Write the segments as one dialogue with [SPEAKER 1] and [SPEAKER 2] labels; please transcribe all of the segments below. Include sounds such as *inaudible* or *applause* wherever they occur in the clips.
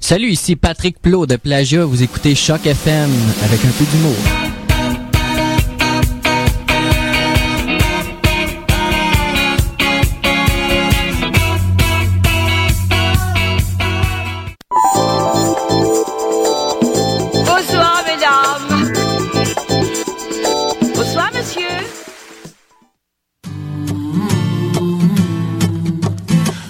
[SPEAKER 1] Salut, ici Patrick Plot de Plagia. Vous écoutez Choc FM avec un peu d'humour.
[SPEAKER 2] Bonsoir, mesdames. Bonsoir, monsieur.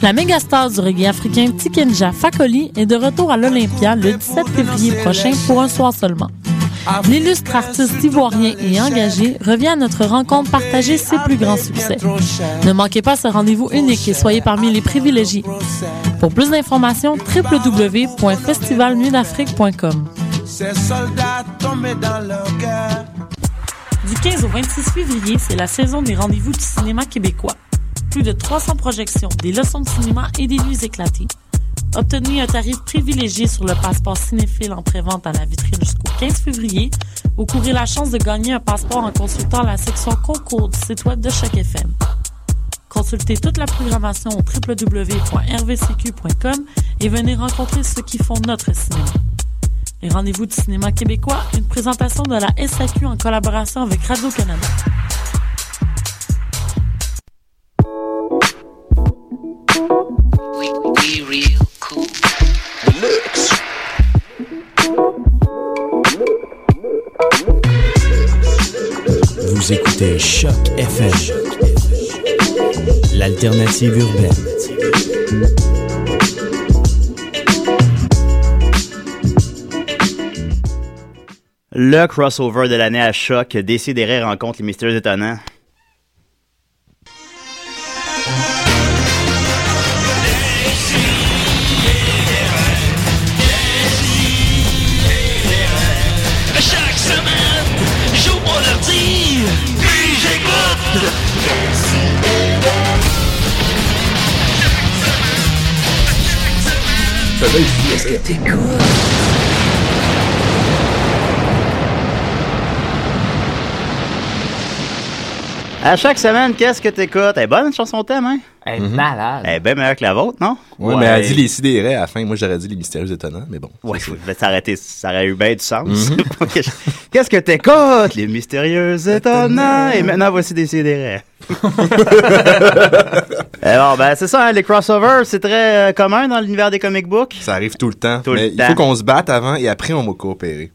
[SPEAKER 3] La méga star du reggae africain Tikenja Fakoli est de retour à l'Olympia le 17 février prochain pour un soir seulement. L'illustre artiste ivoirien et engagé revient à notre rencontre partager ses plus grands succès. Ne manquez pas ce rendez-vous unique et soyez parmi les privilégiés. Pour plus d'informations, www.festivalnuitdafrique.com.
[SPEAKER 4] Ces soldats tombés dans leur guerre.
[SPEAKER 3] Du 15 au 26 février, c'est la saison des rendez-vous du cinéma québécois. Plus de 300 projections, des leçons de cinéma et des nuits éclatées. Obtenez un tarif privilégié sur le passeport cinéphile en prévente à la vitrine jusqu'au 15 février ou courez la chance de gagner un passeport en consultant la section concours du site web de chaque FM. Consultez toute la programmation au www.rvcq.com et venez rencontrer ceux qui font notre cinéma. Les rendez-vous du cinéma québécois, une présentation de la SAQ en collaboration avec Radio-Canada.
[SPEAKER 5] Vous écoutez Choc FM, l'alternative urbaine.
[SPEAKER 6] Le crossover de l'année à choc, Décidéré rencontre les mystérieux étonnants.
[SPEAKER 7] Chaque semaine, j'ouvre mon ordi, puis j'écoute.
[SPEAKER 6] À chaque semaine, qu'est-ce que t'écoutes? Elle est bonne, cette chanson thème, hein?
[SPEAKER 8] Elle est malade.
[SPEAKER 6] Elle est bien meilleure que la vôtre, non?
[SPEAKER 9] Ouais, mais elle dit les sidérés à la fin. Moi, j'aurais dit les mystérieux étonnants, mais bon.
[SPEAKER 6] Ouais, faut- ben, s'arrêter, ça aurait eu bien du sens.
[SPEAKER 9] Mhm.
[SPEAKER 6] *laughs* Qu'est-ce que t'écoutes? Les mystérieux étonnants. Et maintenant, voici des
[SPEAKER 9] *laughs*
[SPEAKER 6] sidérés. Alors, ben, c'est ça, hein, les crossovers, c'est très euh, commun dans l'univers des comic books.
[SPEAKER 9] Ça arrive tout le temps.
[SPEAKER 6] Tout le
[SPEAKER 9] mais il
[SPEAKER 6] temps.
[SPEAKER 9] faut qu'on se batte avant et après, on va coopérer.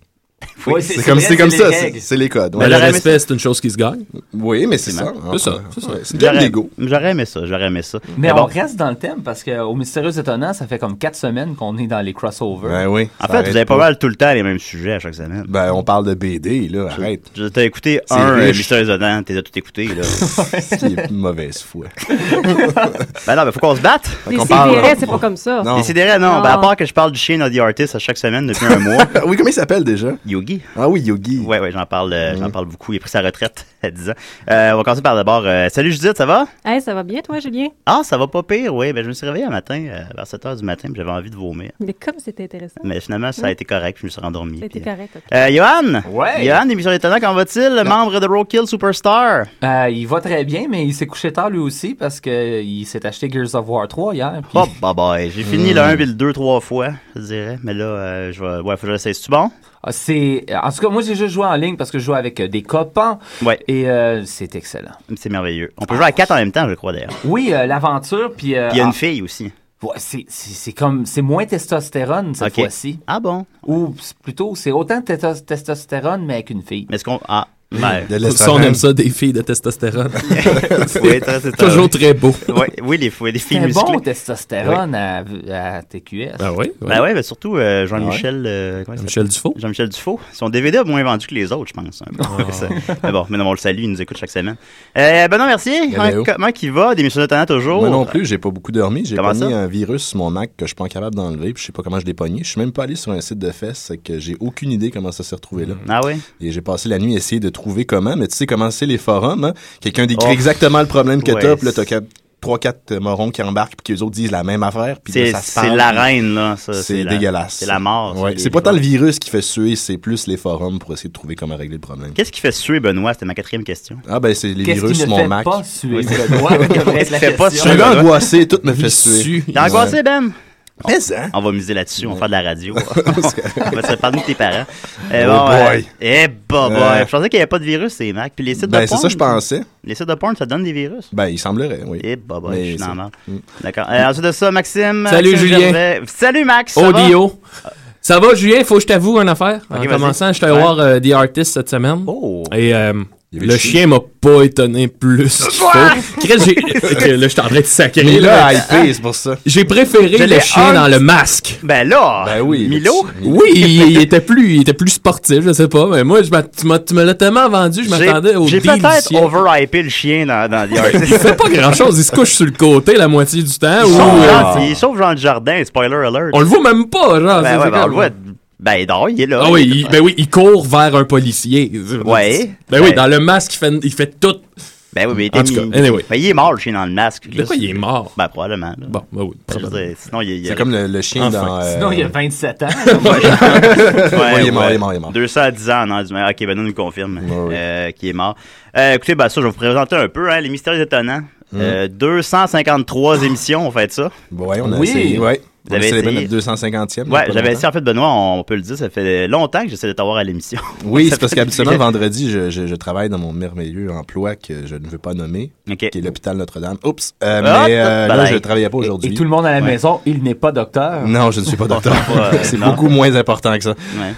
[SPEAKER 8] Ouais,
[SPEAKER 9] C'est comme,
[SPEAKER 8] vrai,
[SPEAKER 9] c'est comme
[SPEAKER 8] les
[SPEAKER 9] ça, c'est
[SPEAKER 8] règles.
[SPEAKER 9] c'est les codes.
[SPEAKER 6] Mais
[SPEAKER 9] ouais.
[SPEAKER 5] Le
[SPEAKER 6] j'aurais aimé
[SPEAKER 5] respect, c'est une chose qui se gagne.
[SPEAKER 9] Oui, mais c'est ça.
[SPEAKER 5] C'est ça,
[SPEAKER 9] Ah,
[SPEAKER 5] c'est ça.
[SPEAKER 9] ouais, C'est bien
[SPEAKER 6] J'aurais
[SPEAKER 9] l'ego.
[SPEAKER 6] j'aurais aimé ça, j'aurais aimé ça.
[SPEAKER 8] Mais
[SPEAKER 6] bon,
[SPEAKER 8] on reste dans le thème parce qu'au Mystérieux Étonnant, ça fait comme quatre semaines qu'on est dans les crossovers.
[SPEAKER 9] Ben oui.
[SPEAKER 6] en
[SPEAKER 9] ça
[SPEAKER 6] fait,
[SPEAKER 9] arrête
[SPEAKER 6] vous avez pas mal tout le temps les mêmes sujets à chaque semaine.
[SPEAKER 9] Ben, on parle de BD,
[SPEAKER 6] *laughs*
[SPEAKER 9] là, arrête.
[SPEAKER 6] Je t'ai écouté
[SPEAKER 9] C'est
[SPEAKER 6] un euh,
[SPEAKER 9] riche.
[SPEAKER 6] mystérieux étonnant, t'es tout écouté, là. *laughs*
[SPEAKER 9] *laughs* Il est de mauvaise foi.
[SPEAKER 6] ben non, mais faut qu'on se batte.
[SPEAKER 9] Fait
[SPEAKER 10] Les
[SPEAKER 9] qu'on parle-
[SPEAKER 10] CDR, c'est pas comme ça.
[SPEAKER 9] Non.
[SPEAKER 6] Décidérez, non.
[SPEAKER 10] Non.
[SPEAKER 6] Ben, à part que je parle du chien Naughty Artist à chaque semaine depuis un mois.
[SPEAKER 9] Ah Oui, comment il s'appelle déjà?
[SPEAKER 6] Yogi.
[SPEAKER 9] Ah oui, *laughs* Yogi. Mm-hmm.
[SPEAKER 6] Ouais, ouais, j'en parle, euh, j'en parle beaucoup. Il a pris sa retraite *laughs* à 10 ans. Euh, on va commencer par d'abord. euh, salut Judith, ça va?
[SPEAKER 10] Hey, ça va bien, toi, Julien?
[SPEAKER 6] Ah, ça va pas pire, oui. Ben, je me suis réveillé un matin, euh, vers 7 h du matin, puis j'avais envie de vomir.
[SPEAKER 10] Mais comme c'était intéressant.
[SPEAKER 6] Mais finalement, ça a été correct, puis je me suis rendormi.
[SPEAKER 10] C'était
[SPEAKER 6] puis, euh.
[SPEAKER 10] correct, ok.
[SPEAKER 6] Euh, Johan!
[SPEAKER 8] Ouais.
[SPEAKER 6] Johan, émission d'étonnant, comment va-t-il? Membre de Roadkill
[SPEAKER 9] *laughs*
[SPEAKER 6] Superstar.
[SPEAKER 8] Euh, il va très bien, mais il s'est couché tard lui aussi parce qu'il s'est acheté Gears of War 3 hier. puis-
[SPEAKER 6] Hop, bye bye. Oh, bah, J'ai fini le
[SPEAKER 9] Mm.
[SPEAKER 6] 1 puis le 2 trois fois, je dirais. Mais là, euh, je vais. Ouais, faut que je l'essaye. C'est-tu bon?
[SPEAKER 8] Ah, C'est en tout cas moi j'ai juste joué en ligne parce que je joue avec euh, des copains
[SPEAKER 6] Ouais.
[SPEAKER 8] et euh, c'est excellent.
[SPEAKER 6] C'est merveilleux. On peut jouer à 4 en même temps, je crois, d'ailleurs.
[SPEAKER 8] Oui euh, l'aventure puis euh,
[SPEAKER 6] Puis il y a
[SPEAKER 8] ah,
[SPEAKER 6] une fille aussi.
[SPEAKER 8] ouais, c'est c'est- c'est comme c'est moins testostérone cette
[SPEAKER 6] Ok.
[SPEAKER 8] fois-ci
[SPEAKER 6] Ah bon?
[SPEAKER 8] ou c'est plutôt c'est autant de testos- testostérone mais avec une fille.
[SPEAKER 6] Mais est-ce qu'on. Ah, ben.
[SPEAKER 9] De
[SPEAKER 5] Ça, on aime
[SPEAKER 9] l'estrogène.
[SPEAKER 5] ça, des filles de testostérone.
[SPEAKER 6] *laughs*
[SPEAKER 5] *laughs*
[SPEAKER 6] faut être- c'est un-
[SPEAKER 5] Toujours très beau.
[SPEAKER 6] *laughs* Ouais, oui, les, les filles
[SPEAKER 8] C'est bon
[SPEAKER 6] musclées.
[SPEAKER 8] testostérone à, à TQS.
[SPEAKER 5] Ben oui. ouais.
[SPEAKER 6] Ben ouais, mais surtout euh, Jean-Michel. euh, comment il
[SPEAKER 5] Michel Dufault.
[SPEAKER 6] s'appelle? Jean-Michel Dufault. Son DVD a moins vendu que les autres, je pense. un peu. *laughs* Ça- mais bon, maintenant on le salue, il nous écoute chaque semaine. Euh, Benoît Mercier, comment,
[SPEAKER 9] Hello.
[SPEAKER 6] comment il va? Des missions de talent toujours?
[SPEAKER 9] Moi non plus, j'ai pas beaucoup dormi. J'ai
[SPEAKER 6] Oh. Comment
[SPEAKER 9] pogné
[SPEAKER 6] ça?
[SPEAKER 9] un virus sur mon Mac que je suis pas capable d'enlever, puis je sais pas comment je l'ai pogné. Je suis même pas allé sur un site de fesses, c'est que j'ai aucune idée comment ça s'est retrouvé là.
[SPEAKER 6] Ah oui?
[SPEAKER 9] Et j'ai passé la nuit à essayer de trouver comment, mais tu sais comment c'est les forums, hein? Quelqu'un décrit
[SPEAKER 6] Oh.
[SPEAKER 9] exactement le problème que
[SPEAKER 6] Ouais,
[SPEAKER 9] t'as, puis là
[SPEAKER 6] c'est-
[SPEAKER 9] t'as 3 quatre euh, morons qui embarquent puis que les autres disent la même affaire, puis là,
[SPEAKER 6] C'est
[SPEAKER 9] ça se
[SPEAKER 6] c'est
[SPEAKER 9] parle,
[SPEAKER 6] la
[SPEAKER 9] puis
[SPEAKER 6] reine, là. ça,
[SPEAKER 9] C'est
[SPEAKER 6] la-
[SPEAKER 9] dégueulasse.
[SPEAKER 6] C'est la mort. ça,
[SPEAKER 9] Ouais,
[SPEAKER 6] les-
[SPEAKER 9] C'est pas tant le virus qui fait suer, c'est plus les forums pour essayer de trouver comment régler le problème.
[SPEAKER 6] Qu'est-ce qui fait suer Benoît? C'était ma quatrième question.
[SPEAKER 9] Ah ben c'est les
[SPEAKER 8] Qu'est-ce
[SPEAKER 9] virus
[SPEAKER 8] qui ne
[SPEAKER 9] sur mon
[SPEAKER 8] fait
[SPEAKER 6] *laughs*
[SPEAKER 9] Mac.
[SPEAKER 8] pas suer le doigt? devrait être la
[SPEAKER 6] Fait pas
[SPEAKER 9] Je
[SPEAKER 8] question.
[SPEAKER 9] suis un
[SPEAKER 6] suer? *laughs*
[SPEAKER 9] gars angoissé, tout me fait
[SPEAKER 5] Il
[SPEAKER 9] suer.
[SPEAKER 5] sue.
[SPEAKER 6] T'es angoissé, Ben?
[SPEAKER 9] Mais hein? ça.
[SPEAKER 6] On va miser là-dessus, on va faire de la
[SPEAKER 7] *laughs*
[SPEAKER 6] radio. on va se parler de tes parents. Eh
[SPEAKER 9] Oh boy.
[SPEAKER 6] eh, bah, boy.
[SPEAKER 9] Euh.
[SPEAKER 6] Je pensais qu'il n'y avait pas de virus, c'est Mac. Puis les sites
[SPEAKER 9] Ben,
[SPEAKER 6] de
[SPEAKER 9] c'est
[SPEAKER 6] porn.
[SPEAKER 9] ça, je pensais.
[SPEAKER 6] Les sites de porn, ça donne des virus.
[SPEAKER 9] Ben, il semblerait, oui.
[SPEAKER 6] Eh, bah, bah,
[SPEAKER 9] Mais
[SPEAKER 6] je suis
[SPEAKER 9] c'est-
[SPEAKER 6] dans la merde. D'accord. Euh, ensuite de ça, Maxime.
[SPEAKER 7] Mm. Salut,
[SPEAKER 6] Maxime
[SPEAKER 7] Julien.
[SPEAKER 6] Gervais. Salut, Max. ça va?
[SPEAKER 7] Audio. Ça va, Julien? Faut que je t'avoue une affaire.
[SPEAKER 6] Ok,
[SPEAKER 7] en
[SPEAKER 6] vas-y.
[SPEAKER 7] commençant, je suis allé
[SPEAKER 6] Ouais. Oh.
[SPEAKER 7] voir euh, The Artist cette semaine. Et euh,
[SPEAKER 9] avait le
[SPEAKER 7] le chien m'a pas étonné plus
[SPEAKER 6] *laughs*
[SPEAKER 7] qu'il faut. Chris, j'ai... Ok, là, je suis en train de sacrer.
[SPEAKER 9] Mais là,
[SPEAKER 8] Ah.
[SPEAKER 7] mais-
[SPEAKER 9] hypé, c'est pour ça.
[SPEAKER 7] J'ai préféré le chien dans le masque.
[SPEAKER 6] Ben là,
[SPEAKER 9] oui,
[SPEAKER 6] Milo.
[SPEAKER 7] Oui, il, il était plus, il était plus sportif, je sais pas, mais moi, je m'a- tu, m'as- tu me l'as tellement vendu, je
[SPEAKER 6] J'ai
[SPEAKER 7] m'attendais au
[SPEAKER 6] j'ai
[SPEAKER 7] deal du
[SPEAKER 6] peut-être
[SPEAKER 7] siècle.
[SPEAKER 6] overhypé le chien dans, dans The Artist.
[SPEAKER 7] *laughs* Il fait pas grand-chose, il se couche sur le côté la moitié du temps. ou,
[SPEAKER 6] Sauf
[SPEAKER 7] euh,
[SPEAKER 6] Jean- Il sauve Jean Jardin, spoiler alert.
[SPEAKER 7] On le voit même pas, genre.
[SPEAKER 6] Ben
[SPEAKER 7] c'est-
[SPEAKER 6] ouais,
[SPEAKER 7] c'est
[SPEAKER 6] ben, on
[SPEAKER 7] comme-
[SPEAKER 6] le voit. Ben, il dort, il est là.
[SPEAKER 7] Ah oui, il- ben oui, il court vers un policier.
[SPEAKER 6] Ouais.
[SPEAKER 7] Ben oui,
[SPEAKER 6] Ben-
[SPEAKER 7] dans le masque, il fait, il fait tout.
[SPEAKER 6] Ben oui, mais il était
[SPEAKER 7] En tout cas,
[SPEAKER 6] mis-
[SPEAKER 7] anyway.
[SPEAKER 6] Ben, il est mort, le chien dans le masque. là.
[SPEAKER 7] Pourquoi il est mort?
[SPEAKER 6] Ben, probablement. là.
[SPEAKER 7] Bon, ben oui,
[SPEAKER 6] Je veux
[SPEAKER 7] probablement.
[SPEAKER 6] dire, Sinon, il il-
[SPEAKER 9] C'est comme le, le chien
[SPEAKER 7] Enfin.
[SPEAKER 9] dans. euh,
[SPEAKER 8] Sinon, il y a
[SPEAKER 6] *laughs*
[SPEAKER 8] 27 ans.
[SPEAKER 9] Ouais, il est mort,
[SPEAKER 6] ouais.
[SPEAKER 9] il est mort, il est mort.
[SPEAKER 6] 210 ans, non, du- ok, ben nous, nous confirme
[SPEAKER 9] ouais.
[SPEAKER 6] euh, qu'il est mort. Euh, écoutez, ben ça, je vais vous présenter un peu, hein, les mystères étonnants.
[SPEAKER 9] Mm.
[SPEAKER 6] Euh,
[SPEAKER 9] Ah!
[SPEAKER 6] 253 émissions, on fait ça.
[SPEAKER 9] Ouais, ben, on a
[SPEAKER 8] Oui.
[SPEAKER 9] essayé. Ouais.
[SPEAKER 6] Vous
[SPEAKER 9] On a
[SPEAKER 6] avez
[SPEAKER 9] célébré
[SPEAKER 6] essayé.
[SPEAKER 9] notre 250e.
[SPEAKER 6] Ouais,
[SPEAKER 9] il y a pas
[SPEAKER 6] j'avais
[SPEAKER 9] longtemps.
[SPEAKER 6] essayé, en fait, Benoît, on peut le dire, ça fait longtemps que j'essaie de t'avoir à l'émission. *laughs*
[SPEAKER 9] Oui,
[SPEAKER 6] Ça
[SPEAKER 9] c'est parce
[SPEAKER 6] fait-
[SPEAKER 9] qu'habituellement, vendredi, je, je- je travaille dans mon merveilleux emploi que je ne veux pas nommer,
[SPEAKER 6] Ok.
[SPEAKER 9] qui est l'hôpital Notre-Dame. Oups! Euh,
[SPEAKER 6] Ah,
[SPEAKER 9] mais euh,
[SPEAKER 6] bah,
[SPEAKER 9] là,
[SPEAKER 6] bah,
[SPEAKER 9] je ne travaillais pas
[SPEAKER 8] Et,
[SPEAKER 9] aujourd'hui.
[SPEAKER 8] et tout le monde à la
[SPEAKER 6] Ouais.
[SPEAKER 8] maison, il n'est pas docteur.
[SPEAKER 9] Non, je ne suis pas docteur.
[SPEAKER 6] *laughs* Ouais,
[SPEAKER 9] *laughs* c'est
[SPEAKER 6] non.
[SPEAKER 9] beaucoup moins important que ça.
[SPEAKER 6] Ouais.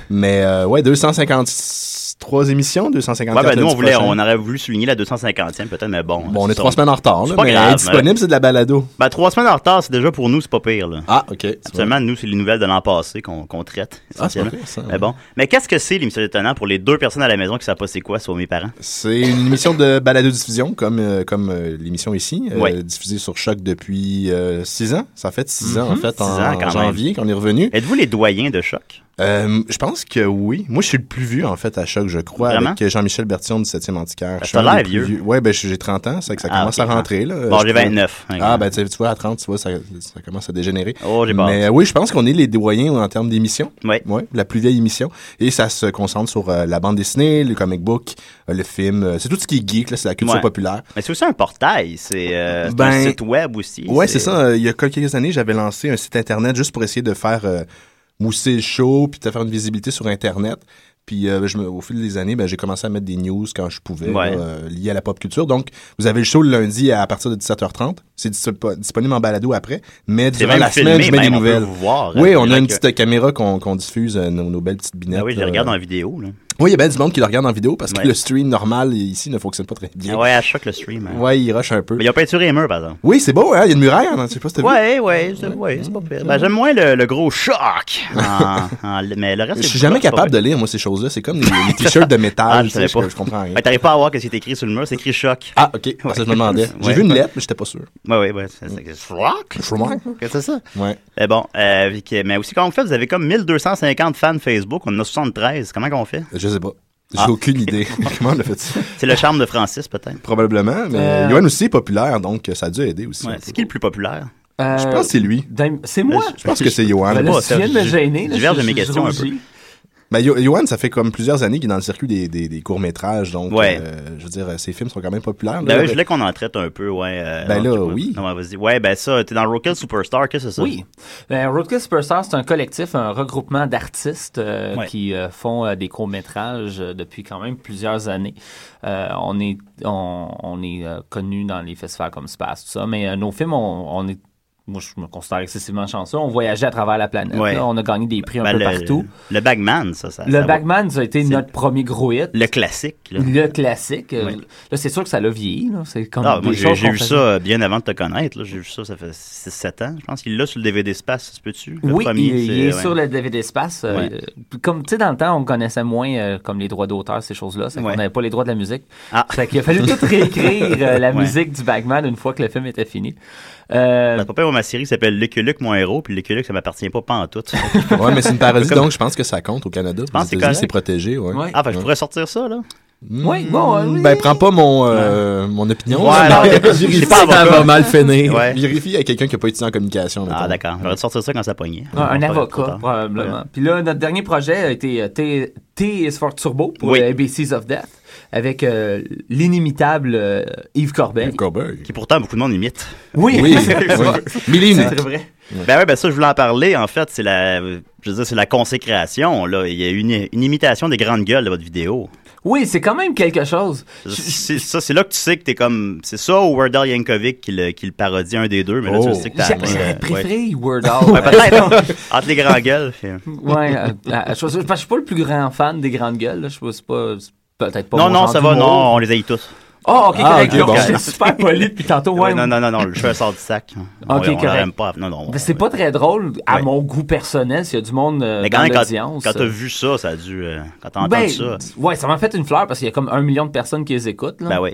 [SPEAKER 9] Mais euh, ouais, 253 émissions, 254.
[SPEAKER 6] Ouais, ben
[SPEAKER 9] lundi
[SPEAKER 6] nous, on, voulait,
[SPEAKER 9] prochain.
[SPEAKER 6] on aurait voulu souligner la 250e, peut-être, mais bon.
[SPEAKER 9] Bon, on
[SPEAKER 6] c'est
[SPEAKER 9] est
[SPEAKER 6] ça,
[SPEAKER 9] trois semaines en retard,
[SPEAKER 6] C'est
[SPEAKER 9] là,
[SPEAKER 6] pas
[SPEAKER 9] mais
[SPEAKER 6] grave,
[SPEAKER 9] elle est disponible, c'est de la balado.
[SPEAKER 6] Ben, trois semaines en retard, c'est déjà pour nous, c'est pas pire, là.
[SPEAKER 9] Ah, ok. c'est
[SPEAKER 6] Absolument, nous, c'est les nouvelles de l'an passé qu'on qu'on traite.
[SPEAKER 9] Ah, c'est pas
[SPEAKER 6] essentiellement.
[SPEAKER 9] pire, ça.
[SPEAKER 6] Mais bon. Mais qu'est-ce que c'est, les mystères étonnants, pour les deux personnes à la maison qui savent pas c'est quoi, soit mes parents?
[SPEAKER 9] C'est une émission de balado-diffusion, comme, euh, comme euh, l'émission ici, euh,
[SPEAKER 6] Ouais.
[SPEAKER 9] diffusée sur Choc depuis 6 ans. Ça fait 6 ans, en fait,
[SPEAKER 6] Mhm. Six
[SPEAKER 9] en,
[SPEAKER 6] ans, quand
[SPEAKER 9] janvier, qu'on est revenu.
[SPEAKER 6] Êtes-vous les doyens de choc?
[SPEAKER 9] Euh, je pense que oui. Moi, je suis le plus vieux, en fait, à Choc, je crois,
[SPEAKER 6] Vraiment?
[SPEAKER 9] avec euh, Jean-Michel Bertillon du 7e Antiquaire.
[SPEAKER 6] Parce que t'as l'air vieux.
[SPEAKER 9] Oui, ben, j'ai j'ai 30 ans, c'est que ça
[SPEAKER 6] Ah,
[SPEAKER 9] commence
[SPEAKER 6] ok,
[SPEAKER 9] à rentrer. Là,
[SPEAKER 6] Bon,
[SPEAKER 9] Euh, Je
[SPEAKER 6] j'ai hein,
[SPEAKER 9] crois.
[SPEAKER 6] 29.
[SPEAKER 9] Ah, ben, tu sais, tu vois, à 30, tu vois, ça, ça commence à dégénérer.
[SPEAKER 6] Oh, j'ai peur.
[SPEAKER 9] Mais euh, oui, je pense qu'on est les doyens en termes d'émissions.
[SPEAKER 6] Ouais.
[SPEAKER 9] Ouais, la plus vieille émission. Et ça se concentre sur euh, la bande dessinée, le comic book, euh, le film. euh, c'est tout ce qui est geek, là, c'est la culture
[SPEAKER 6] Ouais.
[SPEAKER 9] populaire.
[SPEAKER 6] Mais c'est aussi un portail, c'est euh, c'est un
[SPEAKER 9] Ben,
[SPEAKER 6] site web aussi.
[SPEAKER 9] Ouais, c'est ça. euh, il y a quelques années, j'avais lancé un site internet juste pour essayer de faire euh, mousser le show, puis de faire une visibilité sur internet. Puis euh, je me- au fil des années, ben, j'ai commencé à mettre des news quand je pouvais
[SPEAKER 6] Ouais.
[SPEAKER 9] là, euh, liées à la pop culture. Donc, vous avez le show le lundi à partir de 17h30. C'est dis- pas- disponible en balado après, mais
[SPEAKER 6] C'est
[SPEAKER 9] durant
[SPEAKER 6] même
[SPEAKER 9] la
[SPEAKER 6] filmé,
[SPEAKER 9] semaine, je mets des
[SPEAKER 6] même, on peut
[SPEAKER 9] nouvelles.
[SPEAKER 6] vous voir.
[SPEAKER 9] Oui,
[SPEAKER 6] hein,
[SPEAKER 9] on a
[SPEAKER 6] donc,
[SPEAKER 9] une
[SPEAKER 6] euh,
[SPEAKER 9] petite caméra qu'on qu'on diffuse, euh, nos, nos belles petites binettes.
[SPEAKER 6] Ah oui, je les
[SPEAKER 9] là.
[SPEAKER 6] regarde en vidéo. Là.
[SPEAKER 9] Oui, il y a bien du monde qui le regarde en vidéo parce que
[SPEAKER 6] Ouais.
[SPEAKER 9] le stream normal ici ne fonctionne pas très bien.
[SPEAKER 6] Ah ouais, à choc le stream. hein.
[SPEAKER 9] Ouais, il rush un peu.
[SPEAKER 6] Mais ils ont peinturé les murs, par exemple.
[SPEAKER 9] Oui, c'est beau, hein? Il y a une muraille, hein? Je sais pas si t'as vu.
[SPEAKER 6] Ouais, ouais, c'est ouais, c'est pas pire. Ben, j'aime moins le, le gros choc. en- en- mais le reste,
[SPEAKER 9] Je
[SPEAKER 6] c'est
[SPEAKER 9] suis
[SPEAKER 6] pas-
[SPEAKER 9] jamais
[SPEAKER 6] c'est pas
[SPEAKER 9] capable
[SPEAKER 6] pire.
[SPEAKER 9] de lire, moi, ces choses-là.
[SPEAKER 6] *laughs*
[SPEAKER 9] C'est comme les, les t-shirts de métal.
[SPEAKER 6] Ah, je
[SPEAKER 9] tu sais,
[SPEAKER 6] savais pas.
[SPEAKER 9] Je, je comprends rien.
[SPEAKER 6] Ouais, T'arrives pas à voir que c'est écrit sur le mur, c'est écrit choc.
[SPEAKER 9] Ah, ok. Ah, ça, je me
[SPEAKER 6] *laughs*
[SPEAKER 9] demandais. J'ai
[SPEAKER 6] Ouais.
[SPEAKER 9] vu une lettre, mais j'étais pas sûr.
[SPEAKER 6] Ouais, ouais, ouais. c'est- c'est- c'est- Choc?
[SPEAKER 9] Je suis mort.
[SPEAKER 6] Qu'est-ce que c'est ça?
[SPEAKER 9] *laughs* Ouais.
[SPEAKER 6] Mais bon, euh, puis que- mais aussi, comment on fait? Vous avez comme 1250 fans Facebook, on en a 73. Comment qu'on fait?
[SPEAKER 9] Je sais pas. J'ai
[SPEAKER 6] Ah. *laughs*
[SPEAKER 9] aucune idée. *laughs* Comment on a fait ça?
[SPEAKER 6] C'est le charme de Francis, peut-être.
[SPEAKER 9] Probablement, mais
[SPEAKER 8] Euh.
[SPEAKER 9] Yoann aussi est populaire, donc euh, ça a dû aider aussi.
[SPEAKER 6] Ouais, c'est qui le plus populaire?
[SPEAKER 8] Euh,
[SPEAKER 9] Je pense que c'est lui.
[SPEAKER 8] Dame- C'est moi.
[SPEAKER 9] Je pense que c'est Yoann.
[SPEAKER 8] Ben là,
[SPEAKER 6] moi,
[SPEAKER 8] tu viens de me
[SPEAKER 6] je-
[SPEAKER 8] gêner. là,
[SPEAKER 6] je verge
[SPEAKER 8] je-
[SPEAKER 6] de mes
[SPEAKER 8] je- je
[SPEAKER 6] questions un peu.
[SPEAKER 8] rougis.
[SPEAKER 9] Ben, Yo- Yoann, ça fait comme plusieurs années qu'il est dans le circuit des, des- des courts-métrages, donc
[SPEAKER 6] Ouais.
[SPEAKER 9] euh, je veux dire, euh, ses films sont quand même populaires.
[SPEAKER 6] Ben,
[SPEAKER 9] là.
[SPEAKER 6] oui, je voulais qu'on en traite un peu, ouais. euh,
[SPEAKER 9] Ben
[SPEAKER 6] non,
[SPEAKER 9] là,
[SPEAKER 6] je sais pas.
[SPEAKER 9] oui.
[SPEAKER 6] Non, ouais, vas-y. Ouais, ben ça, t'es dans Rock'n'Roll Superstar, qu'est-ce que c'est ça?
[SPEAKER 8] Oui. Ben, Roadkill Superstar, c'est un collectif, un regroupement d'artistes euh,
[SPEAKER 6] Ouais.
[SPEAKER 8] qui euh, font euh, des courts-métrages euh, depuis quand même plusieurs années. Euh, on est, on, on est euh, connu dans les festivals comme Space, tout ça, mais euh, nos films, on, on est. Moi, je me considère excessivement chanceux. On voyageait à travers la planète.
[SPEAKER 6] Ouais.
[SPEAKER 8] là. On a gagné des prix un
[SPEAKER 6] Ben,
[SPEAKER 8] peu
[SPEAKER 6] le,
[SPEAKER 8] partout.
[SPEAKER 6] Le Bagman, ça. ça ça
[SPEAKER 8] Le
[SPEAKER 6] va.
[SPEAKER 8] Bagman, ça a été
[SPEAKER 6] C'est-
[SPEAKER 8] notre premier gros hit.
[SPEAKER 6] Le classique, là.
[SPEAKER 8] Le classique. Euh,
[SPEAKER 6] Ouais.
[SPEAKER 8] Là, c'est sûr que ça l'a vieilli. là. C'est comme
[SPEAKER 6] Ah,
[SPEAKER 8] des
[SPEAKER 6] moi, j'ai
[SPEAKER 8] choses
[SPEAKER 6] j'ai
[SPEAKER 8] qu'on
[SPEAKER 6] vu
[SPEAKER 8] faisait.
[SPEAKER 6] ça euh, bien avant de te connaître. là. J'ai vu ça, ça fait 6-7 ans. Je pense qu'il l'a sur le DVD Space, ça se peut-tu? Le
[SPEAKER 8] oui,
[SPEAKER 6] premier,
[SPEAKER 8] il, il est
[SPEAKER 6] ouais.
[SPEAKER 8] sur le DVD Space. euh,
[SPEAKER 6] Ouais.
[SPEAKER 8] euh, Comme tu sais, dans le temps, on connaissait moins euh, comme les droits d'auteur, ces choses-là. On
[SPEAKER 6] Ouais.
[SPEAKER 8] n'avait pas les droits de la musique.
[SPEAKER 6] Ah.
[SPEAKER 8] Fait qu'il a fallu tout réécrire euh,
[SPEAKER 6] *laughs*
[SPEAKER 8] la
[SPEAKER 6] Ouais.
[SPEAKER 8] musique du Bagman une fois que le film était fini. Euh,
[SPEAKER 6] Ben, papa, moi, ma série s'appelle Lucky Luke, mon héros, puis Lucky Luke, ça m'appartient pas, pas en tout. ah,
[SPEAKER 9] Ouais, mais c'est une parodie, donc je pense que ça compte au Canada.
[SPEAKER 6] penses
[SPEAKER 9] Aux
[SPEAKER 6] que c'est
[SPEAKER 9] États-Unis,
[SPEAKER 6] correct?
[SPEAKER 9] c'est protégé, ouais.
[SPEAKER 8] Ouais.
[SPEAKER 6] Ah, fait que je pourrais sortir ça, là.
[SPEAKER 8] ouais, bon, euh, oui.
[SPEAKER 9] Ben, prends pas mon, euh, mon opinion.
[SPEAKER 6] Ouais, non, je sais
[SPEAKER 9] Vérifie
[SPEAKER 6] pas,
[SPEAKER 9] ça
[SPEAKER 7] Ça
[SPEAKER 6] avocat.
[SPEAKER 7] va mal finir.
[SPEAKER 6] Ouais.
[SPEAKER 9] Vérifie à quelqu'un qui n'a pas étudié en communication.
[SPEAKER 6] Ah,
[SPEAKER 9] mettons.
[SPEAKER 6] d'accord. J'aurais dû sortir ça quand ça pognait.
[SPEAKER 8] Ah, Un, un
[SPEAKER 6] Pas- trop
[SPEAKER 8] avocat,
[SPEAKER 6] tard.
[SPEAKER 8] probablement. Puis là, notre dernier projet a été euh, T, T is for Turbo pour
[SPEAKER 6] Oui.
[SPEAKER 8] le ABCs of Death avec euh, l'inimitable euh, Yves Corbeil.
[SPEAKER 9] Cowboy.
[SPEAKER 6] Qui pourtant, beaucoup de monde imite.
[SPEAKER 8] Oui,
[SPEAKER 9] Oui,
[SPEAKER 6] *laughs*
[SPEAKER 8] c'est
[SPEAKER 9] oui.
[SPEAKER 8] vrai.
[SPEAKER 9] Millie,
[SPEAKER 8] *laughs* C'est très vrai.
[SPEAKER 6] Ben ouais, ben ça, je voulais en parler. En fait, c'est la, je veux dire, c'est la consécration. Là. Il y a une, une imitation des grandes gueules de votre vidéo.
[SPEAKER 8] Oui, c'est quand même quelque chose.
[SPEAKER 6] C'est ça, c'est là que tu sais que t'es comme. C'est ça ou Weird Al Yankovic qui le, qui le parodie un des deux, mais là tu
[SPEAKER 8] Oh.
[SPEAKER 6] le sais que t'as
[SPEAKER 8] J'ai-
[SPEAKER 6] atteint,
[SPEAKER 8] j'aurais
[SPEAKER 6] euh,
[SPEAKER 8] préféré
[SPEAKER 6] ouais.
[SPEAKER 8] Weird Al.
[SPEAKER 6] Ouais, Ah, peut-être. entre les grandes gueules. puis-
[SPEAKER 8] Ouais, euh, euh, je, je- je suis pas le plus grand fan des grandes gueules. là. Je sais pas, c'est pas- c'est peut-être pas.
[SPEAKER 6] non,
[SPEAKER 8] mon
[SPEAKER 6] non,
[SPEAKER 8] genre
[SPEAKER 6] ça va,
[SPEAKER 8] d'humour.
[SPEAKER 6] non, on les haït tous.
[SPEAKER 8] Ah, ok, correct,
[SPEAKER 6] ok,
[SPEAKER 8] donc, c'est super poli depuis tantôt. ouais.
[SPEAKER 6] *laughs* Ouais, non, non, non, non, je fais un sort du sac.
[SPEAKER 8] *laughs*
[SPEAKER 6] on,
[SPEAKER 8] Ok,
[SPEAKER 6] on leur
[SPEAKER 8] correct.
[SPEAKER 6] aime pas. Non, non.
[SPEAKER 8] Mais c'est pas très drôle à mon goût personnel s'il y a du monde euh,
[SPEAKER 6] Mais
[SPEAKER 8] dans
[SPEAKER 6] quand même, quand,
[SPEAKER 8] l'audience.
[SPEAKER 6] quand t'as vu ça, ça a dû. euh, quand t'as
[SPEAKER 8] Ben,
[SPEAKER 6] entendu ça.
[SPEAKER 8] Ouais, ça m'a fait une fleur parce qu'il y a comme un million de personnes qui les écoutent. Là.
[SPEAKER 6] Ben oui.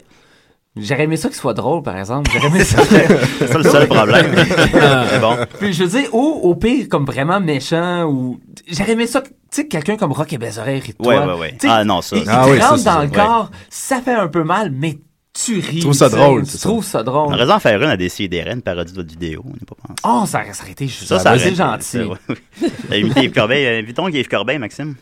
[SPEAKER 8] J'aurais aimé ça qu'il soit drôle, par exemple. J'aurais
[SPEAKER 6] *laughs*
[SPEAKER 8] aimé ça.
[SPEAKER 6] C'est ça le seul problème. *laughs*
[SPEAKER 8] *laughs*
[SPEAKER 6] Mais bon.
[SPEAKER 8] Puis je veux dire, ou au pire, comme vraiment méchant, ou. J'aurais aimé ça, que- tu sais, quelqu'un comme Rock et Bézoreille et toi.
[SPEAKER 6] Ouais, ouais, ouais.
[SPEAKER 8] Tu sais,
[SPEAKER 6] Ah, non, ça,
[SPEAKER 8] Il, il
[SPEAKER 6] ça. Ah
[SPEAKER 8] te
[SPEAKER 6] oui, ça,
[SPEAKER 8] rentre
[SPEAKER 6] ça,
[SPEAKER 8] dans
[SPEAKER 6] ça,
[SPEAKER 8] le
[SPEAKER 6] ouais.
[SPEAKER 8] corps, ça fait un peu mal, mais tu ris.
[SPEAKER 6] trouve ça
[SPEAKER 8] tu
[SPEAKER 6] drôle,
[SPEAKER 8] sais,
[SPEAKER 6] c'est
[SPEAKER 8] Tu trouves ça drôle.
[SPEAKER 6] On aurait dû en faire une à des une parodie de votre vidéo. On n'est pas pensé. Ben,
[SPEAKER 8] Oh, ça aurait ça aurait été juste. Ça,
[SPEAKER 6] aurait
[SPEAKER 8] c'est
[SPEAKER 6] été-
[SPEAKER 8] gentil.
[SPEAKER 6] ça, ouais. *laughs* T'as imité Yves Corbeil. euh, Invitons Yves Corbeil, Maxime.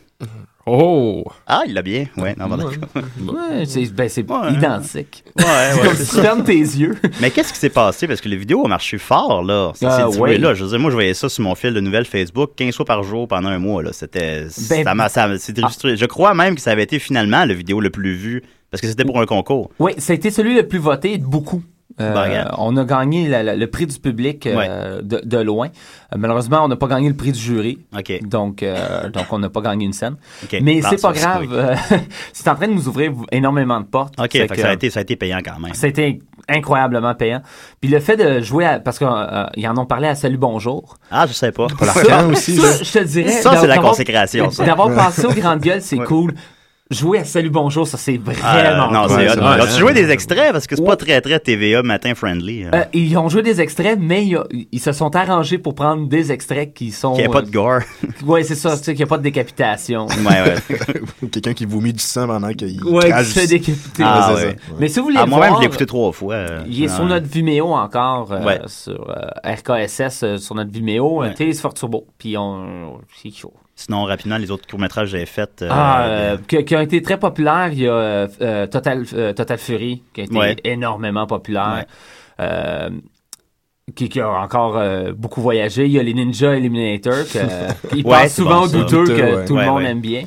[SPEAKER 7] Oh!
[SPEAKER 6] Ah, il l'a bien. Ouais, non, voilà.
[SPEAKER 8] Ouais, c'est ben, c'est identique.
[SPEAKER 6] *laughs* Ouais, ouais.
[SPEAKER 8] Comme si tu fermes tes yyeux.
[SPEAKER 6] Mais qu'est-ce qui s'est passé? Parce que les vidéos ont marché fort, là. C'est
[SPEAKER 8] Ah, ouais.
[SPEAKER 6] là. Je veux dire, moi, je voyais ça sur mon fil de nouvelles Facebook 15 fois par jour pendant un mois, là. C'était.
[SPEAKER 8] Ben,
[SPEAKER 6] ça m'a- ça m'a-
[SPEAKER 8] ah.
[SPEAKER 6] c'était juste- Je crois même que ça avait été finalement le vidéo le plus vu parce que c'était pour un concours.
[SPEAKER 8] Oui, ça a été celui le plus voté de beaucoup. Euh,
[SPEAKER 6] Ben, regarde.
[SPEAKER 8] on a gagné la- la- le prix du public euh, de, de loin. Euh, malheureusement, on n'a pas gagné le prix du jury. Donc, euh, donc on n'a pas gagné une scène.
[SPEAKER 6] Ok.
[SPEAKER 8] Mais
[SPEAKER 6] Ah,
[SPEAKER 8] c'est pas
[SPEAKER 6] ça,
[SPEAKER 8] grave.
[SPEAKER 6] oui.
[SPEAKER 8] Euh, *laughs* c'est en train de nous ouvrir énormément de portes.
[SPEAKER 6] OK,
[SPEAKER 8] C'est
[SPEAKER 6] fait que
[SPEAKER 8] que-
[SPEAKER 6] ça, a été, ça a été payant quand même.
[SPEAKER 8] C'était incroyablement payant. Puis le fait de jouer, à- parce qu'ils en ont parlé à Salut Bonjour.
[SPEAKER 6] Ah, je sais pas. Pour
[SPEAKER 8] Ça,
[SPEAKER 6] l'argent aussi,
[SPEAKER 8] ça,
[SPEAKER 6] là.
[SPEAKER 8] je te dirais.
[SPEAKER 6] Ça, c'est la
[SPEAKER 8] d'avoir-
[SPEAKER 6] consécration, ça.
[SPEAKER 8] D'avoir passé aux grandes gueules, c'est cool. Jouer à Salut Bonjour, ça, c'est vraiment
[SPEAKER 6] *laughs* Ah, non,
[SPEAKER 8] cool.
[SPEAKER 6] c'est hot.
[SPEAKER 8] Ouais,
[SPEAKER 6] Alors,
[SPEAKER 8] c'est
[SPEAKER 6] tu jouais des extraits parce que c'est pas très, très TVA matin friendly. hein.
[SPEAKER 8] Euh, ils ont joué des extraits, mais il y a- ils se sont arrangés pour prendre des extraits qui sont.
[SPEAKER 6] Qu'il y ait pas de
[SPEAKER 8] *laughs*
[SPEAKER 6] Ah, gore.
[SPEAKER 8] Oui, c'est ça, tu sais, qu'il n'y a pas
[SPEAKER 6] *laughs*
[SPEAKER 8] de décapitation.
[SPEAKER 9] Quelqu'un qui vomit du sang pendant qu'il
[SPEAKER 8] Ouais,
[SPEAKER 9] crache
[SPEAKER 8] qui se fait
[SPEAKER 9] du-
[SPEAKER 8] décapiter.
[SPEAKER 6] Ah,
[SPEAKER 9] Ouais,
[SPEAKER 6] ouais.
[SPEAKER 9] c'est ça.
[SPEAKER 8] Mais si vous voulez
[SPEAKER 6] Ah,
[SPEAKER 8] le
[SPEAKER 6] moi-même,
[SPEAKER 8] voir,
[SPEAKER 6] je l'ai écouté trois fois. euh,
[SPEAKER 8] Il est
[SPEAKER 6] ah,
[SPEAKER 8] sur notre Vimeo encore, euh,
[SPEAKER 6] Ouais.
[SPEAKER 8] sur euh, RKSS, euh, sur notre Vimeo, euh, Télésport Turbo. Puis on. C'est chaud.
[SPEAKER 6] Sinon, rapidement, les autres courts-métrages que j'ai faits. euh,
[SPEAKER 8] Ah, euh, que- qui ont été très populaires. Il y a euh, euh, Total, euh, Total Fury, qui a été
[SPEAKER 6] Ouais.
[SPEAKER 8] énormément populaire. Euh, qui, qui a encore euh, beaucoup voyagé. Il y a les Ninja Eliminator, qui
[SPEAKER 6] *laughs* Ouais,
[SPEAKER 8] passent
[SPEAKER 6] c'est
[SPEAKER 8] souvent
[SPEAKER 6] bon,
[SPEAKER 8] aux
[SPEAKER 6] ça.
[SPEAKER 8] douteux,
[SPEAKER 6] Douteux,
[SPEAKER 8] que
[SPEAKER 6] ouais.
[SPEAKER 8] tout
[SPEAKER 6] Ouais,
[SPEAKER 8] le monde
[SPEAKER 6] ouais.
[SPEAKER 8] aime bien.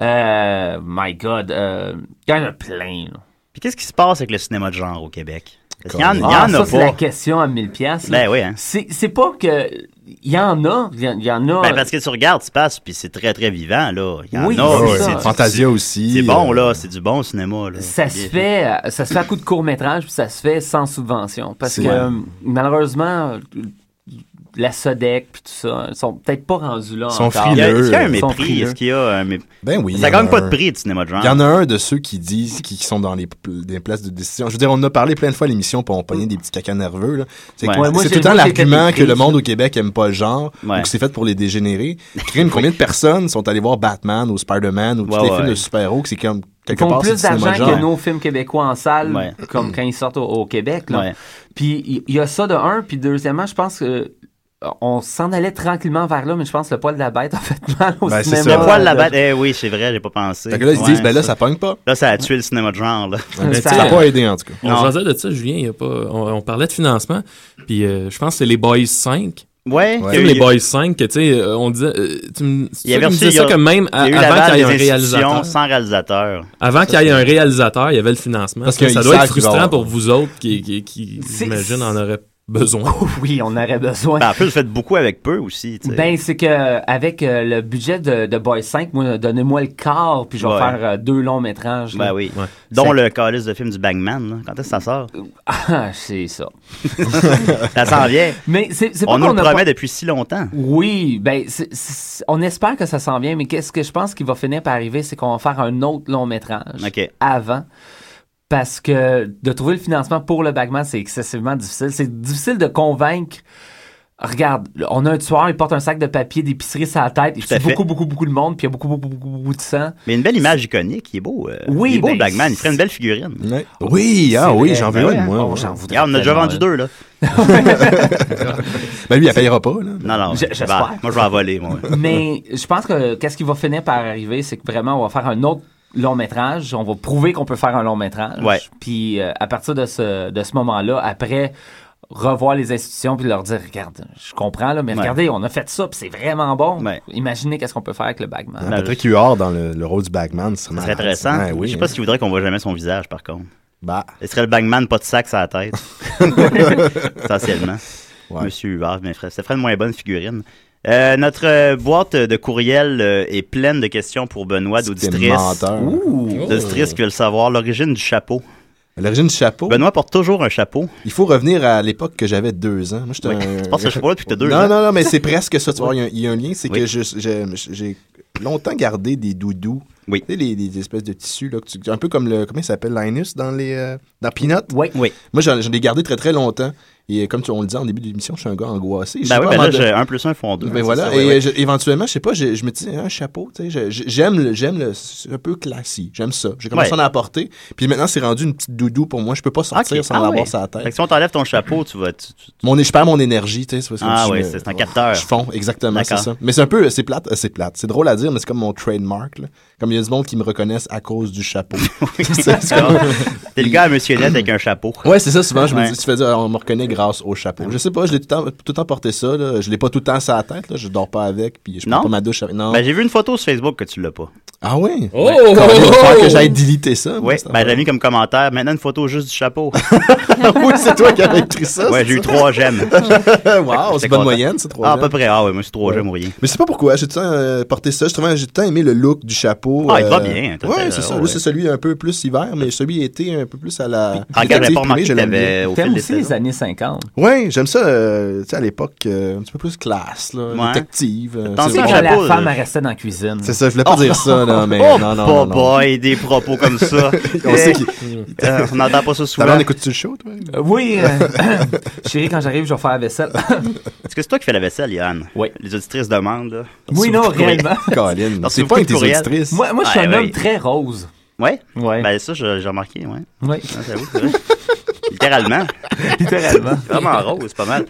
[SPEAKER 8] Euh, my God, euh, il y en a plein. là.
[SPEAKER 6] Puis qu'est-ce qui se passe avec le cinéma de genre au Québec? Parce qu'il y en, il y en
[SPEAKER 8] Ah,
[SPEAKER 6] a
[SPEAKER 8] ça,
[SPEAKER 6] pas.
[SPEAKER 8] c'est la question à 1000 pièces.
[SPEAKER 6] Ben oui, hein.
[SPEAKER 8] C'est c'est pas que il y en a, il y en- il y, en a.
[SPEAKER 6] Ben, parce que tu regardes, tu passes, puis c'est très, très vivant, là. Il y en
[SPEAKER 8] Oui,
[SPEAKER 6] a.
[SPEAKER 8] c'est
[SPEAKER 6] mais
[SPEAKER 8] ça.
[SPEAKER 6] Ah, c'est-
[SPEAKER 9] Fantasia
[SPEAKER 6] c'est-
[SPEAKER 9] aussi,
[SPEAKER 6] C'est
[SPEAKER 9] euh,
[SPEAKER 6] bon, là. C'est du bon cinéma, là.
[SPEAKER 8] ça se fait, euh, ça se fait à coup de court métrage, puis ça se fait sans subvention, parce
[SPEAKER 6] C'est
[SPEAKER 8] que
[SPEAKER 6] vrai.
[SPEAKER 8] euh, malheureusement euh, la Sodec puis tout ça, ils sont peut-être pas rendus là. encore.
[SPEAKER 6] Il y a- Est-ce qu'il y a un
[SPEAKER 8] Ils sont
[SPEAKER 6] mépris?
[SPEAKER 8] frileux.
[SPEAKER 6] Est-ce qu'il y a un mépris?
[SPEAKER 9] Ben oui.
[SPEAKER 6] Ça
[SPEAKER 9] il y en
[SPEAKER 6] gagne
[SPEAKER 9] a
[SPEAKER 6] pas
[SPEAKER 9] un.
[SPEAKER 6] de prix, hein. le cinéma de genre.
[SPEAKER 9] Il y en a un de ceux qui disent, qui, qui sont dans les, les places de décision. Je veux dire, on en a parlé plein de fois à l'émission, puis on
[SPEAKER 6] Mm.
[SPEAKER 9] pognait des petits cacas nerveux. là. C'est que
[SPEAKER 6] Ouais. Ouais, moi,
[SPEAKER 9] c'est
[SPEAKER 6] j'ai
[SPEAKER 9] tout le temps
[SPEAKER 6] vu que c'était
[SPEAKER 9] l'argument
[SPEAKER 6] des
[SPEAKER 9] que le
[SPEAKER 6] prises.
[SPEAKER 9] monde au Québec aime pas le genre,
[SPEAKER 6] Ouais.
[SPEAKER 9] ou que c'est fait pour les dégénérer. Crime, combien de personnes sont allées voir Batman ou Spider-Man ou tous
[SPEAKER 6] Ouais,
[SPEAKER 9] les
[SPEAKER 6] ouais.
[SPEAKER 9] films de super-héros, que c'est comme
[SPEAKER 8] Ils
[SPEAKER 9] quelque
[SPEAKER 8] font
[SPEAKER 9] part c'est du
[SPEAKER 8] plus
[SPEAKER 9] cinéma de
[SPEAKER 8] d'argent que
[SPEAKER 9] genre.
[SPEAKER 8] nos films québécois en salle,
[SPEAKER 9] Ouais.
[SPEAKER 8] comme quand ils sortent au, au Québec. là.
[SPEAKER 9] Ouais.
[SPEAKER 8] Puis il- il y, a ça de un, puis deuxièmement, je pense que euh, on s'en allait tranquillement vers là, mais je pense que le poil de la bête a fait mal au cinéma.
[SPEAKER 6] Le poil de la bête, eh oui, c'est vrai, j'ai pas pensé.
[SPEAKER 9] Ah, Fait que là, ils se
[SPEAKER 6] Ouais,
[SPEAKER 9] disent, ben là, ça pogne pas.
[SPEAKER 6] Là, ça a tué le cinéma de genre, là.
[SPEAKER 7] Mais tu sais, On
[SPEAKER 6] Non.
[SPEAKER 7] jasait de ça, Julien. il y a pas, on, on parlait de financement. Puis euh, je pense que c'est les Boys 5.
[SPEAKER 6] Ouais.
[SPEAKER 7] Tu
[SPEAKER 6] Il
[SPEAKER 7] sais,
[SPEAKER 6] y a eu-
[SPEAKER 7] les Boys 5, que tu sais, euh, on disait. euh, tu me,
[SPEAKER 6] Il y avait
[SPEAKER 7] tu me
[SPEAKER 6] reçu-
[SPEAKER 7] disais
[SPEAKER 6] il y a-
[SPEAKER 7] ça que même à-
[SPEAKER 6] il y a eu
[SPEAKER 7] avant
[SPEAKER 6] l'aval
[SPEAKER 7] qu'il y ait un
[SPEAKER 6] des institutions
[SPEAKER 9] hein.
[SPEAKER 7] réalisateur.
[SPEAKER 6] Sans réalisateur.
[SPEAKER 7] Avant
[SPEAKER 6] Ça,
[SPEAKER 7] qu'il y ait
[SPEAKER 6] c'est-
[SPEAKER 7] un réalisateur, il y avait le financement.
[SPEAKER 6] Parce
[SPEAKER 7] Ça,
[SPEAKER 6] qu'ils
[SPEAKER 7] ça doit être
[SPEAKER 6] savent qu'ils vont
[SPEAKER 7] frustrant
[SPEAKER 6] avoir-
[SPEAKER 7] pour vous autres qui, qui, qui
[SPEAKER 8] C'est-
[SPEAKER 7] j'imagine, en auraient besoin. *laughs*
[SPEAKER 8] oui, on aurait besoin.
[SPEAKER 6] Ben, en plus, vous faites beaucoup avec peu aussi. tu sais.
[SPEAKER 8] Ben, c'est que euh, avec euh, le budget de, de Boy 5, moi, donnez-moi le quart, puis je vais
[SPEAKER 6] Ouais.
[SPEAKER 8] faire euh, deux longs métrages.
[SPEAKER 6] Ben
[SPEAKER 8] là.
[SPEAKER 6] oui.
[SPEAKER 8] Ouais.
[SPEAKER 6] Dont
[SPEAKER 8] C'est-
[SPEAKER 6] le calice de film du Bangman. là. Quand est-ce que ça sort?
[SPEAKER 8] Ah, *laughs* c'est ça.
[SPEAKER 6] ça s'en vient.
[SPEAKER 8] Mais c'est c'est Ah. pas
[SPEAKER 6] On nous
[SPEAKER 8] qu'on
[SPEAKER 6] le
[SPEAKER 8] a pas-
[SPEAKER 6] promet depuis si longtemps.
[SPEAKER 8] Oui, ben, c'est- c'est- on espère que ça s'en vient, mais qu'est-ce que je pense qui va finir par arriver, c'est qu'on va faire un autre long métrage
[SPEAKER 6] OK.
[SPEAKER 8] avant. Parce que de trouver le financement pour le Bagman, c'est excessivement difficile. C'est difficile de convaincre. Regarde, on a un tueur, il porte un sac de papier d'épicerie sur la tête, il
[SPEAKER 6] à
[SPEAKER 8] tue
[SPEAKER 6] fait.
[SPEAKER 8] beaucoup, beaucoup, beaucoup de monde, puis il y a beaucoup, beaucoup, beaucoup, beaucoup de sang.
[SPEAKER 6] Mais une belle image iconique, il est beau. euh,
[SPEAKER 8] Oui,
[SPEAKER 6] il est beau
[SPEAKER 8] ben, Mm.
[SPEAKER 6] le Bagman, il ferait une belle figurine.
[SPEAKER 9] Oui, ah
[SPEAKER 6] C'est
[SPEAKER 9] oui,
[SPEAKER 6] vrai.
[SPEAKER 9] j'en veux
[SPEAKER 6] Ben
[SPEAKER 9] une,
[SPEAKER 6] ouais, hein.
[SPEAKER 9] moi.
[SPEAKER 6] Oh,
[SPEAKER 9] ouais.
[SPEAKER 6] j'en voudrais Regarde, on a déjà
[SPEAKER 8] hein.
[SPEAKER 6] vendu deux, là.
[SPEAKER 9] ben lui, il la payera pas, là.
[SPEAKER 6] Non, non.
[SPEAKER 8] J-
[SPEAKER 6] ben,
[SPEAKER 8] j'espère.
[SPEAKER 6] moi, je vais en voler, moi.
[SPEAKER 8] Mais je pense que qu'est-ce qui va finir par arriver, c'est que vraiment, on va faire un autre long métrage. On va prouver qu'on peut faire un long métrage.
[SPEAKER 6] Ouais.
[SPEAKER 8] Puis euh, à partir de ce, de ce moment-là, après, revoir les institutions puis leur dire regarde, je comprends là, mais
[SPEAKER 9] Ouais.
[SPEAKER 8] regardez, on a fait ça, puis c'est vraiment bon. Imaginez qu'est-ce qu'on peut faire avec le
[SPEAKER 9] Ah,
[SPEAKER 8] Bagman.
[SPEAKER 9] Patrick Huard dans le, le rôle du Bagman, c'est Ben
[SPEAKER 6] C'est intéressant.
[SPEAKER 8] Ben
[SPEAKER 9] oui.
[SPEAKER 8] hein.
[SPEAKER 9] hein.
[SPEAKER 6] Je sais pas s'il voudrait qu'on voit jamais son visage, par contre.
[SPEAKER 9] Bah.
[SPEAKER 6] Ce serait le Bangman, pas de sac sur la
[SPEAKER 8] *laughs*
[SPEAKER 6] tête. Essentiellement. Monsieur Huard, mais frère, ça ferait une moins bonne figurine. Euh, notre euh, boîte de courriel euh, est pleine de questions pour Benoît d'auditrice.
[SPEAKER 9] menteur. Ouh.
[SPEAKER 6] D'auditrice qui veut le savoir, l'origine du chapeau.
[SPEAKER 9] L'origine du
[SPEAKER 8] Oh.
[SPEAKER 9] chapeau.
[SPEAKER 6] Benoît porte toujours un chapeau.
[SPEAKER 9] Il faut revenir à l'époque que j'avais deux ans. Moi, j'étais
[SPEAKER 6] Oui.
[SPEAKER 9] un-
[SPEAKER 6] Tu portes ce chapeau-là depuis que t'as deux
[SPEAKER 9] non,
[SPEAKER 6] ans.
[SPEAKER 9] Non, non, mais c'est presque ça. Tu vois,
[SPEAKER 6] Ouais.
[SPEAKER 9] il y a un- il y, a un lien. C'est que je- je- j'ai longtemps gardé des doudous.
[SPEAKER 6] Oui.
[SPEAKER 9] Tu sais, les, les espèces de tissus, là, que tu- un peu comme le. Comment il s'appelle Linus dans les. euh, dans Peanut
[SPEAKER 8] Oui.
[SPEAKER 6] oui.
[SPEAKER 9] Moi, j'en j'en ai gardé très, très longtemps. Et euh, comme tu- on le disait en début de l'émission, je suis un gars angoissé. Je sais
[SPEAKER 6] Ben oui, ben
[SPEAKER 9] pas, à un
[SPEAKER 6] là,
[SPEAKER 9] moment donné-
[SPEAKER 6] j'ai un plus un font deux. hein,
[SPEAKER 9] Ben
[SPEAKER 6] C'est
[SPEAKER 9] voilà.
[SPEAKER 6] ça,
[SPEAKER 9] et
[SPEAKER 6] ouais, ouais.
[SPEAKER 9] je- éventuellement, je sais pas, je, je me dis, un chapeau, tu sais, je- je- j'aime le, j'aime le, c'est un peu classique. J'aime ça. J'ai commencé
[SPEAKER 6] Ouais.
[SPEAKER 9] à en apporter. Puis maintenant, c'est rendu une petite doudou pour moi. Je peux pas sortir
[SPEAKER 6] Ok.
[SPEAKER 9] sans
[SPEAKER 6] Ah
[SPEAKER 9] l'avoir
[SPEAKER 6] ouais.
[SPEAKER 9] sur la tête.
[SPEAKER 6] Fait que si on t'enlève ton chapeau, tu vas. tu- tu-
[SPEAKER 9] *laughs* Mon, je perds mon énergie, tu sais. parce que
[SPEAKER 6] Ah
[SPEAKER 9] je
[SPEAKER 6] ouais,
[SPEAKER 9] me-
[SPEAKER 6] c'est un capteur.
[SPEAKER 9] Je fonds, exactement, c'est
[SPEAKER 6] D'accord.
[SPEAKER 9] ça. Mais c'est un peu, c'est plate, euh, c'est plate. C'est drôle à dire, mais c'est comme mon trademark, là. Comme il y a du monde qui me reconnaissent à cause
[SPEAKER 6] *laughs*
[SPEAKER 9] du chapeau. C'est- c'est comme-
[SPEAKER 6] T'es le gars à Monsieur Net avec un chapeau.
[SPEAKER 9] Ouais, c'est ça, souvent, je me
[SPEAKER 6] Ouais.
[SPEAKER 9] dis, tu fais dire, on me reconnaît grâce au chapeau. Je sais pas, je l'ai tout le temps, tout le temps porté ça, là. Je l'ai pas tout le temps sur la tête, là. Je dors pas avec, puis je prends
[SPEAKER 6] Non?
[SPEAKER 9] pas ma douche avec. Non.
[SPEAKER 6] Ben, j'ai vu une photo sur Facebook que tu l'as pas.
[SPEAKER 9] Ah ouais?
[SPEAKER 6] Oh!
[SPEAKER 9] Ouais. Quand même, il va falloir que j'aille déliter ça. moi,
[SPEAKER 6] Ouais,
[SPEAKER 9] cette
[SPEAKER 6] ben,
[SPEAKER 9] affaire.
[SPEAKER 6] j'ai mis comme commentaire, maintenant une photo juste du chapeau.
[SPEAKER 9] *laughs* oui, c'est toi qui avais écrit ça.
[SPEAKER 6] Ouais,
[SPEAKER 9] c'est
[SPEAKER 6] j'ai eu
[SPEAKER 9] ça?
[SPEAKER 6] trois j'aime.
[SPEAKER 9] *laughs* Wow, c'est bonne moyenne, c'est trois
[SPEAKER 6] Ah, à
[SPEAKER 9] j'aime.
[SPEAKER 6] peu près. Ah, ouais, moi, c'est trois j'aime ou
[SPEAKER 9] *laughs*
[SPEAKER 6] rien.
[SPEAKER 9] Mais je sais pas pourquoi, j'ai tout le temps euh, porté ça. J'ai trouvé- j'ai tout le temps aimé le look du chapeau. euh,
[SPEAKER 6] Ah, il te va bien, t'as-
[SPEAKER 9] Ouais,
[SPEAKER 6] t'as-
[SPEAKER 9] c'est ça.
[SPEAKER 6] ouais.
[SPEAKER 9] Lui, c'est celui un peu plus hiver, mais celui été un peu plus à la.
[SPEAKER 6] Ah, regarde, j'avais pas remarqué
[SPEAKER 9] je l'aime
[SPEAKER 6] que t'avais
[SPEAKER 9] bien.
[SPEAKER 6] au T'aimes fil des aussi les saisons.
[SPEAKER 8] années 50.
[SPEAKER 9] Ouais, j'aime ça, euh, tu sais, à l'époque, euh, un petit peu plus classe, là,
[SPEAKER 6] Ouais.
[SPEAKER 9] détective. euh,
[SPEAKER 6] T'en
[SPEAKER 9] c'est
[SPEAKER 6] sais
[SPEAKER 9] bon.
[SPEAKER 6] un chapeau,
[SPEAKER 8] La femme, elle restait dans la cuisine.
[SPEAKER 9] C'est ça, je voulais pas dire ça, là, mais
[SPEAKER 6] oh,
[SPEAKER 9] non, non, non,
[SPEAKER 6] Oh,
[SPEAKER 9] non.
[SPEAKER 6] boy, des propos comme ça.
[SPEAKER 9] *laughs* On sait qu'il-
[SPEAKER 6] Euh, on n'entend
[SPEAKER 9] *laughs*
[SPEAKER 6] pas ça souvent.
[SPEAKER 9] T'as écoute-tu le show, toi?
[SPEAKER 8] Euh, *laughs* oui, euh, chérie, quand j'arrive, je vais faire la vaisselle. *laughs*
[SPEAKER 6] Est-ce que c'est toi qui fais la vaisselle, Yann?
[SPEAKER 8] Oui.
[SPEAKER 6] Les auditrices demandent, là.
[SPEAKER 8] Oui, non, réellement.
[SPEAKER 9] *laughs* Colin,
[SPEAKER 6] Parce
[SPEAKER 9] c'est
[SPEAKER 6] que
[SPEAKER 9] pas
[SPEAKER 6] vous
[SPEAKER 9] une de tes
[SPEAKER 6] courriel.
[SPEAKER 9] auditrices.
[SPEAKER 8] Moi, moi je suis
[SPEAKER 6] Ouais,
[SPEAKER 8] un
[SPEAKER 6] ouais.
[SPEAKER 8] homme très rose.
[SPEAKER 6] Ouais?
[SPEAKER 8] Ouais.
[SPEAKER 6] Ben, ça, je- j'ai remarqué, ouais.
[SPEAKER 8] Ouais.
[SPEAKER 6] Ah, j'avoue, c'est vrai. *laughs* Littéralement.
[SPEAKER 7] *laughs*
[SPEAKER 8] Littéralement.
[SPEAKER 6] Vraiment rose, pas mal.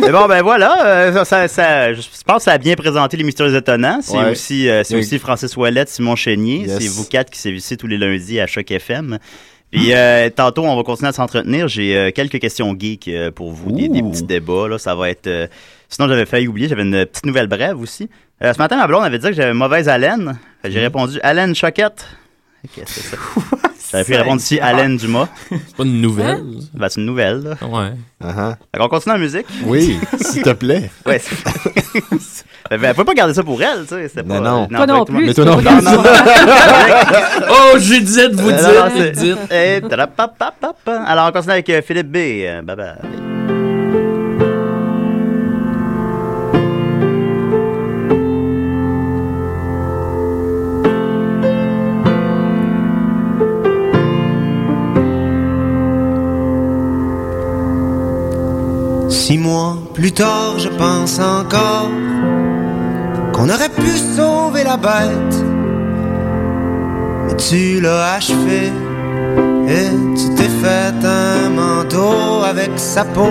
[SPEAKER 6] Mais bon, ben voilà, euh, ça, ça- je pense que ça a bien présenté les mystérieux étonnants. C'est
[SPEAKER 9] Ouais.
[SPEAKER 6] aussi, euh, c'est
[SPEAKER 9] Oui.
[SPEAKER 6] aussi Francis Ouellette, Simon Chénier.
[SPEAKER 9] Yes.
[SPEAKER 6] C'est vous quatre qui sévissez tous les lundis à Choc FM. Puis euh, tantôt, on va continuer à s'entretenir. J'ai euh, quelques questions geeks euh, pour vous, des, des petits débats. Là. Ça va être. euh, Sinon, j'avais failli oublier, j'avais une petite nouvelle brève aussi. Euh, ce matin, ma blonde avait dit que j'avais mauvaise haleine. Fait que
[SPEAKER 9] Mmh.
[SPEAKER 6] J'ai répondu haleine choquette. Ok, c'est
[SPEAKER 9] *laughs*
[SPEAKER 6] ça. J'aurais pu répondre ici haleine Dumas. C'est
[SPEAKER 7] pas une nouvelle.
[SPEAKER 6] Ben, c'est une nouvelle. Là.
[SPEAKER 7] Ouais.
[SPEAKER 9] Uh-huh.
[SPEAKER 6] Fait qu'on continue la musique.
[SPEAKER 9] Oui, s'il te plaît.
[SPEAKER 6] Ouais. c'est-
[SPEAKER 9] *laughs*
[SPEAKER 6] Ben, ben, elle pouvait pas garder ça pour elle, tu sais. c'était pas... euh,
[SPEAKER 9] non. Toi
[SPEAKER 6] pas avec
[SPEAKER 9] non
[SPEAKER 6] *laughs*
[SPEAKER 9] plus,
[SPEAKER 6] moi.
[SPEAKER 9] Mais toi non tu peux pas
[SPEAKER 3] *laughs*
[SPEAKER 9] plus.
[SPEAKER 7] *laughs* oh, Judith, vous
[SPEAKER 6] Euh,
[SPEAKER 7] dites,
[SPEAKER 6] non,
[SPEAKER 7] vous
[SPEAKER 6] c'est-
[SPEAKER 7] dites.
[SPEAKER 6] Eh, tadapapapapa. Alors, on continue avec euh, Philippe B. Euh, Bye bye.
[SPEAKER 4] Six mois plus tard, je pense encore qu'on aurait pu sauver la bête. Mais tu l'as achevé et tu t'es fait un manteau avec sa peau.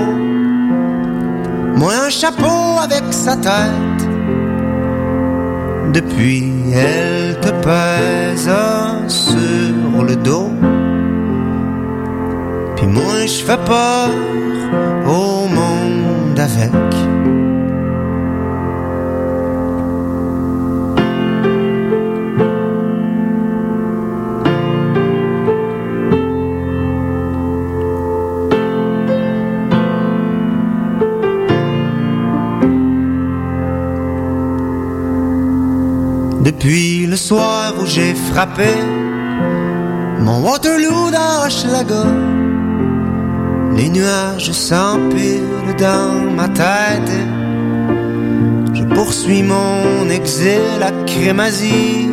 [SPEAKER 4] Moi, un chapeau avec sa tête. Depuis, elle te pèse sur le dos. Puis moi, je fais peur au monde avec. Depuis le soir où j'ai frappé mon Waterloo d'Hochelaga, les nuages s'empilent dans ma tête. Je poursuis mon exil à Crémazie,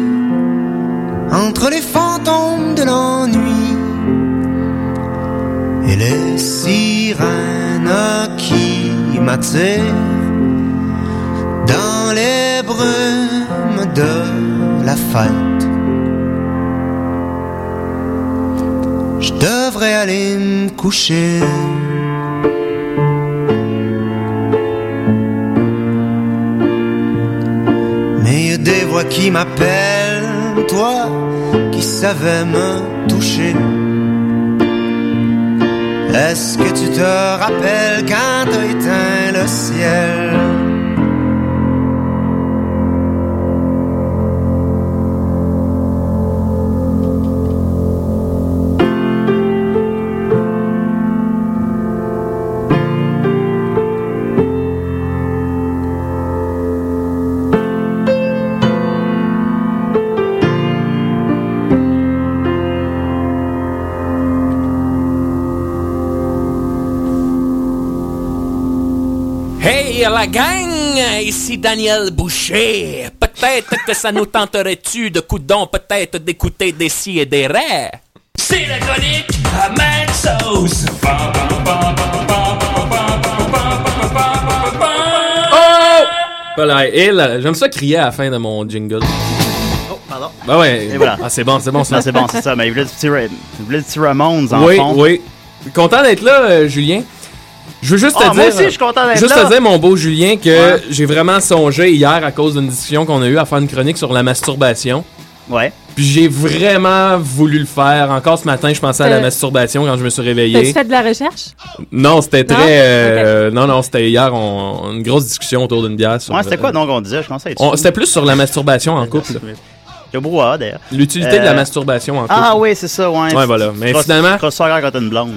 [SPEAKER 4] entre les fantômes de l'ennui et les sirènes qui m'attirent dans les brumes de la fête. Je devrais aller me coucher. Mais y a des voix qui m'appellent, toi qui savais me toucher. Est-ce que tu te rappelles quand t'as éteint le ciel
[SPEAKER 11] Hey la gang, euh, ici Daniel Boucher. Peut-être que ça nous tenterait-tu de coudon, peut-être d'écouter des si et des raies.
[SPEAKER 12] C'est la chronique à Mad Sauce. Pam, pam, pam, pam, pam, pam, pam, pam, pam, pam, pam, pam, pam.
[SPEAKER 7] Oh! Voilà, et là, j'aime ça crier à la fin de mon jingle.
[SPEAKER 6] Oh, pardon.
[SPEAKER 7] Bah ouais.
[SPEAKER 6] Et voilà.
[SPEAKER 7] Ah, c'est bon, c'est bon, ça.
[SPEAKER 6] Non, c'est bon, c'est ça. Mais il voulait du petit, Ra- il voulait du petit Ramones en
[SPEAKER 7] Oui,
[SPEAKER 6] fond.
[SPEAKER 7] oui. Content d'être là, euh, Julien. Je veux juste te
[SPEAKER 6] Ah,
[SPEAKER 7] dire.
[SPEAKER 6] moi aussi, je suis content d'être
[SPEAKER 7] Juste
[SPEAKER 6] là.
[SPEAKER 7] te dire, mon beau Julien, que j'ai vraiment songé hier à cause d'une discussion qu'on a eue à faire une chronique sur la masturbation.
[SPEAKER 6] Ouais.
[SPEAKER 7] Puis j'ai vraiment voulu le faire. Encore ce matin, je pensais à la
[SPEAKER 3] Euh,
[SPEAKER 7] masturbation quand je me suis réveillé.
[SPEAKER 3] T'as-tu fait de la recherche?
[SPEAKER 7] Non, c'était très. euh, Non, non, c'était hier, on- une grosse discussion autour d'une bière. Sur, euh,
[SPEAKER 6] Ouais, c'était quoi Euh, donc on disait Je pensais
[SPEAKER 7] On- C'était plus sur la masturbation en couple.
[SPEAKER 6] Le brouhaha d'ailleurs.
[SPEAKER 7] L'utilité de
[SPEAKER 6] Euh,
[SPEAKER 7] la masturbation en couple.
[SPEAKER 6] Ah oui, c'est ça, ouais.
[SPEAKER 7] Ouais, voilà. Mais finalement-
[SPEAKER 6] Cross quand t'as une blonde.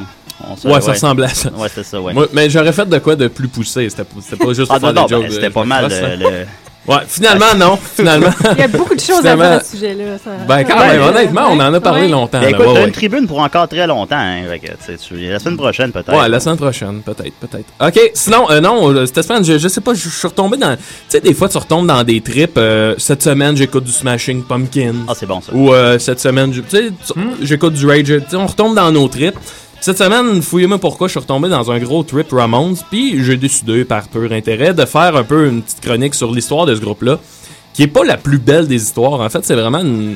[SPEAKER 6] On se-
[SPEAKER 7] Ouais, ça ressemblait à ça.
[SPEAKER 6] Ouais, c'était ça, ouais.
[SPEAKER 7] Moi, mais j'aurais fait de quoi de plus poussé. C'était pas- c'était pas juste
[SPEAKER 6] Ah,
[SPEAKER 7] pour faire
[SPEAKER 6] non,
[SPEAKER 7] des
[SPEAKER 6] non,
[SPEAKER 7] jokes.
[SPEAKER 6] ben,
[SPEAKER 7] de-
[SPEAKER 6] c'était pas
[SPEAKER 7] de
[SPEAKER 6] mal,
[SPEAKER 7] crosse,
[SPEAKER 6] euh,
[SPEAKER 7] *laughs* là. Ouais, finalement,
[SPEAKER 6] *laughs*
[SPEAKER 7] non. Finalement.
[SPEAKER 3] Il y a beaucoup de choses à dire
[SPEAKER 7] Finalement-
[SPEAKER 3] à ce sujet-là. ça-
[SPEAKER 7] Ben, quand
[SPEAKER 3] Ouais.
[SPEAKER 7] même, honnêtement, on en a parlé
[SPEAKER 3] Ouais.
[SPEAKER 7] longtemps.
[SPEAKER 6] Ben,
[SPEAKER 7] là,
[SPEAKER 6] écoute,
[SPEAKER 7] ouais,
[SPEAKER 6] t'as
[SPEAKER 7] ouais.
[SPEAKER 6] une tribune pour encore très longtemps. Hein, fait que, tu sais, tu- la semaine prochaine, peut-être.
[SPEAKER 7] Ouais, la semaine prochaine, peut-être, peut-être. OK, sinon, euh, non, euh, cette semaine, je, je sais pas, je, je suis retombé dans... Tu sais, des fois, tu retombes dans des trips. euh, cette semaine, j'écoute du Smashing Pumpkins. Ah,
[SPEAKER 6] c'est bon, ça.
[SPEAKER 7] Ou euh, cette semaine, je- tu sais, tu- j'écoute du Rage. Tu sais, on retombe dans nos trips. Cette semaine, fouillez-moi pourquoi, je suis retombé dans un gros trip Ramones, puis j'ai décidé, par pur intérêt, de faire un peu une petite chronique sur l'histoire de ce groupe-là, qui est pas la plus belle des histoires. En fait, c'est vraiment une,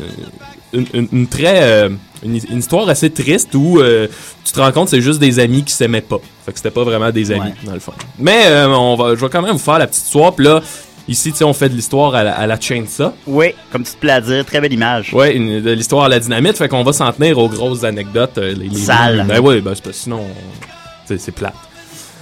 [SPEAKER 7] une, une- une très... euh, une, une histoire assez triste où euh, tu te rends compte c'est juste des amis qui s'aimaient pas. Fait que c'était pas vraiment des amis, dans le fond. Mais euh, on va, je vais quand même vous faire la petite histoire. Puis là, ici, tu sais, on fait de l'histoire à la, à la Chainsaw.
[SPEAKER 6] Oui, comme tu te plais à dire, très belle image.
[SPEAKER 7] Ouais, une- de l'histoire à la dynamite. Fait qu'on va s'en tenir aux grosses anecdotes. euh, les, les-
[SPEAKER 6] Sales.
[SPEAKER 7] Ben oui, ben c'est pas- sinon, on- c'est c'est plate.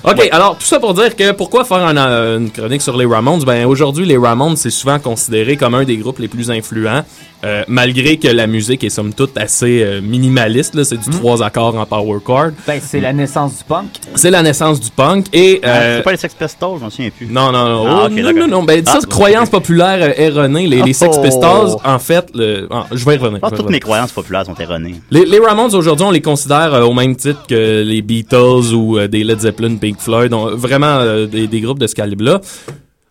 [SPEAKER 7] OK, alors tout ça pour dire que pourquoi faire un, euh, une chronique sur les Ramones? Ben aujourd'hui, les Ramones, c'est souvent considéré comme un des groupes les plus influents, euh, malgré que la musique est somme toute assez euh, minimaliste. là. C'est
[SPEAKER 6] Hmm.
[SPEAKER 7] du trois accords en power chord.
[SPEAKER 8] Ben, c'est la naissance du punk.
[SPEAKER 7] C'est la naissance du punk et... euh,
[SPEAKER 6] Hein, C'est pas les Sex Pistols, je m'en souviens plus.
[SPEAKER 7] Non, non, non.
[SPEAKER 6] Ah,
[SPEAKER 7] Oh,
[SPEAKER 6] ok,
[SPEAKER 7] non,
[SPEAKER 6] d'accord.
[SPEAKER 7] non, non. Ben,
[SPEAKER 6] Ah,
[SPEAKER 7] ça, c'est croyance populaire euh, erronée. Les, les Sex
[SPEAKER 6] Oh.
[SPEAKER 7] Pistols, en fait, le... ah, je vais y revenir.
[SPEAKER 6] Ah,
[SPEAKER 7] je vais y
[SPEAKER 6] toutes
[SPEAKER 7] revenir.
[SPEAKER 6] mes croyances populaires sont erronées.
[SPEAKER 7] Les, les Ramones aujourd'hui, on les considère euh, au même titre que les Beatles ou euh, des Led Zeppelin, Pink Floyd, on- vraiment euh, des, des groupes de ce calibre-là.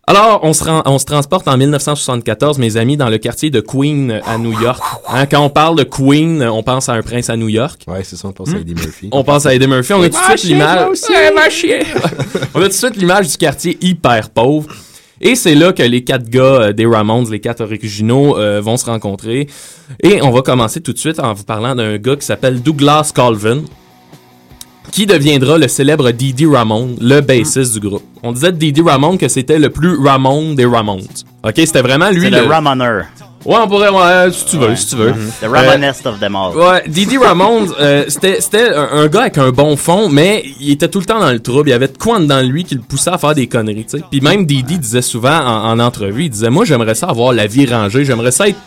[SPEAKER 7] Alors, on se, rend- on se transporte en 1974, mes amis, dans le quartier de Queen euh, à New York. Hein, quand on parle de Queen, euh, on pense à un prince à New York.
[SPEAKER 9] Ouais, c'est ça, on pense à Eddie Murphy.
[SPEAKER 7] On pense à Eddie Murphy. On a tout de
[SPEAKER 12] Ah,
[SPEAKER 7] suite
[SPEAKER 12] shit,
[SPEAKER 7] l'image.
[SPEAKER 12] moi aussi.
[SPEAKER 7] Ouais, va chier. *laughs* On a tout de suite l'image du quartier hyper pauvre. Et c'est là que les quatre gars euh, des Ramones, les quatre originaux, euh, vont se rencontrer. Et on va commencer tout de suite en vous parlant d'un gars qui s'appelle Douglas Colvin, qui deviendra le célèbre Didi Ramone, le bassiste du groupe. On disait de Didi Ramone que c'était le plus Ramone des Ramones. OK, c'était vraiment lui
[SPEAKER 6] C'est le Mm-hmm. Ramoner.
[SPEAKER 7] Ouais, on pourrait, ouais, si tu veux, si tu veux.
[SPEAKER 6] The Ramonest of them all.
[SPEAKER 7] Ouais, Didi Ramond, c'était c'était un, un gars avec un bon fond, mais il était tout le temps dans le trouble. Il y avait de quoi dans lui qui le poussait à faire des conneries, tu sais. Puis même Didi disait souvent en, en entrevue, il disait, moi j'aimerais ça avoir la vie rangée, j'aimerais ça être-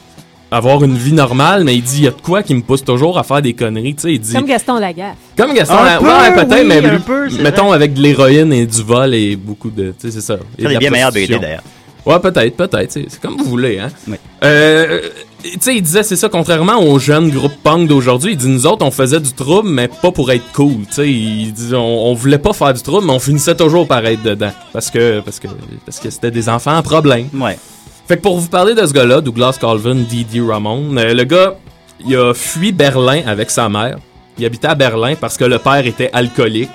[SPEAKER 7] avoir une vie normale, mais il dit, il y a de quoi qui me pousse toujours à faire des conneries, tu sais. Il dit,
[SPEAKER 3] Comme Gaston Lagaffe.
[SPEAKER 7] comme Gaston,
[SPEAKER 3] Un
[SPEAKER 7] Lam-
[SPEAKER 3] peu,
[SPEAKER 7] ouais, peut-être,
[SPEAKER 3] oui,
[SPEAKER 7] mais
[SPEAKER 3] un
[SPEAKER 7] plus-
[SPEAKER 3] peu, c'est
[SPEAKER 7] mettons
[SPEAKER 3] vrai.
[SPEAKER 7] avec de l'héroïne et du vol et beaucoup de, tu sais, c'est ça. Et
[SPEAKER 6] Ça,
[SPEAKER 7] de
[SPEAKER 6] des
[SPEAKER 7] la
[SPEAKER 6] bien meilleurs
[SPEAKER 7] prostitution.
[SPEAKER 6] BD, d'ailleurs.
[SPEAKER 7] Ouais, peut-être, peut-être, c'est c'est comme vous voulez, hein. Euh, tu sais, il disait, c'est ça, contrairement aux jeunes groupes punk d'aujourd'hui, il dit, nous autres, on faisait du trouble, mais pas pour être cool, tu sais. Il dit, on, on voulait pas faire du trouble, mais on finissait toujours par être dedans. Parce que, parce que, parce que c'était des enfants à problème.
[SPEAKER 6] Ouais.
[SPEAKER 7] Fait que pour vous parler de ce gars-là, Douglas Calvin, Didi Ramon, euh, le gars, il a fui Berlin avec sa mère. Il habitait à Berlin parce que le père était alcoolique.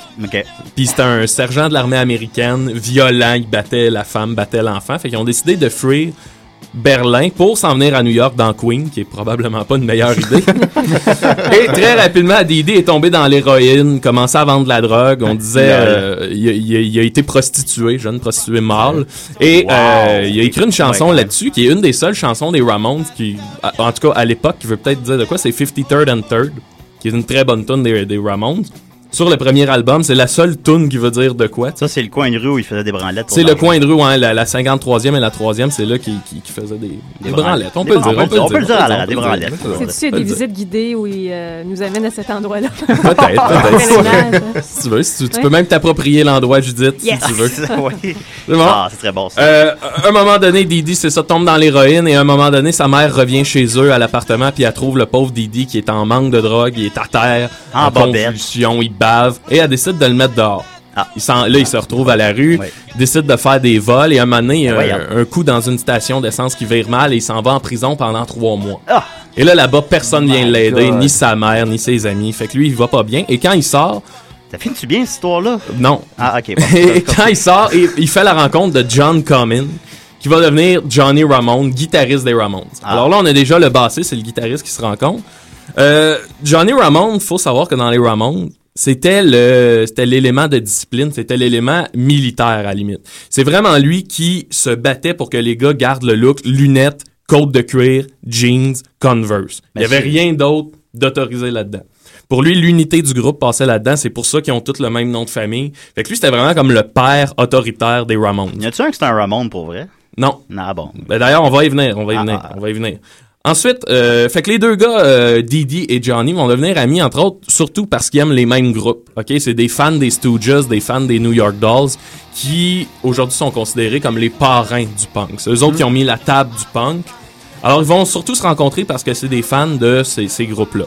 [SPEAKER 7] Puis c'était un sergent de l'armée américaine, violent, il battait la femme, battait l'enfant. Fait qu'ils ont décidé de fuir Berlin pour s'en venir à New York dans Queen, qui est probablement pas une meilleure idée. Et très rapidement, Didi est tombé dans l'héroïne, commençait à vendre de la drogue. On disait, euh, il, a- il a- il a été prostitué, jeune prostitué mâle. Et euh, il a
[SPEAKER 6] Oh
[SPEAKER 7] écrit une chanson là-dessus, qui est une des seules chansons des Ramones, qui, à- en tout cas à l'époque, qui veut peut-être dire de quoi, c'est 53rd and 3rd, qui est une très bonne tune des, des Ramones. sur le premier album. C'est la seule tune qui veut dire de quoi.
[SPEAKER 6] Ça, c'est le coin de rue où il faisait des branlettes. pour
[SPEAKER 7] C'est le
[SPEAKER 6] l'argent.
[SPEAKER 7] coin de rue, hein, la, la 53e et la 3e, c'est là qui, qui, qui faisait des, des branlettes. On peut le dire.
[SPEAKER 6] on peut le dire à la radio,
[SPEAKER 7] on peut
[SPEAKER 6] des
[SPEAKER 7] le
[SPEAKER 6] branlettes.
[SPEAKER 7] dire, on peut le dire.
[SPEAKER 3] C'est-tu s'il y a des visites guidées où ils euh, nous amènent à cet endroit-là?
[SPEAKER 7] Peut-être,
[SPEAKER 3] *laughs* Pour faire le ménage.
[SPEAKER 7] peut-être. si tu veux, si tu, tu
[SPEAKER 3] Oui.
[SPEAKER 7] peux même t'approprier l'endroit, Judith,
[SPEAKER 3] Yes.
[SPEAKER 7] si tu
[SPEAKER 6] *laughs*
[SPEAKER 7] veux.
[SPEAKER 6] oui.
[SPEAKER 7] C'est bon?
[SPEAKER 6] Ah, c'est très bon, ça.
[SPEAKER 7] Euh, à un moment donné, Didi, c'est ça, tombe dans l'héroïne et à un moment donné, sa mère revient chez eux à l'appartement puis elle trouve le pauvre Didi qui est en manque de drogue, il est à terre,
[SPEAKER 6] En
[SPEAKER 7] en
[SPEAKER 6] Ah, bobette. Ah.
[SPEAKER 7] convulsion, il bave et elle décide de le mettre dehors. Il s'en- là, il se retrouve à la rue, décide de faire des vols et à un moment donné, il y a
[SPEAKER 6] Voyons.
[SPEAKER 7] un, un coup dans une station d'essence qui vire mal et il s'en va en prison pendant trois mois.
[SPEAKER 6] Ah!
[SPEAKER 7] Et là, là-bas, personne vient l'aider,
[SPEAKER 6] Oh God.
[SPEAKER 7] ni sa mère, ni ses amis. Fait que lui, il va pas bien. Et quand il sort.
[SPEAKER 6] Ça finit-tu bien, cette histoire-là?
[SPEAKER 7] Non.
[SPEAKER 6] Ah, ok. bon.
[SPEAKER 7] *laughs* Et quand il sort, il, il fait la rencontre de John Common, qui va devenir Johnny Ramone, guitariste des Ramones. Alors là, on a déjà le bassiste et le guitariste qui se rencontrent. Euh, Johnny Ramone, faut savoir que dans les Ramones, c'était le c'était l'élément de discipline, c'était l'élément militaire à la limite. C'est vraiment lui qui se battait pour que les gars gardent le look lunettes, côte de cuir, jeans, Converse. Il n'y avait
[SPEAKER 6] Monsieur.
[SPEAKER 7] rien d'autre d'autorisé là-dedans. Pour lui, l'unité du groupe passait là-dedans. C'est pour ça qu'ils ont tous le même nom de famille. Fait que lui, c'était vraiment comme le père autoritaire des Ramones.
[SPEAKER 6] Y a-tu un que c'est un Ramon pour vrai?
[SPEAKER 7] Non.
[SPEAKER 6] Ah bon.
[SPEAKER 7] Ben, D'ailleurs, on va y venir. On va y venir. On va y venir. Ensuite, euh, fait que les deux gars, euh, Didi et Johnny, vont devenir amis, entre autres, surtout parce qu'ils aiment les mêmes groupes. Ok, c'est des fans des Stooges, des fans des New York Dolls, qui aujourd'hui sont considérés comme les parrains du punk. C'est eux autres qui ont mis la table du punk. Alors, ils vont surtout se rencontrer parce que c'est des fans de ces, ces groupes-là.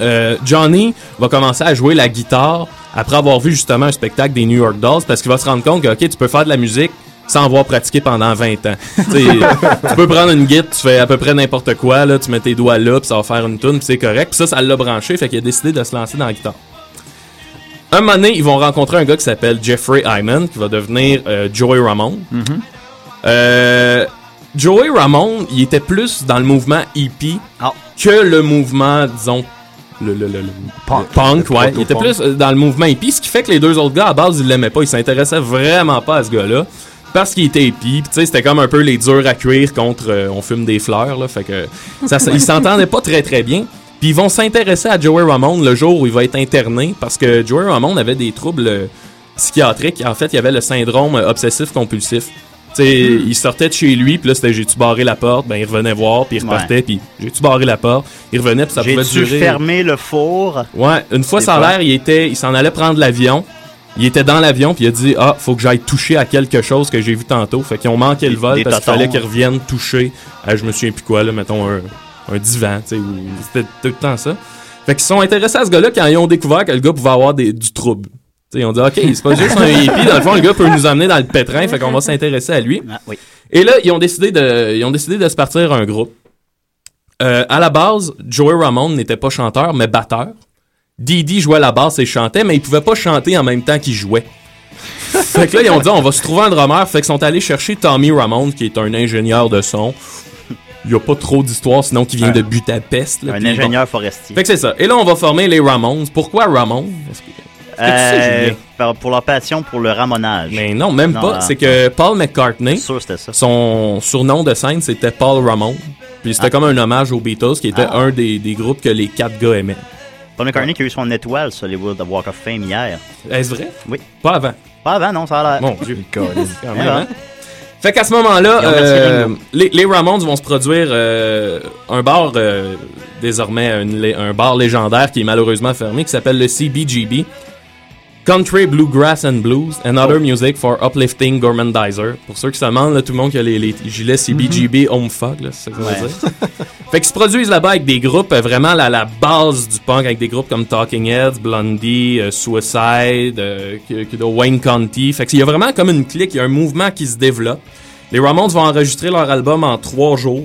[SPEAKER 7] Euh, Johnny va commencer à jouer la guitare après avoir vu justement un spectacle des New York Dolls parce qu'il va se rendre compte que ok tu peux faire de la musique sans avoir pratiqué pendant 20 ans. *laughs* Tu sais, tu peux prendre une guitare, tu fais à peu près n'importe quoi, là, tu mets tes doigts là, puis ça va faire une tune, puis c'est correct. Puis ça, ça l'a branché, fait qu'il a décidé de se lancer dans la guitare. Un moment donné, ils vont rencontrer un gars qui s'appelle Jeffrey Hyman, qui va devenir euh, Joey Ramone. Euh, Joey Ramone, il était plus dans le mouvement hippie
[SPEAKER 6] Ah.
[SPEAKER 7] que le mouvement, disons, le, le- le- le-
[SPEAKER 6] Punk.
[SPEAKER 7] le punk,
[SPEAKER 6] Le
[SPEAKER 7] ouais. Il était
[SPEAKER 6] proto-punk.
[SPEAKER 7] plus euh, dans le mouvement hippie, ce qui fait que les deux autres gars, à base, ils l'aimaient pas. Ils s'intéressaient vraiment pas à ce gars-là. Parce qu'il était hippie, Puis, tu sais, c'était comme un peu les durs à cuire contre euh, on fume des fleurs, là. Fait que ça, ça- ils s'entendaient pas très très bien. Puis ils vont s'intéresser à Joey Ramone le jour où il va être interné parce que Joey Ramone avait des troubles euh, psychiatriques. En fait, il y avait le syndrome euh, obsessif-compulsif. Tu sais,
[SPEAKER 6] Hmm.
[SPEAKER 7] il sortait de chez lui, puis là, c'était j'ai-tu barré la porte? Ben, il revenait voir, puis il repartait,
[SPEAKER 6] Ouais.
[SPEAKER 7] puis j'ai-tu barré la porte? Il revenait, puis ça pouvait
[SPEAKER 6] J'ai-tu
[SPEAKER 7] durer.
[SPEAKER 6] fermé le four?
[SPEAKER 7] Ouais, une fois
[SPEAKER 6] Des
[SPEAKER 7] ça a
[SPEAKER 6] fois.
[SPEAKER 7] l'air, il était, il s'en allait prendre l'avion. Il était dans l'avion puis il a dit ah faut que j'aille toucher à quelque chose que j'ai vu tantôt. Fait qu'ils ont manqué le vol
[SPEAKER 6] des
[SPEAKER 7] parce qu'il
[SPEAKER 6] totons.
[SPEAKER 7] fallait qu'ils reviennent toucher. À, je me souviens plus quoi là, mettons un, un divan, tu sais, ou- c'était tout le temps ça. Fait qu'ils sont intéressés à ce gars-là quand ils ont découvert que le gars pouvait avoir des, du trouble. Tu sais, ils ont dit ok c'est pas juste un hippie dans le fond le gars peut nous amener dans le pétrin. Fait qu'on va s'intéresser à lui.
[SPEAKER 6] Ah,
[SPEAKER 7] Et là ils ont décidé de ils ont décidé de se partir un groupe. Euh, à la base, Joey Ramone n'était pas chanteur, mais batteur. Didi jouait la basse et chantait, mais il pouvait pas chanter en même temps
[SPEAKER 6] *laughs*
[SPEAKER 7] qu'il jouait. fait que là, ils ont dit, on va se trouver un drummer. Fait qu'ils sont allés chercher Tommy Ramone, qui est un ingénieur de son. Il y a pas trop d'histoire, sinon qui vient de Budapest. là,
[SPEAKER 6] Un
[SPEAKER 7] puis bon.
[SPEAKER 6] ingénieur forestier.
[SPEAKER 7] Fait que c'est ça. Et là, on va former les Ramones. Pourquoi Ramones? Est-ce que- est-ce que tu sais,
[SPEAKER 6] Euh,
[SPEAKER 7] Julien?
[SPEAKER 6] par- pour leur passion pour le ramonage.
[SPEAKER 7] Mais non, même
[SPEAKER 6] Non,
[SPEAKER 7] pas.
[SPEAKER 6] euh,
[SPEAKER 7] C'est que Paul McCartney, son surnom de scène, c'était Paul Ramone. Puis
[SPEAKER 6] Ah.
[SPEAKER 7] c'était comme un hommage aux Beatles, qui était un des, des groupes que les quatre gars aimaient.
[SPEAKER 6] Paul McCartney qui a eu son étoile sur les World Walk of Fame hier.
[SPEAKER 7] Est-ce vrai?
[SPEAKER 6] Oui. Ah.
[SPEAKER 7] Pas avant.
[SPEAKER 6] Pas avant, non, ça a l'air.
[SPEAKER 7] Mon
[SPEAKER 6] *laughs*
[SPEAKER 7] Dieu. Quand même,
[SPEAKER 6] Eh ben.
[SPEAKER 7] hein? Fait qu'à ce
[SPEAKER 6] Ils
[SPEAKER 7] moment-là,
[SPEAKER 6] ont remercié
[SPEAKER 7] euh,
[SPEAKER 6] Ringo.
[SPEAKER 7] les, les Ramones vont se produire euh, un bar, euh, désormais une lé- un bar légendaire qui est malheureusement fermé, qui s'appelle le CBGB. Country Bluegrass and Blues and Other
[SPEAKER 6] Oh.
[SPEAKER 7] Music for Uplifting Gourmandizer. Pour ceux qui se demandent, là, tout le monde qui a les, les gilets CBGB Home Fog, là, c'est ça qu'on
[SPEAKER 6] Mm-hmm. Ouais.
[SPEAKER 7] veut dire. Fait qu'ils se produisent là-bas avec des groupes euh, vraiment à la base du punk, avec des groupes comme Talking Heads, Blondie, euh, Suicide, euh, que- que de Wayne County. Fait qu'il y a vraiment comme une clique, il y a un mouvement qui se développe. Les Ramones vont enregistrer leur album en trois jours.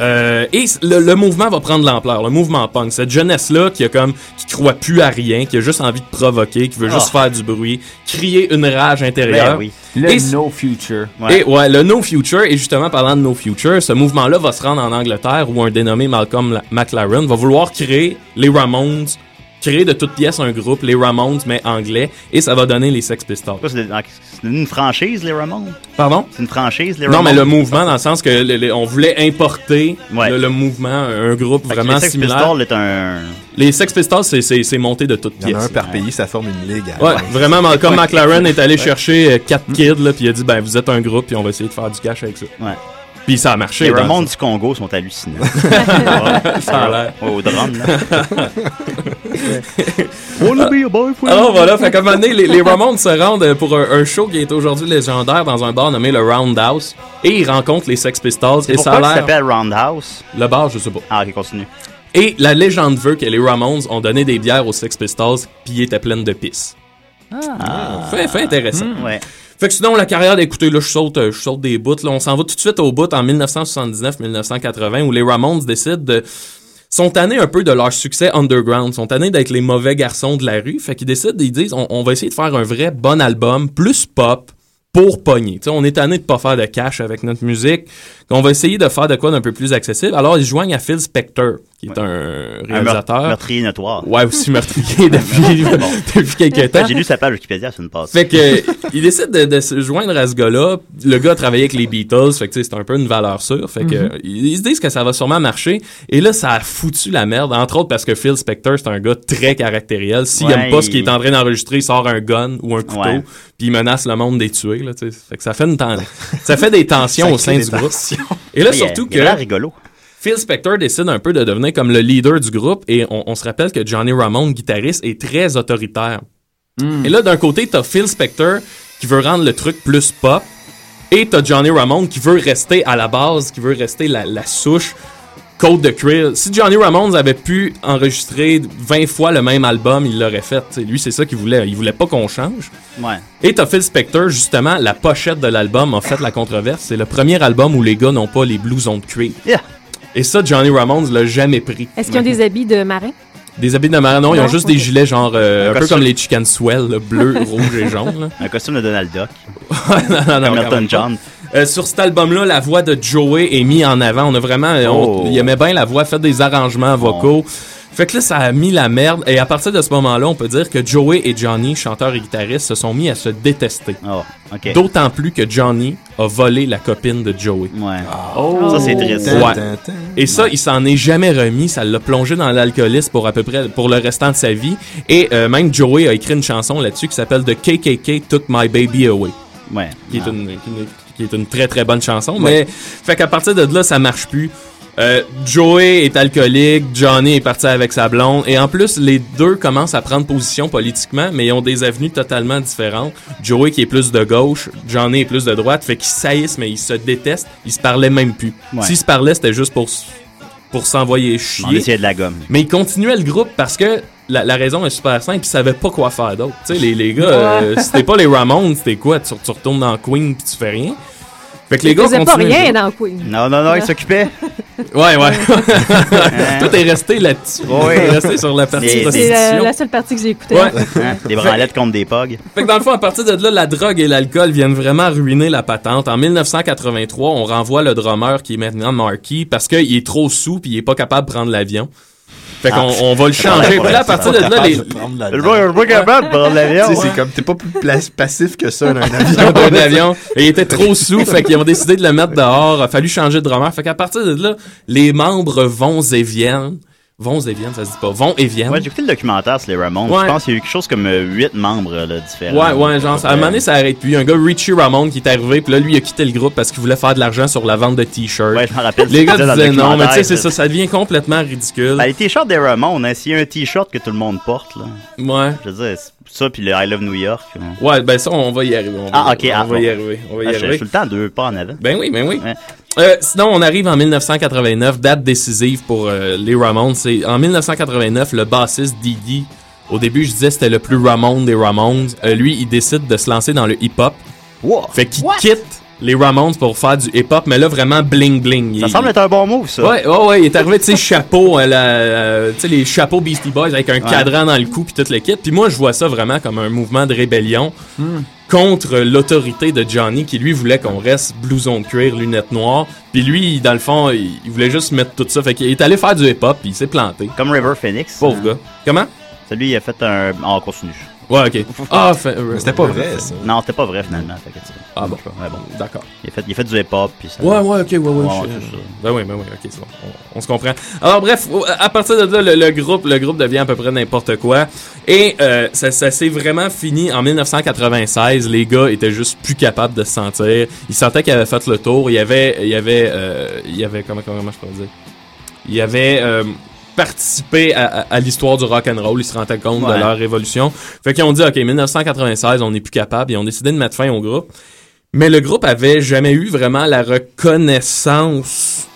[SPEAKER 7] Euh, et c- le, le mouvement va prendre de l'ampleur, le mouvement punk. Cette jeunesse-là qui a comme qui croit plus à rien, qui a juste envie de provoquer, qui veut juste
[SPEAKER 6] Ah.
[SPEAKER 7] faire du bruit, crier une rage intérieure.
[SPEAKER 6] Ben oui.
[SPEAKER 8] Le
[SPEAKER 7] Et c-
[SPEAKER 8] No Future.
[SPEAKER 7] et ouais, le No Future, et justement parlant de No Future, ce mouvement-là va se rendre en Angleterre où un dénommé Malcolm La- McLaren va vouloir créer les Ramones créer de toutes pièces un groupe, les Ramones, mais anglais, et ça va donner les Sex Pistols.
[SPEAKER 6] Ça, C'est ah, c'est une franchise, les Ramones?
[SPEAKER 7] Pardon?
[SPEAKER 6] C'est une franchise, les
[SPEAKER 7] Non,
[SPEAKER 6] Ramones?
[SPEAKER 7] mais le mouvement, dans le sens que le- le- on voulait importer le, le mouvement, un groupe
[SPEAKER 6] Fait que
[SPEAKER 7] vraiment
[SPEAKER 6] les Sex
[SPEAKER 7] similaire.
[SPEAKER 6] Pistols est un...
[SPEAKER 7] Les Sex Pistols, c'est- c'est c'est monté de toutes
[SPEAKER 9] Il y en a
[SPEAKER 7] pièces.
[SPEAKER 9] un par pays, ça forme une ligue.
[SPEAKER 7] Ouais, vraiment, comme
[SPEAKER 9] Ouais.
[SPEAKER 7] McLaren est allé
[SPEAKER 9] Ouais.
[SPEAKER 7] chercher euh, quatre kids, là, puis il a dit, ben, vous êtes un groupe, puis on va essayer de faire du cash avec ça.
[SPEAKER 6] Ouais.
[SPEAKER 7] Puis ça a marché.
[SPEAKER 6] Les
[SPEAKER 7] dans le
[SPEAKER 6] Ramones
[SPEAKER 7] sens.
[SPEAKER 6] du Congo sont
[SPEAKER 7] *laughs*
[SPEAKER 6] hallucinants.
[SPEAKER 7] Ça a l'air.
[SPEAKER 6] Ouais, au drame,
[SPEAKER 7] *laughs*
[SPEAKER 6] là.
[SPEAKER 7] Wanna be
[SPEAKER 6] a boyfriend.
[SPEAKER 7] Alors voilà, fait qu'à un moment donné, les, les Ramones se rendent euh, pour un, un show qui est aujourd'hui légendaire dans un bar nommé le Roundhouse, et ils rencontrent les Sex Pistols,
[SPEAKER 6] C'est
[SPEAKER 7] et ça a
[SPEAKER 6] pourquoi ça
[SPEAKER 7] l'air...
[SPEAKER 6] s'appelle Roundhouse?
[SPEAKER 7] Le bar, je sais pas.
[SPEAKER 6] Ah, ok, continue.
[SPEAKER 7] Et la légende veut que les Ramones ont donné des bières aux Sex Pistols, puis ils étaient pleines de pisse.
[SPEAKER 6] Ah.
[SPEAKER 7] Fait, fait intéressant.
[SPEAKER 6] Hmm, ouais.
[SPEAKER 7] Fait que sinon, la carrière, écoutez, là, je saute, euh, je saute des bouts. Là, on s'en va tout de suite au bout en 1979-1980 où les Ramones décident de sont tannés un peu de leur succès underground, sont tannés d'être les mauvais garçons de la rue, fait qu'ils décident, ils disent, on, on va essayer de faire un vrai bon album, plus pop, pour pogner. Tu sais, on est tanné de pas faire de cash avec notre musique, on va essayer de faire de quoi d'un peu plus accessible. Alors, ils se joignent à Phil Spector, qui est un
[SPEAKER 6] Un meurtre-
[SPEAKER 7] réalisateur.
[SPEAKER 6] meurtrier notoire.
[SPEAKER 7] Ouais, aussi meurtrier *laughs*
[SPEAKER 6] *laughs*
[SPEAKER 7] depuis,
[SPEAKER 6] Bon.
[SPEAKER 7] depuis quelques temps.
[SPEAKER 6] J'ai lu sa page Wikipédia la semaine passée.
[SPEAKER 7] Fait que, euh, il décide de, de se joindre à ce gars-là. Le gars travaillait avec les Beatles, fait que tu sais, c'est un peu une valeur sûre. Fait que, euh,
[SPEAKER 6] Mhm.
[SPEAKER 7] ils, ils se disent que ça va sûrement marcher. Et là, ça a foutu la merde, entre autres parce que Phil Spector, c'est un gars très caractériel. S'il
[SPEAKER 6] Ouais,
[SPEAKER 7] aime pas ce
[SPEAKER 6] il-
[SPEAKER 7] qu'il est en train d'enregistrer, il sort un gun ou un couteau,
[SPEAKER 6] Ouais.
[SPEAKER 7] puis il menace le monde des tuer. Là, tu sais. fait que ça fait une ten- ça fait des tensions
[SPEAKER 6] Ça *laughs*
[SPEAKER 7] au sein
[SPEAKER 6] crée
[SPEAKER 7] du
[SPEAKER 6] des
[SPEAKER 7] groupe.
[SPEAKER 6] tensions.
[SPEAKER 7] Et là,
[SPEAKER 6] Il a-
[SPEAKER 7] surtout
[SPEAKER 6] euh, il a l'air
[SPEAKER 7] que... Phil Spector décide un peu de devenir comme le leader du groupe et on, on se rappelle que Johnny Ramone, guitariste, est très autoritaire. Et là, d'un côté, t'as Phil Spector qui veut rendre le truc plus pop et t'as Johnny Ramone qui veut rester à la base, qui veut rester la, la souche Côte de Krill. Si Johnny Ramones avait pu enregistrer 20 fois le même album, il l'aurait fait. T'sais, lui, c'est ça qu'il voulait. Il voulait pas qu'on change.
[SPEAKER 6] Ouais.
[SPEAKER 7] Et t'as Phil Spector, justement, la pochette de l'album a fait la controverse. C'est le premier album où les gars n'ont pas les blousons de cuir. Et ça, Johnny Ramones l'a jamais pris.
[SPEAKER 3] Est-ce qu'ils ont des habits de marin?
[SPEAKER 7] Des habits de marin, non, ils ont
[SPEAKER 3] Non,
[SPEAKER 7] juste
[SPEAKER 3] ok.
[SPEAKER 7] des gilets genre euh,
[SPEAKER 6] Un
[SPEAKER 7] un peu
[SPEAKER 6] costume.
[SPEAKER 7] comme les Chicken Swell, là, *laughs* bleu, rouge et jaune.
[SPEAKER 6] Un costume de Donald Duck.
[SPEAKER 7] non, non, non,
[SPEAKER 6] Comme
[SPEAKER 7] quand
[SPEAKER 6] Elton
[SPEAKER 7] même pas.
[SPEAKER 6] John.
[SPEAKER 7] Euh, sur cet album-là, la voix de Joey est mise en avant. On a vraiment, euh, on-
[SPEAKER 6] Oh.
[SPEAKER 7] il aimait bien la voix, fait des arrangements vocaux. Fait que là, ça a mis la merde. Et à partir de ce moment-là, on peut dire que Joey et Johnny, chanteur et guitariste, se sont mis à se détester.
[SPEAKER 6] Ah, ok.
[SPEAKER 7] D'autant plus que Johnny a volé la copine de Joey. Ah.
[SPEAKER 6] Oh. Ça, c'est triste.
[SPEAKER 7] Ouais.
[SPEAKER 6] Tin, tin,
[SPEAKER 7] Et ça, il s'en est jamais remis. Ça l'a plongé dans l'alcoolisme pour à peu près pour le restant de sa vie. Et euh, même Joey a écrit une chanson là-dessus qui s'appelle The KKK Took My Baby Away.
[SPEAKER 6] Ouais.
[SPEAKER 7] Qui Oh. est, une, qui est- qui est une très très bonne chanson. Mais
[SPEAKER 6] Ah. Ouais.
[SPEAKER 7] fait qu'à partir de là, ça marche plus. Euh, Joey est alcoolique, Johnny est parti avec sa blonde, et en plus les deux commencent à prendre position politiquement, mais ils ont des avenues totalement différentes. Joey qui est plus de gauche, Johnny est plus de droite, fait qu'ils saillissent, mais ils se détestent, ils se parlaient même plus.
[SPEAKER 6] Ouais.
[SPEAKER 7] S'ils se parlaient, c'était juste pour s- pour s'envoyer chier.
[SPEAKER 6] On essayait de la gomme.
[SPEAKER 7] Mais ils continuaient le groupe parce que la, la raison est super simple, ils savaient pas quoi faire d'autre. Tu sais, les, les gars, euh,
[SPEAKER 3] Ouais.
[SPEAKER 7] c'était pas les Ramones, c'était quoi? Tu, tu retournes dans Queen puis tu fais rien. Fait que les gars
[SPEAKER 3] Ils faisaient
[SPEAKER 7] continuent.
[SPEAKER 3] pas rien
[SPEAKER 7] le
[SPEAKER 3] dans Queen.
[SPEAKER 6] Non, non, non, ils
[SPEAKER 7] *laughs*
[SPEAKER 6] s'occupaient.
[SPEAKER 7] groupe. Ouais, *laughs* ouais. Tout est resté là-dessus.
[SPEAKER 6] Ouais.
[SPEAKER 7] Tout est resté sur la partie
[SPEAKER 6] C'est-
[SPEAKER 3] C'est
[SPEAKER 7] prostitution.
[SPEAKER 3] la, la seule partie que j'ai écoutée.
[SPEAKER 7] Ouais.
[SPEAKER 6] Hein? Des branlettes contre des pogs.
[SPEAKER 7] Fait que dans le fond, à partir de là, la drogue et l'alcool viennent vraiment ruiner la patente. En 1983, on renvoie le drummer qui est maintenant Marky parce qu'il est trop sous puis il est pas capable de prendre l'avion. Fait qu'on
[SPEAKER 9] Ah.
[SPEAKER 7] on va le changer. Puis là, à partir de
[SPEAKER 6] Ah,
[SPEAKER 7] là, les... *laughs*
[SPEAKER 9] Tu sais,
[SPEAKER 6] hein.
[SPEAKER 9] C'est comme, t'es pas plus pla- passif que ça, là, un
[SPEAKER 6] *laughs*
[SPEAKER 7] *laughs*
[SPEAKER 9] avion.
[SPEAKER 7] d'un avion. Et il était trop sous, fait qu'ils ont décidé de le mettre dehors. A fallu changer de drummer. Fait qu'à partir de là, les membres vont et viennent. Vont et viennent, ça se dit pas. Vont et viennent.
[SPEAKER 6] Ouais, j'ai écouté le documentaire sur les Ramones.
[SPEAKER 7] Ouais.
[SPEAKER 6] Je pense qu'il y a eu quelque chose comme 8 membres là, différents. Euh,
[SPEAKER 7] Ouais, ouais, genre, ça- à un moment donné, ça arrête. Puis un gars, Richie Ramone, qui est arrivé, puis là, lui, il a quitté le groupe parce qu'il voulait faire de l'argent sur la vente de t-shirts.
[SPEAKER 6] Ouais, je m'en rappelle.
[SPEAKER 7] Les gars
[SPEAKER 6] C'était dans le
[SPEAKER 7] disaient non, mais
[SPEAKER 6] documentaire,
[SPEAKER 7] tu sais, c'est
[SPEAKER 6] ça.
[SPEAKER 7] ça, ça devient complètement ridicule.
[SPEAKER 6] Ben, les t-shirts des Ramones, hein, s'il y a un t-shirt que tout le monde porte, là.
[SPEAKER 7] Ouais.
[SPEAKER 6] Je veux dire, c'est ça, puis le I Love New York. hein.
[SPEAKER 7] Ouais, ben ça, on va y arriver. on va-
[SPEAKER 6] Ah, ok,
[SPEAKER 7] on
[SPEAKER 6] ah,
[SPEAKER 7] va
[SPEAKER 6] bon.
[SPEAKER 7] y arriver. On va y
[SPEAKER 6] Ah, je-
[SPEAKER 7] arriver.
[SPEAKER 6] Je suis tout le temps deux pas en avant.
[SPEAKER 7] Ben oui, ben oui. Euh, sinon, on arrive en 1989, date décisive pour euh, les Ramones. C'est en 1989, le bassiste Didi. Au début, je disais c'était le plus Ramone des Ramones. Euh, lui, il décide de se lancer dans le hip-hop. Fait qu'il quitte les Ramones pour faire du hip-hop, mais là vraiment bling bling.
[SPEAKER 6] Ça
[SPEAKER 7] Il-
[SPEAKER 6] semble être un bon move, ça.
[SPEAKER 7] Ouais, ouais, ouais, il est arrivé, tu sais, chapeau, à la- euh, tu sais, les chapeaux Beastie Boys avec un cadran dans le cou puis toute l'équipe. Puis moi, je vois ça vraiment comme un mouvement de rébellion contre l'autorité de Johnny qui, lui, voulait qu'on reste blouson de cuir, lunettes noires. Puis lui, dans le fond, il, il voulait juste mettre tout ça. Fait qu'il est allé faire du hip-hop puis il s'est planté. Hmm.
[SPEAKER 6] Comme River Phoenix.
[SPEAKER 7] Pauvre gars. Comment?
[SPEAKER 6] Celui, il a fait un. Ah, on continue.
[SPEAKER 7] Ouais, ok. *laughs* Ah, fin- Mais c'était pas vrai, ça.
[SPEAKER 6] Non, c'était pas vrai finalement. Fait que tu-
[SPEAKER 7] Ah bon.
[SPEAKER 6] Ouais, bon.
[SPEAKER 7] D'accord.
[SPEAKER 6] Il a fait, il a fait du hip-hop. Puis ça...
[SPEAKER 7] Ouais, ouais, ok, ouais, ouais. je-
[SPEAKER 6] c'est ça.
[SPEAKER 7] Ben oui, ben oui, ok, c'est bon. On, on se comprend. Alors bref, au- à partir de là, le, le groupe, le groupe devient à peu près n'importe quoi. Et euh, ça, ça s'est vraiment fini en 1996. Les gars étaient juste plus capables de se sentir. Ils sentaient qu'ils avaient fait le tour. Il y avait, il y avait, euh, il y avait comment, comment, comment je pourrais dire Il y avait euh, participé à, à- à l'histoire du rock and roll. Ils se rendaient compte
[SPEAKER 6] Ouais.
[SPEAKER 7] de leur révolution. Fait qu'ils ont dit, ok, 1996, on n'est plus capable. Ils ont décidé de mettre fin au groupe. Mais le groupe avait jamais eu vraiment la reconnaissance,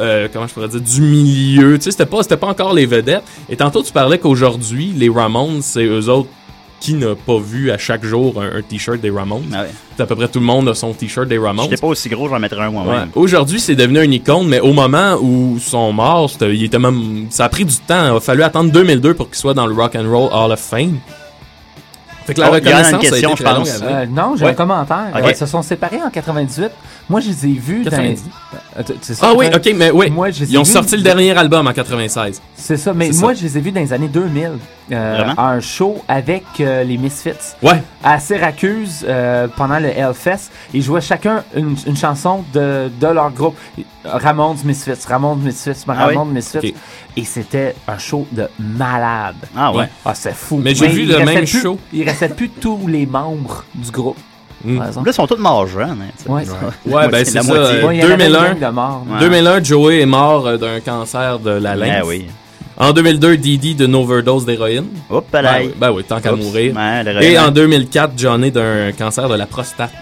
[SPEAKER 7] euh, comment je pourrais dire, du milieu. Tu sais, c'était pas, c'était pas encore les vedettes. Et tantôt, tu parlais qu'aujourd'hui, les Ramones, c'est eux autres qui n'a pas vu à chaque jour un, un t-shirt des Ramones. C'est À peu près tout le monde a son t-shirt des Ramones.
[SPEAKER 6] J'étais pas aussi gros, j'en mettrais un moi-même.
[SPEAKER 7] Ouais. Aujourd'hui, c'est devenu une icône, mais au moment où ils sont morts, c'était- il était même, ça a pris du temps. Il a fallu attendre 2002 pour qu'ils soient dans le Rock and Roll Hall of Fame. Fait que la
[SPEAKER 6] Oh, il y en a une
[SPEAKER 7] reconnaissance
[SPEAKER 6] question, je
[SPEAKER 7] a été très longue
[SPEAKER 6] pense.
[SPEAKER 7] avant.
[SPEAKER 8] Euh, non, j'ai
[SPEAKER 7] Ouais.
[SPEAKER 8] un commentaire.
[SPEAKER 7] Ok.
[SPEAKER 8] Ils se sont séparés en 98. Moi, je les ai vus dans...
[SPEAKER 7] 90.
[SPEAKER 8] Euh, t- c'est ça,
[SPEAKER 7] Ah oui,
[SPEAKER 8] 90?
[SPEAKER 7] ok, mais oui.
[SPEAKER 8] Moi, je les ai
[SPEAKER 7] Ils ont
[SPEAKER 8] vus-
[SPEAKER 7] sorti le dernier album en 96.
[SPEAKER 8] C'est ça, mais
[SPEAKER 7] C'est
[SPEAKER 8] moi,
[SPEAKER 7] ça.
[SPEAKER 8] je les ai vus dans les années 2000, euh,
[SPEAKER 7] Vraiment?
[SPEAKER 8] à un show avec euh, les Misfits.
[SPEAKER 7] Ouais.
[SPEAKER 8] À Syracuse, euh, pendant le Hellfest, ils jouaient chacun une, une chanson de, de leur groupe. Ramones Misfits, Ramones Misfits,
[SPEAKER 7] Ah oui?
[SPEAKER 8] Ramones Misfits.
[SPEAKER 7] Ok.
[SPEAKER 8] Et c'était un show de malade.
[SPEAKER 6] Ah
[SPEAKER 7] ouais.
[SPEAKER 8] Ah, c'est fou.
[SPEAKER 7] Mais j'ai vu
[SPEAKER 8] il
[SPEAKER 7] le
[SPEAKER 8] restait
[SPEAKER 7] même
[SPEAKER 8] plus-
[SPEAKER 7] show. Hmm.
[SPEAKER 8] Il restait plus tous les membres du groupe. par exemple.
[SPEAKER 6] Là, ils sont tous morts jeunes. hein, tu sais.
[SPEAKER 8] Ouais,
[SPEAKER 7] Ouais, ben c'est
[SPEAKER 6] la
[SPEAKER 7] ça.
[SPEAKER 6] moitié.
[SPEAKER 7] euh, 2001,
[SPEAKER 8] de mort,
[SPEAKER 6] ouais.
[SPEAKER 7] 2001, Joey est mort euh, d'un cancer de la lymphe.
[SPEAKER 6] Ah oui.
[SPEAKER 7] En 2002, Didi d'une overdose d'héroïne.
[SPEAKER 6] Hop,
[SPEAKER 7] ben,
[SPEAKER 6] là.
[SPEAKER 7] oui, ben oui, tant qu'à
[SPEAKER 6] Oups. ben,
[SPEAKER 7] mourir.
[SPEAKER 6] Ouais, l'héroïne.
[SPEAKER 7] Et en 2004, Johnny d'un cancer de
[SPEAKER 6] *laughs*
[SPEAKER 7] la prostate.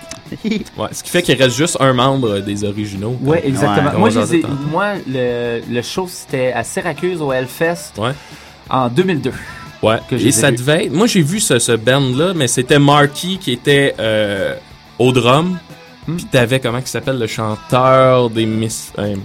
[SPEAKER 7] ouais, ce qui fait qu'il reste juste un membre euh, des originaux.
[SPEAKER 8] Oui,
[SPEAKER 7] Comme-
[SPEAKER 8] exactement.
[SPEAKER 7] comme
[SPEAKER 8] moi,
[SPEAKER 7] on
[SPEAKER 8] je les ai-
[SPEAKER 7] jasait tantôt.
[SPEAKER 8] moi, le, le show, c'était à Syracuse au Hellfest en 2002.
[SPEAKER 7] Ouais.
[SPEAKER 8] que je
[SPEAKER 7] Et
[SPEAKER 8] les ai
[SPEAKER 7] ça
[SPEAKER 8] vus.
[SPEAKER 7] devait être- Moi, j'ai vu ce, ce band-là, mais c'était Marky qui était euh, au drum.
[SPEAKER 8] Hmm.
[SPEAKER 7] Puis t'avais, comment il s'appelle, le chanteur des Miss... euh,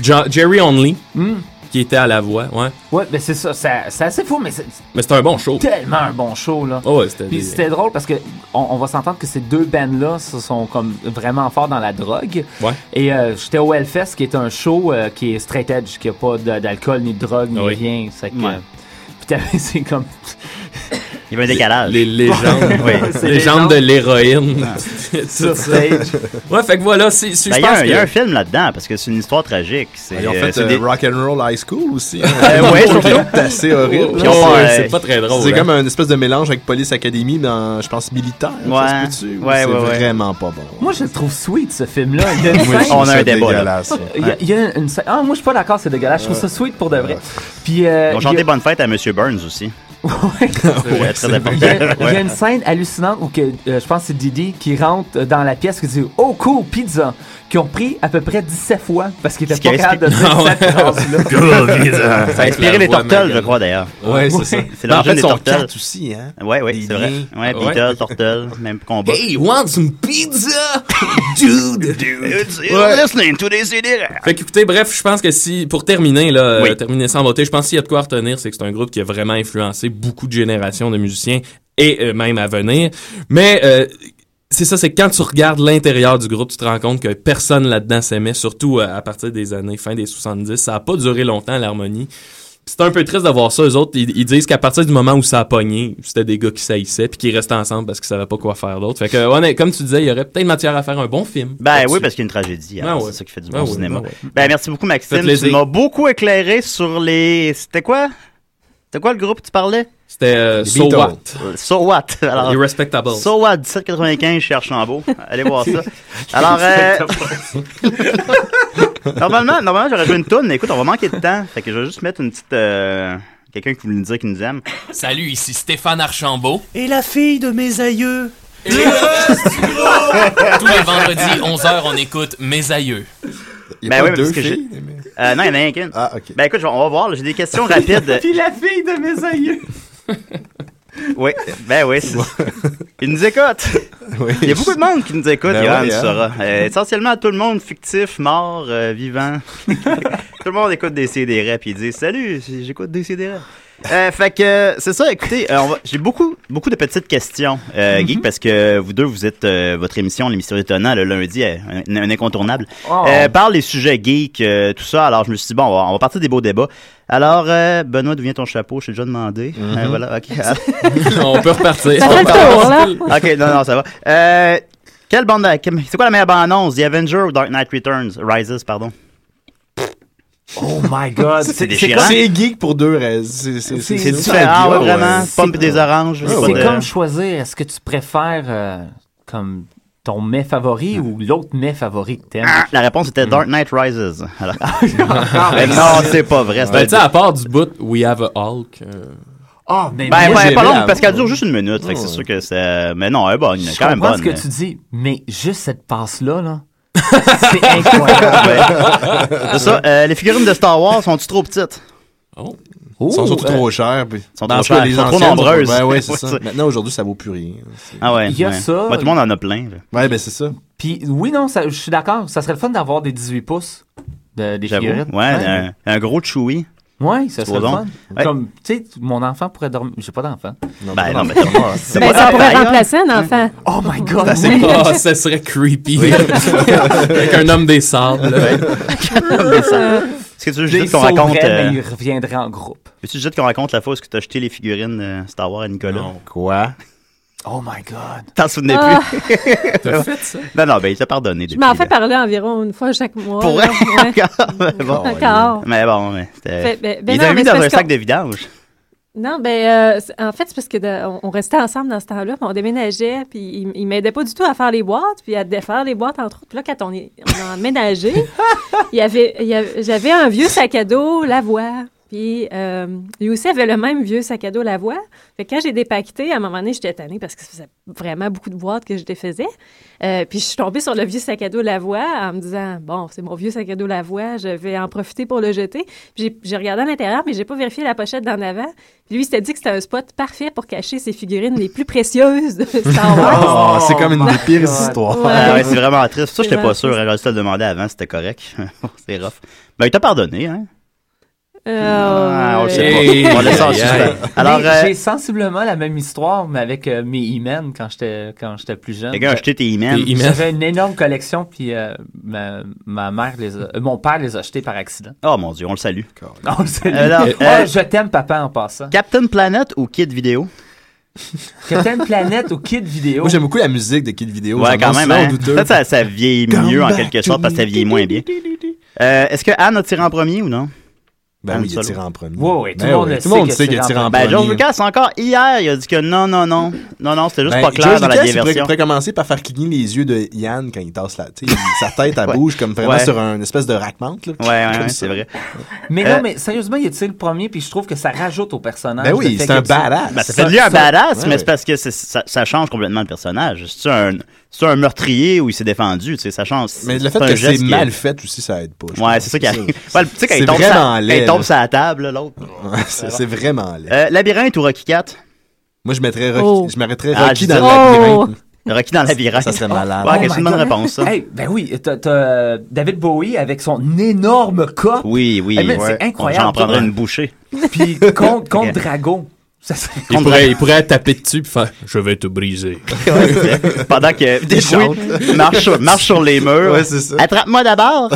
[SPEAKER 7] Jo- Jerry Only,
[SPEAKER 8] Hmm.
[SPEAKER 7] qui était à la voix, ouais.
[SPEAKER 8] Ouais, ben c'est ça, ça- c'est assez fou, mais c'est
[SPEAKER 7] Mais c'était un bon show.
[SPEAKER 8] tellement un bon show, là.
[SPEAKER 7] Oh, ouais, c'était...
[SPEAKER 8] Puis
[SPEAKER 7] des-
[SPEAKER 8] c'était drôle parce que on, on va s'entendre que ces deux bands-là se sont comme vraiment forts dans la drogue.
[SPEAKER 7] Ouais.
[SPEAKER 8] Et euh, j'étais au Hellfest, qui est un show euh, qui est straight edge, qui a pas de- d'alcool, ni de drogue, ni
[SPEAKER 7] Oui.
[SPEAKER 8] rien. C'est que,
[SPEAKER 7] Ouais.
[SPEAKER 8] Puis t'avais- *laughs* c'est comme...
[SPEAKER 6] Il y avait un décalage.
[SPEAKER 7] Les légendes.
[SPEAKER 8] *laughs* C'est Ah,
[SPEAKER 7] Les
[SPEAKER 8] légende.
[SPEAKER 7] légendes de l'héroïne. *laughs*
[SPEAKER 6] Ouais.
[SPEAKER 7] Tout ça. Ouais, fait que voilà, c'est... c'est-
[SPEAKER 6] Ben,
[SPEAKER 7] je
[SPEAKER 6] Il y a
[SPEAKER 7] pense
[SPEAKER 6] un- il y, a un
[SPEAKER 7] que...
[SPEAKER 6] film là-dedans parce que c'est une histoire tragique. C'est,
[SPEAKER 9] Ils ont fait
[SPEAKER 6] c'est
[SPEAKER 9] euh,
[SPEAKER 6] des- *laughs*
[SPEAKER 9] Rock'n'Roll High School aussi. hein.
[SPEAKER 6] Euh, *laughs* ouais, sauf que-
[SPEAKER 9] c'est assez horrible.
[SPEAKER 6] Puis on
[SPEAKER 9] là.
[SPEAKER 6] parle,
[SPEAKER 9] C'est-
[SPEAKER 6] euh,
[SPEAKER 9] c'est C'est comme un espèce de mélange avec Police Academy, mais en, je pense militaire. ça se peut-tu? Ou
[SPEAKER 6] Ouais,
[SPEAKER 9] c'est
[SPEAKER 6] ouais, ouais.
[SPEAKER 9] vraiment pas bon.
[SPEAKER 8] Moi, je le trouve sweet, ce film-là. Il y a une
[SPEAKER 9] Moi, je
[SPEAKER 8] scène-
[SPEAKER 9] trouve On a ça un débat, là. dégueulasse, ouais.
[SPEAKER 8] Il y a, il y a une scène- Ah, moi, je suis pas d'accord, c'est dégueulasse. Je trouve ça sweet pour de vrai. Puis, euh,
[SPEAKER 6] Ils ont
[SPEAKER 8] il y *laughs*
[SPEAKER 6] chanté
[SPEAKER 8] a-
[SPEAKER 6] Bonne Fête à Monsieur Burns
[SPEAKER 7] *laughs*
[SPEAKER 6] aussi. *laughs* ouais, très important.
[SPEAKER 8] il y, a, il y a
[SPEAKER 6] Ouais.
[SPEAKER 8] une scène hallucinante où que, euh, je pense que c'est Didi qui rentre euh, dans la pièce qui dit « Oh cool, pizza !» qui ont pris à peu près 17 fois parce qu'ils
[SPEAKER 6] Ce
[SPEAKER 8] étaient
[SPEAKER 6] qui
[SPEAKER 8] pas
[SPEAKER 6] explique-
[SPEAKER 8] capables
[SPEAKER 6] *laughs*
[SPEAKER 8] de dire
[SPEAKER 6] Non,
[SPEAKER 8] cette
[SPEAKER 6] ouais.
[SPEAKER 8] phrase-là.
[SPEAKER 6] Cool,
[SPEAKER 7] hein.
[SPEAKER 6] pizza. Ça a inspiré les
[SPEAKER 8] La voix
[SPEAKER 6] Turtles, je
[SPEAKER 8] magane.
[SPEAKER 6] crois, d'ailleurs.
[SPEAKER 9] Ouais, c'est ça.
[SPEAKER 6] C'est
[SPEAKER 9] Ben,
[SPEAKER 6] l'origine
[SPEAKER 9] en fait,
[SPEAKER 6] des
[SPEAKER 9] ils sont
[SPEAKER 6] Turtles.
[SPEAKER 9] quatre aussi, hein?
[SPEAKER 6] Ouais, ouais, c'est vrai.
[SPEAKER 9] liens.
[SPEAKER 6] Ouais,
[SPEAKER 9] Ah ouais.
[SPEAKER 6] Beatles, Turtles, même combat.
[SPEAKER 7] Hey, want some pizza? *laughs* Dude!
[SPEAKER 6] You're listening to this idea.
[SPEAKER 7] Fait qu'écoutez, bref, je pense que si, pour terminer, là,
[SPEAKER 6] Oui.
[SPEAKER 7] euh, terminer sans voter, je pense qu'il y a de quoi à retenir, c'est que c'est un groupe qui a vraiment influencé beaucoup de générations de musiciens et euh, même à venir. Mais euh, c'est ça, c'est que quand tu regardes l'intérieur du groupe, tu te rends compte que personne là-dedans s'aimait, surtout euh, à partir des années fin des 70. Ça a pas duré longtemps, l'harmonie. Puis C'est un peu triste d'avoir ça, eux autres. Ils, ils disent qu'à partir du moment où ça a pogné, c'était des gars qui saillissaient puis qui restaient ensemble parce qu'ils savaient pas quoi faire d'autre. Fait que, honnêtement, comme tu disais, il y aurait peut-être matière à faire un bon film.
[SPEAKER 6] Ben oui,
[SPEAKER 7] là-dessus.
[SPEAKER 6] parce qu'il y a une tragédie. alors,
[SPEAKER 7] Ah ouais.
[SPEAKER 6] C'est ça qui fait du
[SPEAKER 7] Ah
[SPEAKER 6] bon
[SPEAKER 7] ouais,
[SPEAKER 6] cinéma.
[SPEAKER 7] ah ouais.
[SPEAKER 6] Ben merci beaucoup,
[SPEAKER 7] Fait
[SPEAKER 6] Maxime. Tu
[SPEAKER 7] plaisir.
[SPEAKER 6] m'as beaucoup éclairé sur les. C'était quoi C'était quoi le groupe que tu parlais
[SPEAKER 7] C'était euh,
[SPEAKER 6] Les
[SPEAKER 7] So
[SPEAKER 6] Beatles.
[SPEAKER 7] What.
[SPEAKER 6] Euh, So What *laughs* Alors,
[SPEAKER 7] Irrespectable.
[SPEAKER 6] So What 1795 chez Archambault. Allez voir
[SPEAKER 7] *laughs*
[SPEAKER 6] ça. Alors, euh, normalement, normalement j'aurais joué une toune. mais Écoute, on va manquer de temps. Fait que je vais juste mettre une petite. euh, Quelqu'un qui voulait nous dire qu'il nous aime.
[SPEAKER 11] Salut, ici Stéphane Archambault.
[SPEAKER 13] Et la fille de mes aïeux.
[SPEAKER 11] Tous les vendredis, 11h, on écoute Mes aïeux.
[SPEAKER 6] Ben oui, parce que j'ai- Euh, non, il y en a rien qu'une. Ah,
[SPEAKER 9] *laughs*
[SPEAKER 6] ok. Ben écoute, je- on va voir. là, J'ai des questions
[SPEAKER 7] *laughs*
[SPEAKER 6] rapides.
[SPEAKER 8] Puis la fille de mes aïeux.
[SPEAKER 6] Oui, ben oui. c'est- Ils nous écoutent. Il y a beaucoup de monde qui nous écoute,
[SPEAKER 9] Ben
[SPEAKER 6] Johan,
[SPEAKER 9] oui, hein.
[SPEAKER 6] tu sauras. Euh, essentiellement, tout le monde fictif,
[SPEAKER 9] *laughs*
[SPEAKER 6] mort, euh, vivant. tout le monde écoute des CDR puis ils disent Salut, j'écoute des CDR. Euh, fait que euh, c'est ça, écoutez, euh, on va- j'ai beaucoup, beaucoup de petites questions, euh,
[SPEAKER 9] Mm-hmm.
[SPEAKER 6] Guy, parce que vous deux, vous êtes euh, votre émission, l'émission étonnante, le lundi, est un, un incontournable.
[SPEAKER 12] Oh.
[SPEAKER 6] Euh, par les sujets geeks, euh, tout ça, alors je me suis dit, bon, on va, on va partir des beaux débats. Alors, euh, Benoît, d'où vient ton chapeau? Je t'ai déjà demandé.
[SPEAKER 9] Mm-hmm.
[SPEAKER 6] Euh, voilà, ok.
[SPEAKER 7] *laughs*
[SPEAKER 9] *laughs*
[SPEAKER 7] On peut repartir. Ça fait le tour,
[SPEAKER 6] *laughs*
[SPEAKER 7] là.
[SPEAKER 6] ok, non, non, ça va. Euh, quelle bande, c'est quoi la meilleure bande annonce? The Avenger ou Dark Knight Returns? Rises, pardon.
[SPEAKER 8] Oh my god,
[SPEAKER 6] C'est déchirant.
[SPEAKER 9] C'est geek pour deux raisons. C'est-
[SPEAKER 6] C'est
[SPEAKER 9] C'est
[SPEAKER 6] différent, ah, ouais, vraiment.
[SPEAKER 8] C'est-
[SPEAKER 6] Pompe et des oranges.
[SPEAKER 8] C'est
[SPEAKER 6] pas de-
[SPEAKER 8] comme choisir, est-ce que tu préfères euh, comme ton mets favori ou l'autre mets favori que t'aimes?
[SPEAKER 6] Ah, La réponse était Dark Knight Rises. Alors- Hmm. Ah, *laughs*
[SPEAKER 8] *laughs*
[SPEAKER 6] Mais non, c'est pas vrai.
[SPEAKER 7] Ben, tu sais, à part du bout We Have a Hulk. euh,
[SPEAKER 8] Ah,
[SPEAKER 6] Ben,
[SPEAKER 8] mais
[SPEAKER 6] ben,
[SPEAKER 8] moi, j'ai
[SPEAKER 6] pas
[SPEAKER 8] aimé
[SPEAKER 6] long,
[SPEAKER 8] la-
[SPEAKER 6] parce qu'elle dure juste une minute. fait que c'est
[SPEAKER 8] Ouais.
[SPEAKER 6] sûr que c'est. Mais non, elle est bonne. elle est
[SPEAKER 8] Je
[SPEAKER 6] quand même
[SPEAKER 8] comprends
[SPEAKER 6] bonne.
[SPEAKER 8] ce que
[SPEAKER 6] mais-
[SPEAKER 8] tu dis, mais juste cette passe-là, là, *laughs* c'est incroyable.
[SPEAKER 6] Ah, *laughs* C'est ça. euh, les figurines de Star Wars sont-tu trop petites?
[SPEAKER 7] Oh.
[SPEAKER 9] Ils sont surtout trop chers. puis-
[SPEAKER 6] Sont
[SPEAKER 9] Dans
[SPEAKER 6] trop
[SPEAKER 9] ce cas,
[SPEAKER 6] chères,
[SPEAKER 9] les
[SPEAKER 6] sont trop
[SPEAKER 9] anciennes,
[SPEAKER 6] nombreuses.
[SPEAKER 9] Ouais, ouais,
[SPEAKER 6] *laughs*
[SPEAKER 9] c'est
[SPEAKER 6] Ouais,
[SPEAKER 9] ça.
[SPEAKER 6] c'est-
[SPEAKER 9] Maintenant, aujourd'hui, ça vaut plus rien. hein, C'est-
[SPEAKER 6] Ah ouais.
[SPEAKER 8] Il y a
[SPEAKER 6] ouais.
[SPEAKER 8] ça.
[SPEAKER 6] Ouais, tout le monde en a plein. là.
[SPEAKER 9] Ouais, ben c'est ça.
[SPEAKER 8] Puis oui, non, ça- je suis d'accord, ça serait le fun d'avoir des 18 pouces, de- des
[SPEAKER 6] J'avoue. Ouais,
[SPEAKER 8] figurines.
[SPEAKER 6] un, un gros chewy.
[SPEAKER 8] Oui, ça serait le
[SPEAKER 6] Supposons.
[SPEAKER 8] fun. Comme, tu sais, mon enfant pourrait dormir. J'ai pas d'enfant.
[SPEAKER 6] Ben non, mais
[SPEAKER 3] Ben,
[SPEAKER 6] t'as pas-
[SPEAKER 3] ça pourrait remplacer un enfant.
[SPEAKER 8] Oh my God!
[SPEAKER 7] Ah, *laughs* c'est- ah, ça serait creepy. *laughs* Avec un homme des sables.
[SPEAKER 6] Est-ce que tu veux juste qu'on raconte. euh,
[SPEAKER 8] il reviendrait en groupe.
[SPEAKER 6] Veux-tu juste qu'on raconte la fois où est-ce que t'as jeté les figurines euh, Star Wars à Nicolas? Quoi?
[SPEAKER 8] Oh my God!
[SPEAKER 6] *laughs* T'en souvenais
[SPEAKER 3] Ah.
[SPEAKER 6] plus? *laughs*
[SPEAKER 3] T'as fait ça?
[SPEAKER 6] Non, non, ben il t'a pardonné.
[SPEAKER 3] Je
[SPEAKER 6] depuis,
[SPEAKER 3] m'en fais
[SPEAKER 6] là.
[SPEAKER 3] parler environ une fois chaque mois.
[SPEAKER 6] Pour
[SPEAKER 3] là, ouais.
[SPEAKER 6] Bon.
[SPEAKER 3] Encore.
[SPEAKER 6] *laughs* Mais bon, mais c'était.
[SPEAKER 3] Fait- ben- ben
[SPEAKER 6] il
[SPEAKER 3] non,
[SPEAKER 6] t'a mis
[SPEAKER 3] mais
[SPEAKER 6] dans
[SPEAKER 3] c'est
[SPEAKER 6] un
[SPEAKER 3] parce
[SPEAKER 6] sac
[SPEAKER 3] qu'on-
[SPEAKER 6] de vidange.
[SPEAKER 3] Non, ben, euh, c'est- en fait, c'est parce que de- on, on restait ensemble dans ce temps-là, puis on déménageait, puis il, il m'aidait pas du tout à faire les boîtes, puis à défaire les boîtes entre autres. Puis là, quand on, est, on a *laughs* emménagé, il y avait, il y avait- j'avais un vieux sac à dos Lavoie, puis euh, lui aussi avait le même vieux sac à dos Lavoie. Fait que quand j'ai dépaqueté, à un moment donné, j'étais tannée parce que ça faisait vraiment beaucoup de boîtes que je défaisais. Euh, puis je suis tombée sur le vieux sac à dos Lavoie en me disant bon, c'est mon vieux sac à dos Lavoie, je vais en profiter pour le jeter. Puis J'ai, j'ai regardé à l'intérieur, mais j'ai pas vérifié la pochette d'en avant. Puis lui, il s'était dit que c'était un spot parfait pour cacher ses figurines les plus précieuses de Star Wars.
[SPEAKER 9] Oh, c'est comme une des pires histoires.
[SPEAKER 3] Ouais.
[SPEAKER 6] Ah ouais, c'est vraiment triste. Ça,
[SPEAKER 3] C'est
[SPEAKER 6] j'étais pas
[SPEAKER 3] vraiment
[SPEAKER 6] sûr. J'aurais dû te le demander avant, c'était correct. *laughs* c'est rough. Ben, il t'a pardonné, hein?
[SPEAKER 3] Euh,
[SPEAKER 6] Ah, on le sait
[SPEAKER 8] Hey.
[SPEAKER 6] pas. On laisse ça en
[SPEAKER 8] Hey.
[SPEAKER 6] suspens. Alors,
[SPEAKER 8] Alors,
[SPEAKER 6] euh,
[SPEAKER 8] j'ai sensiblement la même histoire, mais avec euh, mes e quand j'étais quand j'étais plus jeune.
[SPEAKER 6] Les gars, achetez tes He-Man. Tes He-Man.
[SPEAKER 8] J'avais une énorme collection, puis euh, ma, ma mère les a- euh, mon père les a achetés par accident.
[SPEAKER 6] oh mon dieu, on le salue.
[SPEAKER 8] *laughs* On le salue.
[SPEAKER 6] Alors,
[SPEAKER 8] Oh,
[SPEAKER 6] euh,
[SPEAKER 8] je t'aime, papa, en passant.
[SPEAKER 6] Captain Planet ou Kid Vidéo?
[SPEAKER 8] Captain Planet ou Kid Vidéo?
[SPEAKER 9] Moi, j'aime beaucoup la musique de Kid Vidéo.
[SPEAKER 6] Ouais,
[SPEAKER 9] j'en
[SPEAKER 6] quand
[SPEAKER 9] pense
[SPEAKER 6] même.
[SPEAKER 9] souvent
[SPEAKER 6] hein.
[SPEAKER 9] aux douteux.
[SPEAKER 6] Peut-être ça, ça vieillit
[SPEAKER 9] Come
[SPEAKER 6] mieux en
[SPEAKER 9] back
[SPEAKER 6] quelque
[SPEAKER 9] to
[SPEAKER 6] sorte parce que ça
[SPEAKER 9] me.
[SPEAKER 6] vieillit moins bien. Euh, Est-ce que Anne a tiré en premier ou non?
[SPEAKER 9] Ben
[SPEAKER 6] Anne
[SPEAKER 9] oui, il a
[SPEAKER 6] Solo.
[SPEAKER 9] tiré en premier. Ouais, ouais, tout Ben le monde oui, le tout le sait monde que sait qu'il a tiré en
[SPEAKER 6] Ben, George
[SPEAKER 9] premier.
[SPEAKER 6] Lucas, encore hier, il a dit que non, non, non. Non, non, c'était juste
[SPEAKER 9] Ben,
[SPEAKER 6] pas clair
[SPEAKER 9] George
[SPEAKER 6] dans la
[SPEAKER 9] Lucas,
[SPEAKER 6] vieille
[SPEAKER 9] Il pourrait-
[SPEAKER 6] version.
[SPEAKER 9] pourrait commencer par faire cligner les yeux de Yann quand il tasse la. tu sais, sa tête, elle bouge comme
[SPEAKER 6] *laughs*
[SPEAKER 9] vraiment
[SPEAKER 6] Ouais.
[SPEAKER 9] sur un espèce de rackmante. là.
[SPEAKER 6] Ouais, ouais,
[SPEAKER 9] Comme
[SPEAKER 6] ouais,
[SPEAKER 9] ça.
[SPEAKER 6] c'est vrai.
[SPEAKER 8] Mais
[SPEAKER 6] Euh,
[SPEAKER 8] non, mais sérieusement, il est le premier, puis je trouve que ça rajoute au personnage.
[SPEAKER 9] Ben oui,
[SPEAKER 8] le fait
[SPEAKER 9] c'est un
[SPEAKER 8] que tu-
[SPEAKER 9] badass.
[SPEAKER 6] Ben, ça fait de lui un badass, mais c'est parce que c'est- ça, ça change complètement le personnage. C'est un, c'est un meurtrier où il s'est défendu, tu sais, ça change.
[SPEAKER 9] Mais le fait
[SPEAKER 6] un
[SPEAKER 9] que
[SPEAKER 6] geste
[SPEAKER 9] c'est
[SPEAKER 6] qui-
[SPEAKER 9] mal fait aussi, ça aide pas. je
[SPEAKER 6] Ouais,
[SPEAKER 9] pense.
[SPEAKER 6] c'est ça qui arrive.
[SPEAKER 9] C'est-
[SPEAKER 6] Ouais, tu sais, quand il
[SPEAKER 9] c'est
[SPEAKER 6] tombe,
[SPEAKER 9] vraiment
[SPEAKER 6] sa,
[SPEAKER 9] laid,
[SPEAKER 6] il tombe
[SPEAKER 9] là.
[SPEAKER 6] sur la table, là, l'autre.
[SPEAKER 9] *laughs* Ouais, c'est c'est vraiment laid.
[SPEAKER 6] Euh, labyrinthe ou Rocky 4
[SPEAKER 9] Moi, je mettrais Rocky,
[SPEAKER 6] Oh.
[SPEAKER 9] je m'arrêterais
[SPEAKER 6] Ah,
[SPEAKER 9] Rocky
[SPEAKER 6] je
[SPEAKER 9] dans
[SPEAKER 6] disais-
[SPEAKER 9] le
[SPEAKER 6] Oh.
[SPEAKER 9] labyrinthe.
[SPEAKER 6] Rocky dans le labyrinthe.
[SPEAKER 9] Ça serait malade.
[SPEAKER 6] Ouais,
[SPEAKER 8] Oh
[SPEAKER 6] que c'est
[SPEAKER 8] my
[SPEAKER 6] une bonne
[SPEAKER 8] God.
[SPEAKER 6] réponse, ça.
[SPEAKER 8] Hey, ben oui, t'as- t'as euh, David Bowie avec son énorme corps.
[SPEAKER 6] Oui, oui.
[SPEAKER 8] Hey, man,
[SPEAKER 6] ouais.
[SPEAKER 8] Eh, C'est incroyable.
[SPEAKER 6] J'en prendrais une
[SPEAKER 8] *laughs*
[SPEAKER 6] bouchée.
[SPEAKER 8] Puis contre, contre Drago. Ça serait-
[SPEAKER 7] Il pourrait, il pourrait taper dessus et faire Je vais te *laughs* briser.
[SPEAKER 6] Pendant que Des
[SPEAKER 7] chantes.
[SPEAKER 6] marche, sur- marche sur les
[SPEAKER 9] Oh.
[SPEAKER 6] murs.
[SPEAKER 7] Ouais, c'est ça.
[SPEAKER 6] Attrape-moi d'abord.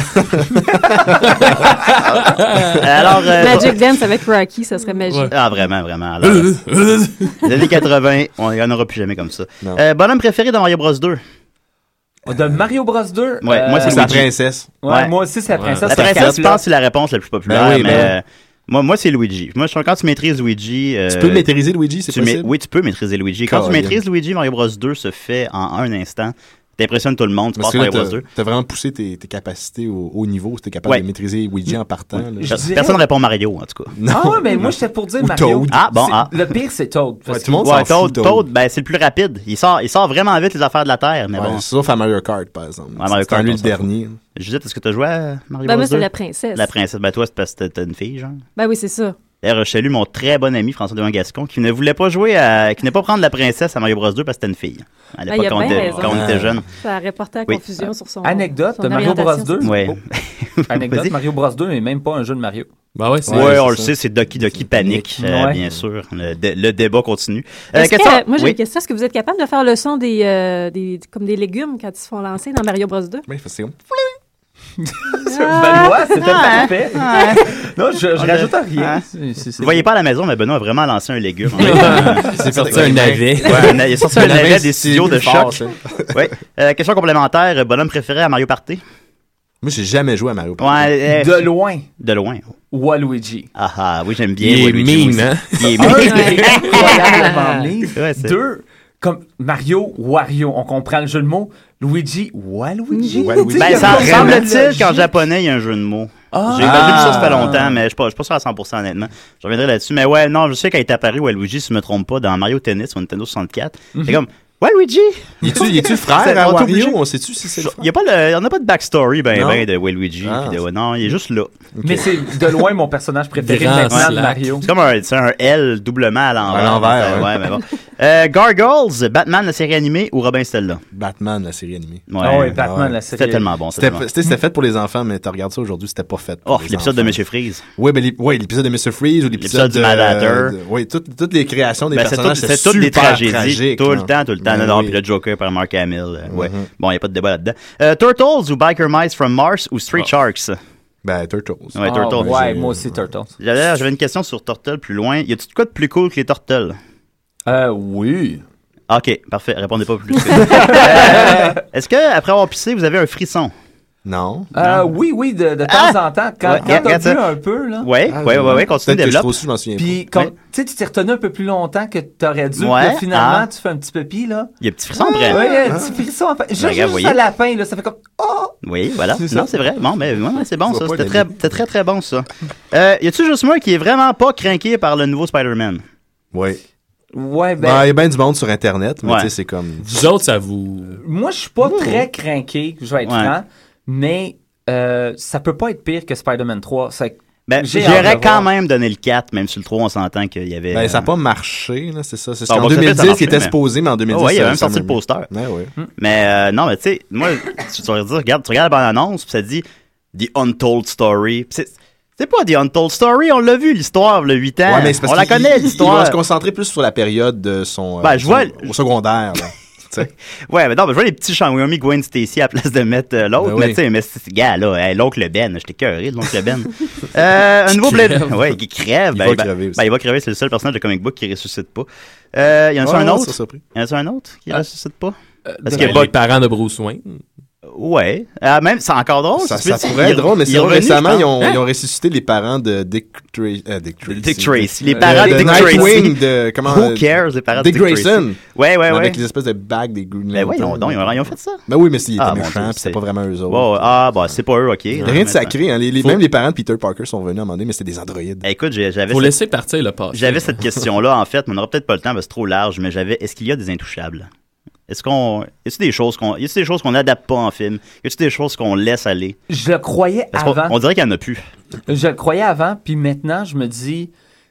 [SPEAKER 6] Alors, euh,
[SPEAKER 3] Magic Dance avec Rocky, ça serait magique.
[SPEAKER 6] Ah, vraiment, vraiment. Alors, les années 80, on n'en aura plus jamais comme ça. Euh, bonhomme préféré dans Mario Bros 2?
[SPEAKER 8] De Mario Bros 2.
[SPEAKER 6] Ouais, moi, c'est
[SPEAKER 8] euh,
[SPEAKER 6] Luigi.
[SPEAKER 8] Ouais, Moi aussi, c'est la princesse.
[SPEAKER 6] La
[SPEAKER 8] c'est un
[SPEAKER 6] princesse, je
[SPEAKER 8] cap-là.
[SPEAKER 6] pense, que c'est la réponse la plus populaire.
[SPEAKER 9] Ben oui,
[SPEAKER 6] mais
[SPEAKER 9] ben oui.
[SPEAKER 6] euh, moi, moi c'est Luigi. Moi, je trouve que quand tu maîtrises Luigi. euh,
[SPEAKER 9] Tu peux maîtriser Luigi, c'est
[SPEAKER 6] tu ma-
[SPEAKER 9] possible?
[SPEAKER 6] Oui, tu peux maîtriser Luigi. Quand tu
[SPEAKER 9] Colin.
[SPEAKER 6] maîtrises Luigi, Mario Bros 2 se fait en un instant. T'impressionnes tout le monde. Tu
[SPEAKER 9] Parce
[SPEAKER 6] passes
[SPEAKER 9] que là,
[SPEAKER 6] Mario Bros 2.
[SPEAKER 9] t'as- t'as vraiment poussé tes, tes capacités au haut niveau. T'es capable
[SPEAKER 6] Ouais.
[SPEAKER 9] de maîtriser Luigi en partant. là. *laughs*
[SPEAKER 6] Je dirais- Personne répond Mario, en tout cas.
[SPEAKER 8] Ah ouais, mais moi, j'étais pour dire
[SPEAKER 9] Ou
[SPEAKER 8] Mario.
[SPEAKER 9] Toad.
[SPEAKER 6] Ah, bon,
[SPEAKER 8] C'est-
[SPEAKER 6] ah.
[SPEAKER 8] Le pire, c'est Toad. parce que-
[SPEAKER 6] Ouais, Toad, Toad, ben, c'est le plus rapide. Il sort, il sort vraiment vite les affaires de la Terre, mais
[SPEAKER 9] Ouais,
[SPEAKER 6] bon.
[SPEAKER 9] Sauf à Mario Kart, par exemple.
[SPEAKER 6] Ouais, Mario
[SPEAKER 9] C'est en
[SPEAKER 6] Kart,
[SPEAKER 9] lui
[SPEAKER 6] on
[SPEAKER 9] le
[SPEAKER 6] s'en fout.
[SPEAKER 9] dernier.
[SPEAKER 6] Judith, est-ce que t'as joué à Mario
[SPEAKER 3] Ben,
[SPEAKER 6] Bros
[SPEAKER 3] moi, c'est
[SPEAKER 6] 2?
[SPEAKER 3] la princesse.
[SPEAKER 6] La princesse. Ben, toi, c'est parce que t'as une fille, genre.
[SPEAKER 3] Ben oui, c'est ça.
[SPEAKER 6] D'ailleurs, je salue mon très bon ami François Devant Gascon qui ne voulait pas jouer à. qui ne pas prendre la princesse à Mario Bros 2 parce que c'était une fille. hein. À
[SPEAKER 3] Ben, il
[SPEAKER 6] l'époque,
[SPEAKER 3] a
[SPEAKER 6] quand on
[SPEAKER 3] bien
[SPEAKER 6] était-
[SPEAKER 3] raison. Ah.
[SPEAKER 6] quand on était jeune.
[SPEAKER 3] Ça a rapporté à
[SPEAKER 6] Oui.
[SPEAKER 3] confusion sur son.
[SPEAKER 8] Anecdote
[SPEAKER 3] son
[SPEAKER 8] de Mario Bros
[SPEAKER 3] orientation.
[SPEAKER 8] 2.
[SPEAKER 6] Ouais.
[SPEAKER 8] Oh. Anecdote,
[SPEAKER 6] *laughs* Vas-y.
[SPEAKER 8] Mario Bros 2 n'est même pas un jeu de Mario.
[SPEAKER 7] Ben ouais, c'est- *laughs*
[SPEAKER 6] ouais,
[SPEAKER 7] ouais,
[SPEAKER 6] on
[SPEAKER 7] c'est
[SPEAKER 6] le
[SPEAKER 7] ça.
[SPEAKER 6] sait, c'est Doki Doki Panic, euh,
[SPEAKER 7] Ouais.
[SPEAKER 6] bien sûr. Le, dé- le débat continue. Euh,
[SPEAKER 3] Est-ce que-
[SPEAKER 6] question-
[SPEAKER 3] moi, j'ai
[SPEAKER 6] oui.
[SPEAKER 3] une question. Est-ce que vous êtes capable de faire le son des, euh, des, comme des légumes quand ils se font lancer dans Mario Bros 2?
[SPEAKER 9] Oui, c'est
[SPEAKER 3] Benoît,
[SPEAKER 12] c'était parfait.
[SPEAKER 6] Non, je,
[SPEAKER 12] je rajoute rien.
[SPEAKER 6] Vous Ah. voyez pas à la maison, mais Benoît a vraiment lancé un légume.
[SPEAKER 7] C'est sorti un navet.
[SPEAKER 6] Ouais, un na- il a sorti un
[SPEAKER 7] Un navet,
[SPEAKER 6] navet des
[SPEAKER 7] c'est
[SPEAKER 6] studios de
[SPEAKER 7] fort,
[SPEAKER 6] choc. *laughs*
[SPEAKER 7] ça.
[SPEAKER 6] Ouais. Euh, question complémentaire. Bonhomme préféré à Mario Party?
[SPEAKER 9] Moi, j'ai jamais joué à Mario
[SPEAKER 6] Party.
[SPEAKER 8] De loin.
[SPEAKER 6] De loin.
[SPEAKER 8] Waluigi.
[SPEAKER 6] Ah ah, oui, j'aime bien
[SPEAKER 7] Il est
[SPEAKER 6] Waluigi
[SPEAKER 7] mean,
[SPEAKER 6] aussi.
[SPEAKER 7] hein?
[SPEAKER 6] Il est
[SPEAKER 8] Un,
[SPEAKER 6] mean.
[SPEAKER 8] c'est Ah,
[SPEAKER 6] *laughs*
[SPEAKER 8] incroyable avant le livre.
[SPEAKER 6] Ah, Ouais, c'est-
[SPEAKER 8] Deux, comme Mario, Wario, on comprend le jeu de mots. Luigi, Waluigi.
[SPEAKER 6] Ben, ça semble-t-il qu'en japonais, il y a un jeu de mots.
[SPEAKER 8] Ah.
[SPEAKER 6] J'ai j'ai vu ça, ça fait
[SPEAKER 8] Ah.
[SPEAKER 6] longtemps, mais je suis pas, je suis pas sûr à 100% honnêtement. Je reviendrai là-dessus. Mais ouais, non, je sais quand il est apparu, Waluigi, si je me trompe pas, dans Mario Tennis sur Nintendo 64, c'est comme, Waluigi!
[SPEAKER 9] Il
[SPEAKER 6] *laughs*
[SPEAKER 9] est-tu frère
[SPEAKER 6] C'est-
[SPEAKER 9] à
[SPEAKER 6] on est
[SPEAKER 9] Wario?
[SPEAKER 6] obligé.
[SPEAKER 9] On sait-tu si c'est le frère?
[SPEAKER 6] Il n'y a pas le, on a pas de backstory, ben,
[SPEAKER 9] Non.
[SPEAKER 6] ben, de Waluigi. pis de- non, il est juste là.
[SPEAKER 8] Mais c'est de loin mon personnage préféré maintenant de Mario.
[SPEAKER 6] C'est comme un, c'est un L doublement à l'envers.
[SPEAKER 8] À l'envers,
[SPEAKER 6] Euh,
[SPEAKER 8] ouais.
[SPEAKER 6] ouais, mais bon. Euh, Gargoyles, Batman, la série animée ou Robin Stella?
[SPEAKER 9] Batman, la série animée.
[SPEAKER 6] Ouais. Ah ouais, Batman, la série- C'était tellement bon, c'était
[SPEAKER 9] C'était
[SPEAKER 6] tellement bon.
[SPEAKER 9] tu sais, c'était fait pour les enfants, mais tu regardes ça aujourd'hui, c'était pas fait. pour
[SPEAKER 6] Oh,
[SPEAKER 9] les
[SPEAKER 6] l'épisode de
[SPEAKER 9] enfants.
[SPEAKER 6] Monsieur Freeze.
[SPEAKER 9] Oui, ben, les- ouais, l'épisode de Mr. Freeze ou
[SPEAKER 6] L'épisode
[SPEAKER 9] l'épisode
[SPEAKER 6] du
[SPEAKER 9] de-
[SPEAKER 6] Malator.
[SPEAKER 9] de- Oui, toutes, toutes les créations des
[SPEAKER 6] Ben, c'est tout-
[SPEAKER 9] personnages,
[SPEAKER 6] c'est toutes des
[SPEAKER 9] super
[SPEAKER 6] tragédies.
[SPEAKER 9] tragique,
[SPEAKER 6] tout le
[SPEAKER 9] là.
[SPEAKER 6] temps, tout le temps.
[SPEAKER 9] Ben
[SPEAKER 6] Non, non,
[SPEAKER 9] oui. Mm-hmm.
[SPEAKER 6] puis le Joker par Mark Hamill. euh, ouais. Bon, il n'y a pas de débat là-dedans. Euh, Turtles ou Biker Mice from Mars ou
[SPEAKER 9] Ah.
[SPEAKER 6] Street Sharks?
[SPEAKER 9] Ben, Turtles.
[SPEAKER 6] Ouais,
[SPEAKER 8] Ah,
[SPEAKER 6] Turtles.
[SPEAKER 8] ouais, moi aussi, Turtles.
[SPEAKER 6] J'avais j'avais une question sur Turtle plus loin. Y a-tu de quoi de plus cool que les Turtles?
[SPEAKER 8] Euh, oui.
[SPEAKER 6] Ok, parfait. Répondez pas
[SPEAKER 9] *laughs*
[SPEAKER 6] plus. Euh, Est-ce que après avoir pissé, vous avez un frisson?
[SPEAKER 9] Non.
[SPEAKER 8] Euh, oui, oui, de, de temps en temps, quand,
[SPEAKER 6] Ah! Ouais, regarde
[SPEAKER 8] quand t'as
[SPEAKER 6] ça.
[SPEAKER 8] bu un peu, là.
[SPEAKER 6] Ouais, Ah, ouais, ouais, ouais, ouais, continue,
[SPEAKER 9] Peut-être que
[SPEAKER 6] développe.
[SPEAKER 9] je trouve- je m'en souviens
[SPEAKER 8] Puis,
[SPEAKER 9] pas.
[SPEAKER 8] comme, tu sais, tu t'es retenu un peu plus longtemps que t'aurais dû,
[SPEAKER 6] Ouais,
[SPEAKER 8] puis là, finalement,
[SPEAKER 6] ah.
[SPEAKER 8] tu fais un petit pipi, là.
[SPEAKER 6] Il y a un petit frisson après.
[SPEAKER 8] Oui, un
[SPEAKER 6] Ah.
[SPEAKER 8] petit frisson après. Juste,
[SPEAKER 6] regarde,
[SPEAKER 8] juste
[SPEAKER 6] voyez.
[SPEAKER 8] à la fin, là, ça fait comme... oh!
[SPEAKER 6] Oui, voilà.
[SPEAKER 8] C'est ça.
[SPEAKER 6] non, c'est vrai. Bon, mais ouais, c'est bon,
[SPEAKER 8] Tu
[SPEAKER 6] ça.
[SPEAKER 8] vois pas
[SPEAKER 6] C'était
[SPEAKER 8] la
[SPEAKER 6] très, c'était très, très bon, ça. Euh, y a-tu juste moi qui est vraiment pas craqué par le nouveau Spider-Man?
[SPEAKER 9] Oui.
[SPEAKER 8] Ouais,
[SPEAKER 9] Ben, il y a bien du monde sur Internet, mais
[SPEAKER 6] Ouais.
[SPEAKER 9] tu sais, c'est comme.
[SPEAKER 7] Vous autres, ça vous.
[SPEAKER 8] Moi, je suis pas très craqué, je vais être
[SPEAKER 9] Ouais.
[SPEAKER 8] franc, mais euh, ça peut pas être pire que Spider-Man 3. C'est que
[SPEAKER 6] Ben,
[SPEAKER 8] j'ai hâte de
[SPEAKER 6] j'aurais quand
[SPEAKER 8] voir.
[SPEAKER 6] même donné le 4, même sur le 3, on s'entend qu'il y avait.
[SPEAKER 9] Ben, ça n'a
[SPEAKER 6] euh, Ben,
[SPEAKER 9] pas marché, là, c'est ça. C'est ce
[SPEAKER 6] Bon,
[SPEAKER 9] qu'en
[SPEAKER 6] bon, ça fait, ça
[SPEAKER 9] 2010,
[SPEAKER 6] marche
[SPEAKER 9] qui était
[SPEAKER 6] plus,
[SPEAKER 9] supposé, mais en 2010.
[SPEAKER 6] Ah ouais, il y a
[SPEAKER 9] ça-
[SPEAKER 6] même
[SPEAKER 9] ça
[SPEAKER 6] sorti
[SPEAKER 9] m'a
[SPEAKER 6] le
[SPEAKER 9] mis.
[SPEAKER 6] poster.
[SPEAKER 9] Ben ouais.
[SPEAKER 6] Mais euh, non, mais tu sais, moi, tu, tu, regardes, regarde, tu regardes la bande-annonce, puis ça dit The Untold Story. Puis C'est c'est pas The Untold Story, on l'a vu, l'histoire, le 8 ans.
[SPEAKER 9] Ouais, mais c'est parce
[SPEAKER 6] on la
[SPEAKER 9] qu'il-
[SPEAKER 6] connaît,
[SPEAKER 9] il- Il va
[SPEAKER 6] l'histoire.
[SPEAKER 9] se concentrer plus sur la période de son. euh,
[SPEAKER 6] Ben, je
[SPEAKER 9] son-
[SPEAKER 6] vois- *laughs*
[SPEAKER 9] Au secondaire, là. Tu sais.
[SPEAKER 6] Ouais, mais non, mais je vois les petits Shangwami Gwen Stacy à la place de mettre euh, l'autre.
[SPEAKER 9] Ben
[SPEAKER 6] mais
[SPEAKER 9] oui.
[SPEAKER 6] tu sais, mais c'est- gars, là, hey, l'oncle Ben, j'étais cœuré de l'oncle
[SPEAKER 9] *laughs*
[SPEAKER 6] Ben. Euh, un nouveau bled.
[SPEAKER 9] crève.
[SPEAKER 6] Ouais, qui crève.
[SPEAKER 9] Il
[SPEAKER 6] ben,
[SPEAKER 9] va
[SPEAKER 6] ben,
[SPEAKER 9] crever
[SPEAKER 6] ben,
[SPEAKER 9] aussi.
[SPEAKER 6] il va crever, c'est le seul personnage de comic book qui ressuscite pas. Euh, y en a-tu
[SPEAKER 7] Ouais,
[SPEAKER 6] un
[SPEAKER 7] ouais,
[SPEAKER 6] autre?
[SPEAKER 7] ça surpris.
[SPEAKER 6] Y en a-tu un autre
[SPEAKER 9] Ah.
[SPEAKER 6] qui ressuscite pas?
[SPEAKER 7] Parce
[SPEAKER 6] qu'il y a
[SPEAKER 7] les parents de Bruce Wayne.
[SPEAKER 6] Ouais. Ah, même, c'est encore drôle.
[SPEAKER 9] Ça,
[SPEAKER 6] tu peux
[SPEAKER 9] ça
[SPEAKER 6] dire,
[SPEAKER 9] pourrait
[SPEAKER 6] il-
[SPEAKER 9] être drôle, mais
[SPEAKER 6] il est
[SPEAKER 9] sinon,
[SPEAKER 6] revenu,
[SPEAKER 9] récemment,
[SPEAKER 6] je
[SPEAKER 9] ils ont,
[SPEAKER 6] pense.
[SPEAKER 9] ils ont ressuscité les parents de Dick, Tra- euh, Dick Tracy. Euh,
[SPEAKER 6] Dick Tracy. Les
[SPEAKER 9] De-
[SPEAKER 6] parents de Dick
[SPEAKER 9] Nightwing,
[SPEAKER 6] Tracy.
[SPEAKER 9] de. Comment,
[SPEAKER 6] Who
[SPEAKER 9] euh,
[SPEAKER 6] cares, les parents de
[SPEAKER 9] Dick
[SPEAKER 6] Dick Tracy.
[SPEAKER 9] Grayson.
[SPEAKER 6] Ouais, ouais, ouais.
[SPEAKER 9] Avec les espèces de bagues des Green
[SPEAKER 6] Ben voyons
[SPEAKER 9] Lantern.
[SPEAKER 6] donc, ils ont- ils ont fait ça?
[SPEAKER 9] Ben oui, mais s'ils
[SPEAKER 6] Ah,
[SPEAKER 9] étaient
[SPEAKER 6] mon Dieu,
[SPEAKER 9] méchants, puis
[SPEAKER 6] c'est-
[SPEAKER 9] c'était pas vraiment eux autres.
[SPEAKER 6] Ouais, ouais. ah, bah, c'est pas eux, ok.
[SPEAKER 9] Il y a
[SPEAKER 6] Là,
[SPEAKER 9] Rien de
[SPEAKER 6] maintenant.
[SPEAKER 9] sacré, hein. Les- les-
[SPEAKER 6] Faut-
[SPEAKER 9] même les parents de Peter Parker sont venus à un moment donné, mais c'était des androïdes.
[SPEAKER 6] ben, Écoute, j'ai- j'avais.
[SPEAKER 9] Faut
[SPEAKER 6] cette-
[SPEAKER 9] laisser partir le passé.
[SPEAKER 6] J'avais cette question-là, en fait, mais on n'aura peut-être pas le temps, parce que c'est trop large, mais j'avais. Est-ce qu'il y a des intouchables? Est-ce qu'on. Y a-t-il des choses qu'on. Y a-t-il des choses qu'on n'adapte pas en film? Y a-t-il des choses qu'on laisse aller?
[SPEAKER 8] Je le croyais
[SPEAKER 6] Parce qu'on
[SPEAKER 8] avant.
[SPEAKER 6] Ben, on dirait qu'il y en a plus.
[SPEAKER 8] Je le croyais avant, puis maintenant, je me dis,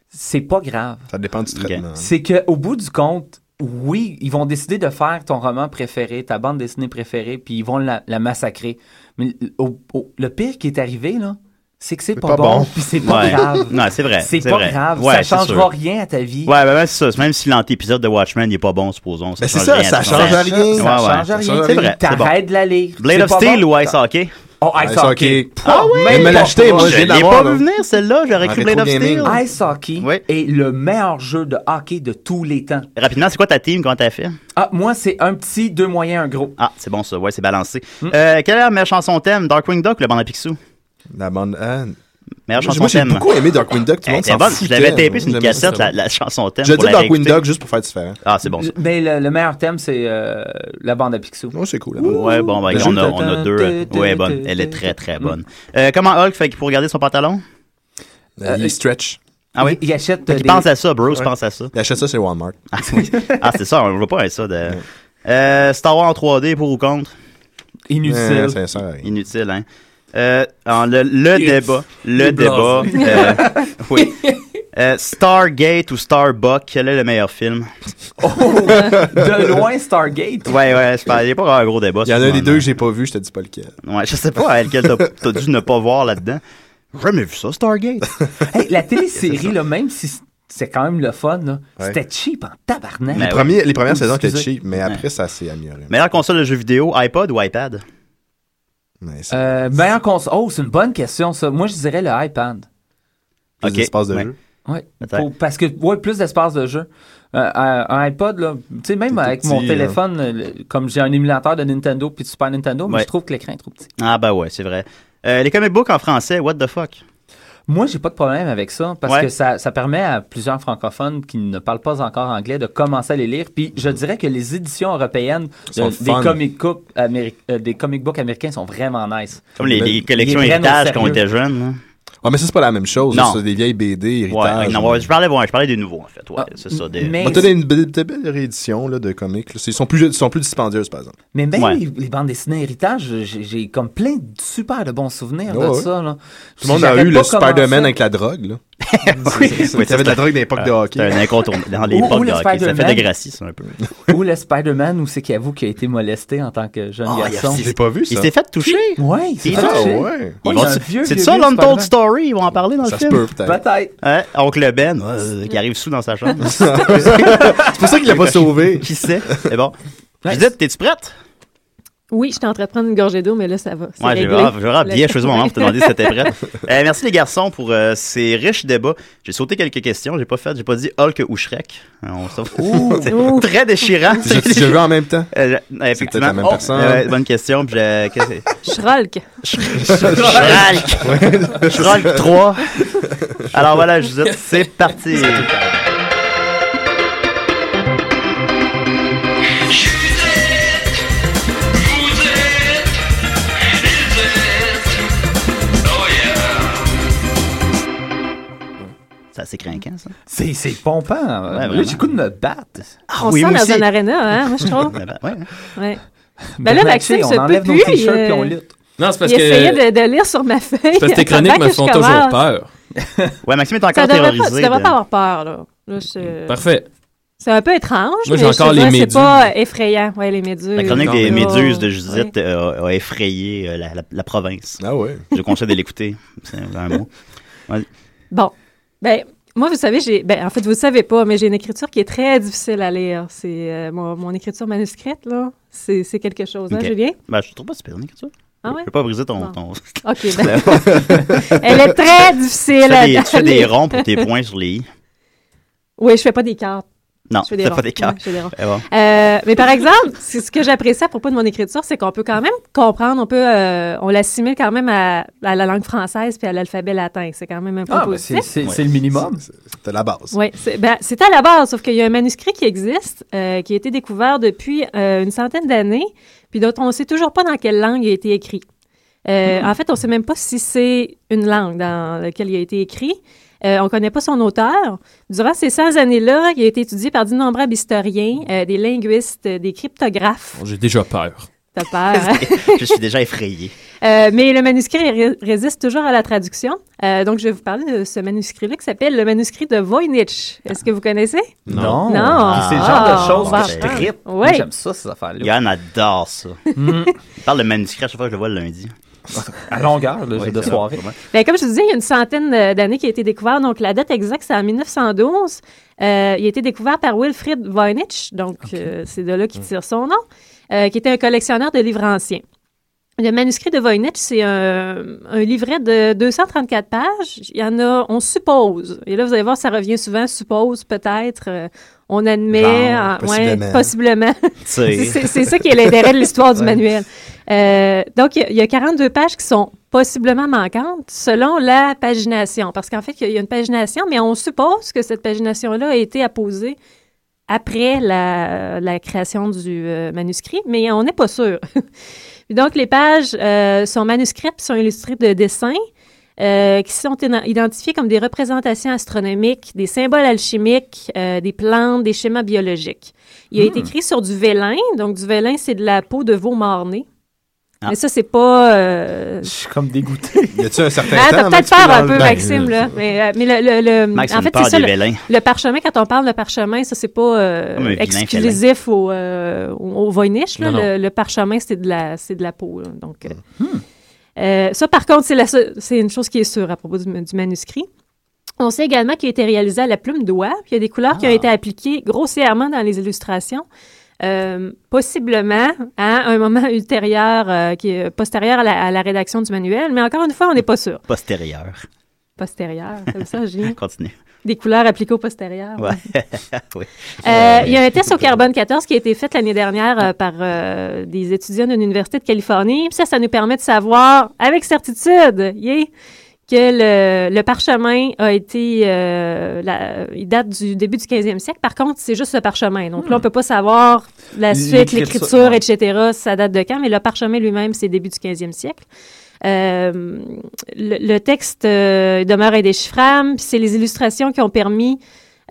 [SPEAKER 8] c'est pas grave.
[SPEAKER 9] Ça dépend du traitement.
[SPEAKER 8] C'est qu'au bout du compte, oui, ils vont décider de faire ton roman préféré, ta bande dessinée préférée, puis ils vont la, la massacrer. Mais l- au- au- le pire qui est arrivé, là, c'est que c'est pas, bon, *laughs* puis c'est pas
[SPEAKER 6] Ouais.
[SPEAKER 8] grave.
[SPEAKER 6] *laughs* Non, c'est vrai.
[SPEAKER 8] C'est pas
[SPEAKER 6] vrai.
[SPEAKER 8] grave.
[SPEAKER 6] Ouais,
[SPEAKER 8] ça
[SPEAKER 6] c'est
[SPEAKER 8] changera
[SPEAKER 6] sûr.
[SPEAKER 8] rien à ta vie.
[SPEAKER 6] Ouais, ben, ben, c'est ça. Même si l'antépisode de Watchmen n'est pas bon, supposons.
[SPEAKER 9] Ben, c'est ça, ça
[SPEAKER 6] tu
[SPEAKER 9] change
[SPEAKER 6] comprends?
[SPEAKER 9] rien. Ça
[SPEAKER 6] Ouais, ouais.
[SPEAKER 9] change rien.
[SPEAKER 6] C'est vrai. c'est bon.
[SPEAKER 8] T'arrêtes de la lire.
[SPEAKER 6] Blade
[SPEAKER 8] C'est
[SPEAKER 6] of
[SPEAKER 8] pas
[SPEAKER 6] Steel
[SPEAKER 8] bon.
[SPEAKER 6] ou Ice Hockey?
[SPEAKER 8] Oh, Ice Ice Hockey. Hockey.
[SPEAKER 6] Ah oui!
[SPEAKER 8] Même
[SPEAKER 6] Mais
[SPEAKER 8] pas.
[SPEAKER 6] l'acheter, moi,
[SPEAKER 8] Je
[SPEAKER 6] j'ai de
[SPEAKER 8] l'ai
[SPEAKER 6] l'avoir,
[SPEAKER 8] pas
[SPEAKER 6] là.
[SPEAKER 8] vu
[SPEAKER 6] venir, celle-là. J'aurais
[SPEAKER 8] En
[SPEAKER 6] cru Blade of
[SPEAKER 8] rétro gaming.
[SPEAKER 6] Steel.
[SPEAKER 8] Ice Hockey est le meilleur jeu de hockey de tous les temps.
[SPEAKER 6] Rapidement, c'est quoi ta team quand t'as fait?
[SPEAKER 8] Ah, moi, c'est un petit, deux moyens, un gros.
[SPEAKER 6] Ah, c'est bon ça, ouais, c'est balancé. Euh, quelle est la meilleure chanson thème? Darkwing Duck ou la bande à Picsou?
[SPEAKER 9] La bande. à...
[SPEAKER 6] Meilleure
[SPEAKER 9] Moi,
[SPEAKER 6] chanson
[SPEAKER 9] j'ai
[SPEAKER 6] thème.
[SPEAKER 9] beaucoup aimé Darkwing Duck, tout le
[SPEAKER 6] Eh,
[SPEAKER 9] monde
[SPEAKER 6] c'est
[SPEAKER 9] s'en
[SPEAKER 6] bon,
[SPEAKER 9] foutait.
[SPEAKER 6] Je l'avais tapé sur
[SPEAKER 9] J'aimais
[SPEAKER 6] une
[SPEAKER 9] ça,
[SPEAKER 6] cassette,
[SPEAKER 9] c'est
[SPEAKER 6] la,
[SPEAKER 9] bon.
[SPEAKER 6] la chanson thème.
[SPEAKER 9] Je
[SPEAKER 6] pour
[SPEAKER 9] dis
[SPEAKER 6] la
[SPEAKER 9] Darkwing
[SPEAKER 6] réécouter.
[SPEAKER 9] Duck juste pour faire différent.
[SPEAKER 6] Ah, c'est bon ça.
[SPEAKER 8] Mais le, le meilleur thème, c'est euh, la bande à Picsou.
[SPEAKER 9] Non, c'est cool. hein.
[SPEAKER 6] Ouais, bon, ben,
[SPEAKER 8] Le
[SPEAKER 6] on,
[SPEAKER 8] jeu
[SPEAKER 6] a,
[SPEAKER 8] de
[SPEAKER 6] on a
[SPEAKER 8] temps.
[SPEAKER 6] deux. euh,
[SPEAKER 8] Tu, tu,
[SPEAKER 6] Ouais,
[SPEAKER 8] tu,
[SPEAKER 6] bonne.
[SPEAKER 8] tu,
[SPEAKER 6] Elle est
[SPEAKER 8] tu.
[SPEAKER 6] très, très bonne. Euh, comment Hulk fait pour garder son pantalon?
[SPEAKER 9] Euh, il stretch.
[SPEAKER 6] Ah oui?
[SPEAKER 8] Il achète. euh,
[SPEAKER 6] Il pense à ça, Bruce pense à ça.
[SPEAKER 9] Il achète ça chez Walmart.
[SPEAKER 6] Ah, oui. Ah, c'est ça, on voit pas ça. De... Euh, Star Wars en 3D pour ou contre?
[SPEAKER 9] Inutile. Ouais, c'est ça, ouais.
[SPEAKER 6] Inutile, hein? Euh, en le le débat. Le
[SPEAKER 9] Il
[SPEAKER 6] débat.
[SPEAKER 9] blase.
[SPEAKER 6] euh,
[SPEAKER 9] *laughs*
[SPEAKER 6] oui. Euh, Stargate ou Starbuck, quel est le meilleur film?
[SPEAKER 8] De *laughs* loin, Stargate.
[SPEAKER 6] Ouais, ouais, je parle- il n'y a pas vraiment un gros débat.
[SPEAKER 9] Il y en a
[SPEAKER 6] souvent,
[SPEAKER 9] des
[SPEAKER 6] là.
[SPEAKER 9] deux que j'ai pas vu, je te dis pas lequel.
[SPEAKER 6] hein, Ouais, je sais pas à lequel t'as t'as dû ne pas voir là-dedans. Jamais vu ça, Stargate.
[SPEAKER 8] Hey, la télésérie, là, même si c- c'est quand même le fun, là,
[SPEAKER 9] Ouais.
[SPEAKER 8] c'était cheap en tabarnak.
[SPEAKER 9] Les,
[SPEAKER 6] Ben
[SPEAKER 9] premiers- les premières saisons étaient cheap, mais après, ça s'est amélioré.
[SPEAKER 6] Meilleure console de jeux vidéo, iPod ou iPad?
[SPEAKER 8] Euh, meilleure console. Oh, c'est une bonne question, ça. Moi, je dirais le iPad.
[SPEAKER 9] Plus d'espace de jeu.
[SPEAKER 8] Oui. parce que, ouais, plus d'espace de jeu. Euh, un un iPod, là, tu sais, même avec mon
[SPEAKER 6] petit,
[SPEAKER 8] téléphone, euh, comme j'ai un émulateur de Nintendo puis de Super Nintendo, mais
[SPEAKER 6] Ouais.
[SPEAKER 8] je trouve que l'écran est trop petit.
[SPEAKER 6] Ah, bah ouais, c'est vrai. Euh, les comic books en français, what the fuck?
[SPEAKER 8] Moi, j'ai pas de problème avec ça parce
[SPEAKER 6] Ouais.
[SPEAKER 8] que ça, ça permet à plusieurs francophones qui ne parlent pas encore anglais de commencer à les lire. Puis je dirais que les éditions européennes de-
[SPEAKER 6] Sont
[SPEAKER 8] des,
[SPEAKER 6] fun.
[SPEAKER 8] comic cook améri- euh, des comic books américains sont vraiment nice.
[SPEAKER 6] Comme les, les
[SPEAKER 8] Ils
[SPEAKER 6] collections
[SPEAKER 8] prennent au
[SPEAKER 6] héritage quand on
[SPEAKER 8] sérieux.
[SPEAKER 6] était jeune. là.
[SPEAKER 9] Ouais, Ah, mais ça, c'est pas la même chose.
[SPEAKER 6] Non.
[SPEAKER 9] là, C'est des vieilles BD, héritage.
[SPEAKER 6] Ouais, non, ouais, je parlais, ouais, je parlais des nouveaux, en fait.
[SPEAKER 8] Ah,
[SPEAKER 6] Ouais, c'est ça. Des...
[SPEAKER 9] On a une belle, des belles rééditions là, de comics. là. Ils sont plus, ils sont plus dispendieuses, par exemple.
[SPEAKER 8] Mais même
[SPEAKER 9] Ouais.
[SPEAKER 8] les, les bandes dessinées héritage, j'ai j'ai comme plein de super de bons souvenirs
[SPEAKER 9] Ouais,
[SPEAKER 8] de
[SPEAKER 9] ouais.
[SPEAKER 8] ça. là.
[SPEAKER 9] Tout le monde
[SPEAKER 8] Si
[SPEAKER 9] a
[SPEAKER 8] j'avais
[SPEAKER 9] eu
[SPEAKER 8] pas
[SPEAKER 9] le Spider-Man
[SPEAKER 8] commencé-
[SPEAKER 9] avec la drogue. Là.
[SPEAKER 6] Oui,
[SPEAKER 9] ça avait de la
[SPEAKER 6] c'est-
[SPEAKER 9] drogue d'époque de
[SPEAKER 6] Ah,
[SPEAKER 9] hockey.
[SPEAKER 6] c'est un incontournable. Dans
[SPEAKER 8] Ou- ou
[SPEAKER 6] l'époque
[SPEAKER 8] le
[SPEAKER 6] de hockey, ça fait
[SPEAKER 8] Spider-Man.
[SPEAKER 6] de gracie, ça, un peu.
[SPEAKER 8] Ou le Spider-Man où c'est qu'il avoue qu'il a été molesté en tant que jeune
[SPEAKER 6] Ah, il a-
[SPEAKER 8] garçon.
[SPEAKER 6] il- J'ai pas vu, il ça. s'est fait toucher.
[SPEAKER 8] Ouais, il s'est
[SPEAKER 6] Ah,
[SPEAKER 8] fait toucher.
[SPEAKER 6] ouais. Ils
[SPEAKER 8] il
[SPEAKER 6] vont-
[SPEAKER 8] a un
[SPEAKER 6] c'est-
[SPEAKER 8] vieux,
[SPEAKER 6] c'est
[SPEAKER 8] vieux,
[SPEAKER 6] ça,
[SPEAKER 8] vieux
[SPEAKER 6] l'Untold
[SPEAKER 8] Spider-Man.
[SPEAKER 6] Story? Ils vont en parler dans
[SPEAKER 8] Ça
[SPEAKER 6] le
[SPEAKER 8] se
[SPEAKER 6] film?
[SPEAKER 8] peut, peut-être. Peut-être.
[SPEAKER 6] Hein? Oncle Ben, euh, qui arrive sous dans sa chambre.
[SPEAKER 9] *laughs* c'est pour ça qu'il l'a pas sauvé.
[SPEAKER 6] *laughs* Qui sait? Mais bon. Judith, t'es-tu prête?
[SPEAKER 3] Oui, j'étais en train de prendre une gorgée d'eau, mais là, ça va. c'est
[SPEAKER 6] Ouais, j'ai
[SPEAKER 3] réglé.
[SPEAKER 6] vraiment, j'ai vraiment
[SPEAKER 3] Le-
[SPEAKER 6] bien choisi mon moment pour te demander si
[SPEAKER 3] *laughs*
[SPEAKER 6] t'étais prête. Euh, merci les garçons pour euh, ces riches débats. J'ai sauté quelques questions, j'ai pas fait, j'ai pas dit Hulk ou Shrek. Euh, on s'en fout. *laughs* C'est très déchirant.
[SPEAKER 9] J'ai- j'ai vu en même temps.
[SPEAKER 6] Euh, je- euh, effectivement.
[SPEAKER 9] peut-être la même
[SPEAKER 6] Oh,
[SPEAKER 9] personne.
[SPEAKER 6] euh, bonne question. Puis je- qu'est-ce que c'est?
[SPEAKER 3] Shrulk.
[SPEAKER 6] Shrek. Shrek 3. Alors voilà, je vous dis, c'est parti. C'est assez craquant, ça.
[SPEAKER 8] C'est, c'est pompant. là,
[SPEAKER 6] vraiment.
[SPEAKER 8] j'ai le goût de me battre.
[SPEAKER 3] Ah, On se sent dans un aréna, hein,
[SPEAKER 7] *laughs*
[SPEAKER 3] moi, je trouve. Ouais. Ben là,
[SPEAKER 8] Ben,
[SPEAKER 3] Maxime,
[SPEAKER 8] tu
[SPEAKER 3] se
[SPEAKER 8] sais, on enlève
[SPEAKER 3] peut
[SPEAKER 8] nos
[SPEAKER 3] plus,
[SPEAKER 8] t-shirts
[SPEAKER 3] il,
[SPEAKER 8] puis on
[SPEAKER 3] euh,
[SPEAKER 8] lutte.
[SPEAKER 7] Non, c'est parce
[SPEAKER 3] il
[SPEAKER 7] que-
[SPEAKER 3] essayait de, de lire sur ma *laughs* feuille.
[SPEAKER 7] Parce que tes
[SPEAKER 3] pendant
[SPEAKER 7] chroniques me
[SPEAKER 3] je
[SPEAKER 7] font toujours
[SPEAKER 3] commence.
[SPEAKER 7] peur.
[SPEAKER 6] Ouais, Maxime est
[SPEAKER 3] Ça
[SPEAKER 6] encore
[SPEAKER 3] devrait pas,
[SPEAKER 6] terrorisé.
[SPEAKER 3] tu devrais
[SPEAKER 6] de-
[SPEAKER 3] pas avoir peur, là. Là, je-
[SPEAKER 7] Mm, Parfait.
[SPEAKER 3] C'est un peu étrange,
[SPEAKER 6] Moi,
[SPEAKER 3] mais
[SPEAKER 6] j'ai
[SPEAKER 3] je
[SPEAKER 6] encore
[SPEAKER 3] te
[SPEAKER 6] les
[SPEAKER 3] dirais, c'est
[SPEAKER 6] méduses.
[SPEAKER 3] pas effrayant. Ouais, les méduses.
[SPEAKER 6] La chronique
[SPEAKER 3] Ouais.
[SPEAKER 6] des méduses de Judith
[SPEAKER 3] Ouais.
[SPEAKER 6] euh, a, a effrayé euh, la, la- la province.
[SPEAKER 9] Ah ouais.
[SPEAKER 6] Je conseille de l'écouter. C'est un mot. Ouais.
[SPEAKER 3] Bon. Ben, moi, vous savez, j'ai. Ben, en fait, vous le savez pas, mais j'ai une écriture qui est très difficile à lire. C'est euh, mon, mon écriture manuscrite, là. C'est c'est quelque chose, hein,
[SPEAKER 6] Ok.
[SPEAKER 3] Julien?
[SPEAKER 6] Ben, je te trouve pas super que ça.
[SPEAKER 3] Ah ouais?
[SPEAKER 6] Je veux pas briser ton.
[SPEAKER 3] Bon.
[SPEAKER 6] ton-
[SPEAKER 3] Ok, ben. Elle est très difficile
[SPEAKER 6] Tu fais des,
[SPEAKER 3] à-
[SPEAKER 6] tu fais
[SPEAKER 3] à
[SPEAKER 6] des
[SPEAKER 3] lire.
[SPEAKER 6] ronds pour tes points sur les i.
[SPEAKER 3] Oui, je fais pas des cartes.
[SPEAKER 6] Non,
[SPEAKER 3] je fais des
[SPEAKER 6] t'as
[SPEAKER 3] ronds.
[SPEAKER 6] pas des cartes.
[SPEAKER 3] Ouais, je fais des ronds.
[SPEAKER 6] Eh bon.
[SPEAKER 3] Euh, mais par exemple, *laughs* c'est ce que j'apprécie à propos de mon écriture, c'est qu'on peut quand même comprendre, on peut, euh, on l'assimile quand même à, à la langue française puis à l'alphabet latin. C'est quand même un point
[SPEAKER 8] Ah, ben,
[SPEAKER 3] positif.
[SPEAKER 8] c'est, c'est- c'est le minimum.
[SPEAKER 9] C'était la base.
[SPEAKER 3] Oui, c'est ben, c'est à la base, sauf qu'il y a un manuscrit qui existe, euh, qui a été découvert depuis euh, une centaine d'années, puis dont on ne sait toujours pas dans quelle langue il a été écrit. Euh, En fait, on ne sait même pas si c'est une langue dans laquelle il a été écrit. Euh, on ne connaît pas son auteur. Durant ces 100 années-là, il a été étudié par d'innombrables historiens, euh, des linguistes, euh, des cryptographes.
[SPEAKER 7] J'ai déjà peur.
[SPEAKER 3] T'as peur, hein?
[SPEAKER 6] Je suis déjà
[SPEAKER 3] *laughs*
[SPEAKER 6] effrayé.
[SPEAKER 3] Euh, mais le manuscrit ré- résiste toujours à la traduction. Euh, donc, je vais vous parler de ce manuscrit-là qui s'appelle le manuscrit de Voynich. Est-ce que vous connaissez?
[SPEAKER 8] Non.
[SPEAKER 3] Non.
[SPEAKER 8] Puis C'est le
[SPEAKER 3] Ah,
[SPEAKER 8] genre de
[SPEAKER 3] bon.
[SPEAKER 8] choses que je trippe.
[SPEAKER 3] Ouais.
[SPEAKER 8] Moi, j'aime ça, ces affaires-là.
[SPEAKER 6] Yann adore ça.
[SPEAKER 3] Mm.
[SPEAKER 6] Il parle de manuscrit à chaque fois que je le vois le lundi.
[SPEAKER 8] À longueur de,
[SPEAKER 6] Oui,
[SPEAKER 8] de
[SPEAKER 6] c'est
[SPEAKER 8] soirée.
[SPEAKER 6] vrai.
[SPEAKER 3] Ben, comme je vous disais, il y a une centaine euh, d'années qu'il a été découvert. Donc, la date exacte, c'est en 1912. Euh, il a été découvert par Wilfrid Voynich. Donc, euh, c'est de là qu'il tire son nom, euh, qui était un collectionneur de livres anciens. Le manuscrit de Voynich, c'est un, un livret de 234 pages. Il y en a, on suppose. Et là, vous allez voir, ça revient souvent, suppose, peut-être, euh, on admet,
[SPEAKER 14] Genre,
[SPEAKER 3] en-
[SPEAKER 14] possiblement.
[SPEAKER 3] ouais, possiblement.
[SPEAKER 14] sais.
[SPEAKER 3] c'est c'est- c'est ça qui est l'intérêt de l'histoire du
[SPEAKER 14] Ouais.
[SPEAKER 3] manuel. Euh, donc, il y a- il y, a 42 pages qui sont possiblement manquantes selon la pagination. Parce qu'en fait, il y a- il y a une pagination, mais on suppose que cette pagination-là a été apposée après la, la création du euh, manuscrit, mais on n'est pas sûr. *laughs* Puis donc, les pages euh, sont manuscrites puis sont illustrées de dessins euh, qui sont ina- identifiés comme des représentations astronomiques, des symboles alchimiques, euh, des plantes, des schémas biologiques. Il a
[SPEAKER 14] Hmm.
[SPEAKER 3] été écrit sur du vélin. Donc, du vélin, c'est de la peau de veau mort-né.
[SPEAKER 8] Ah.
[SPEAKER 3] Mais ça, c'est pas... euh,
[SPEAKER 8] Je suis comme dégoûté.
[SPEAKER 9] Y a-tu un certain
[SPEAKER 3] ah,
[SPEAKER 9] temps?
[SPEAKER 3] t'as
[SPEAKER 9] avant que
[SPEAKER 3] peut-être
[SPEAKER 9] tu peux
[SPEAKER 3] peur un
[SPEAKER 9] l'enlever?
[SPEAKER 3] peu, Maxime, là. Mais, euh, mais le, le- le-
[SPEAKER 6] Max,
[SPEAKER 3] en
[SPEAKER 6] une
[SPEAKER 3] fait,
[SPEAKER 6] peur
[SPEAKER 3] c'est ça,
[SPEAKER 6] des
[SPEAKER 3] le, euh,
[SPEAKER 6] vélins.
[SPEAKER 3] le parchemin, quand on parle de parchemin, ça, c'est pas euh,
[SPEAKER 6] Comme un vilain
[SPEAKER 3] exclusif au, euh, au, au Voynich, là.
[SPEAKER 6] Non, non.
[SPEAKER 3] Le, le parchemin, c'est de la, c'est de la peau, là. Donc, euh, *laughs* Euh, ça, par contre, c'est la seule- c'est une chose qui est sûre à propos du, du manuscrit. On sait également qu'il a été réalisé à la plume d'oie, puis il y a des couleurs
[SPEAKER 8] Ah.
[SPEAKER 3] qui ont été appliquées grossièrement dans les illustrations. Euh, possiblement à un moment *laughs* ultérieur, euh, qui est postérieur à la, à la rédaction du manuel, mais encore une fois, on n'est pas sûr.
[SPEAKER 6] Postérieur.
[SPEAKER 3] Postérieur, comme ça, j'ai
[SPEAKER 6] Continue.
[SPEAKER 3] des couleurs appliquées au postérieur.
[SPEAKER 6] Ouais. oui.
[SPEAKER 3] Euh, il y a un test au carbone 14 qui a été fait l'année dernière euh, par euh, des étudiants d'une université de Californie. Puis ça, ça nous permet de savoir avec certitude yeah, que le, le parchemin a été. euh, la- il date du
[SPEAKER 8] *laughs*
[SPEAKER 3] début du 15e siècle. Par contre, c'est juste le parchemin. Donc là, on peut pas savoir la suite,
[SPEAKER 14] L'écriture,
[SPEAKER 3] l'écriture, etc. Ça date de quand, mais le parchemin lui-même, c'est début du 15e siècle. Euh, le, le texte euh, demeure indéchiffrable, puis c'est les illustrations qui ont permis,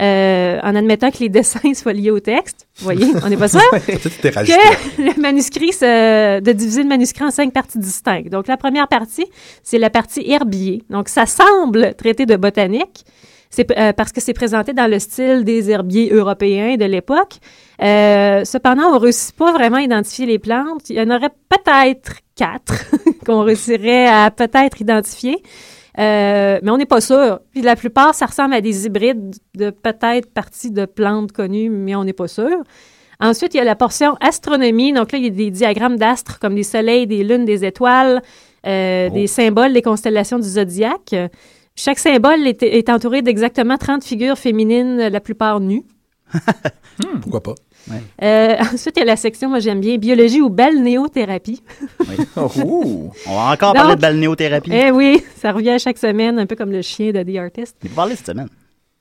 [SPEAKER 3] euh, en admettant que les *laughs* dessins soient liés au texte, vous voyez, on n'est pas sûr,
[SPEAKER 9] Peut-être t'es rajouté.
[SPEAKER 3] que le manuscrit, se- de diviser le manuscrit en cinq parties distinctes. Donc, la première partie, c'est la partie herbier. Donc, ça semble traiter de botanique. C'est euh, parce que c'est présenté dans le style des herbiers européens de l'époque. Euh, cependant, on ne réussit pas vraiment à identifier les plantes. Il y en aurait peut-être quatre *laughs* qu'on réussirait à peut-être identifier. Euh, mais on n'est pas sûr. Puis la plupart, ça ressemble à des hybrides de peut-être parties de plantes connues, mais on n'est pas sûr. Ensuite, il y a la portion astronomie. Donc là, il y a des diagrammes d'astres comme des soleils, des lunes, des étoiles, euh, des symboles, des constellations du zodiaque. Chaque symbole est, est entouré d'exactement 30 figures féminines, la plupart nues.
[SPEAKER 9] Pourquoi pas?
[SPEAKER 3] Euh, *laughs* ensuite, il y a la section, moi j'aime bien, biologie ou balnéothérapie.
[SPEAKER 8] Oh.
[SPEAKER 6] Ouh. On va encore parler
[SPEAKER 3] Donc-
[SPEAKER 6] de balnéothérapie.
[SPEAKER 3] Eh oui, *laughs* ça revient à chaque semaine, un peu comme le chien de The Artist.
[SPEAKER 6] Il va parler cette semaine.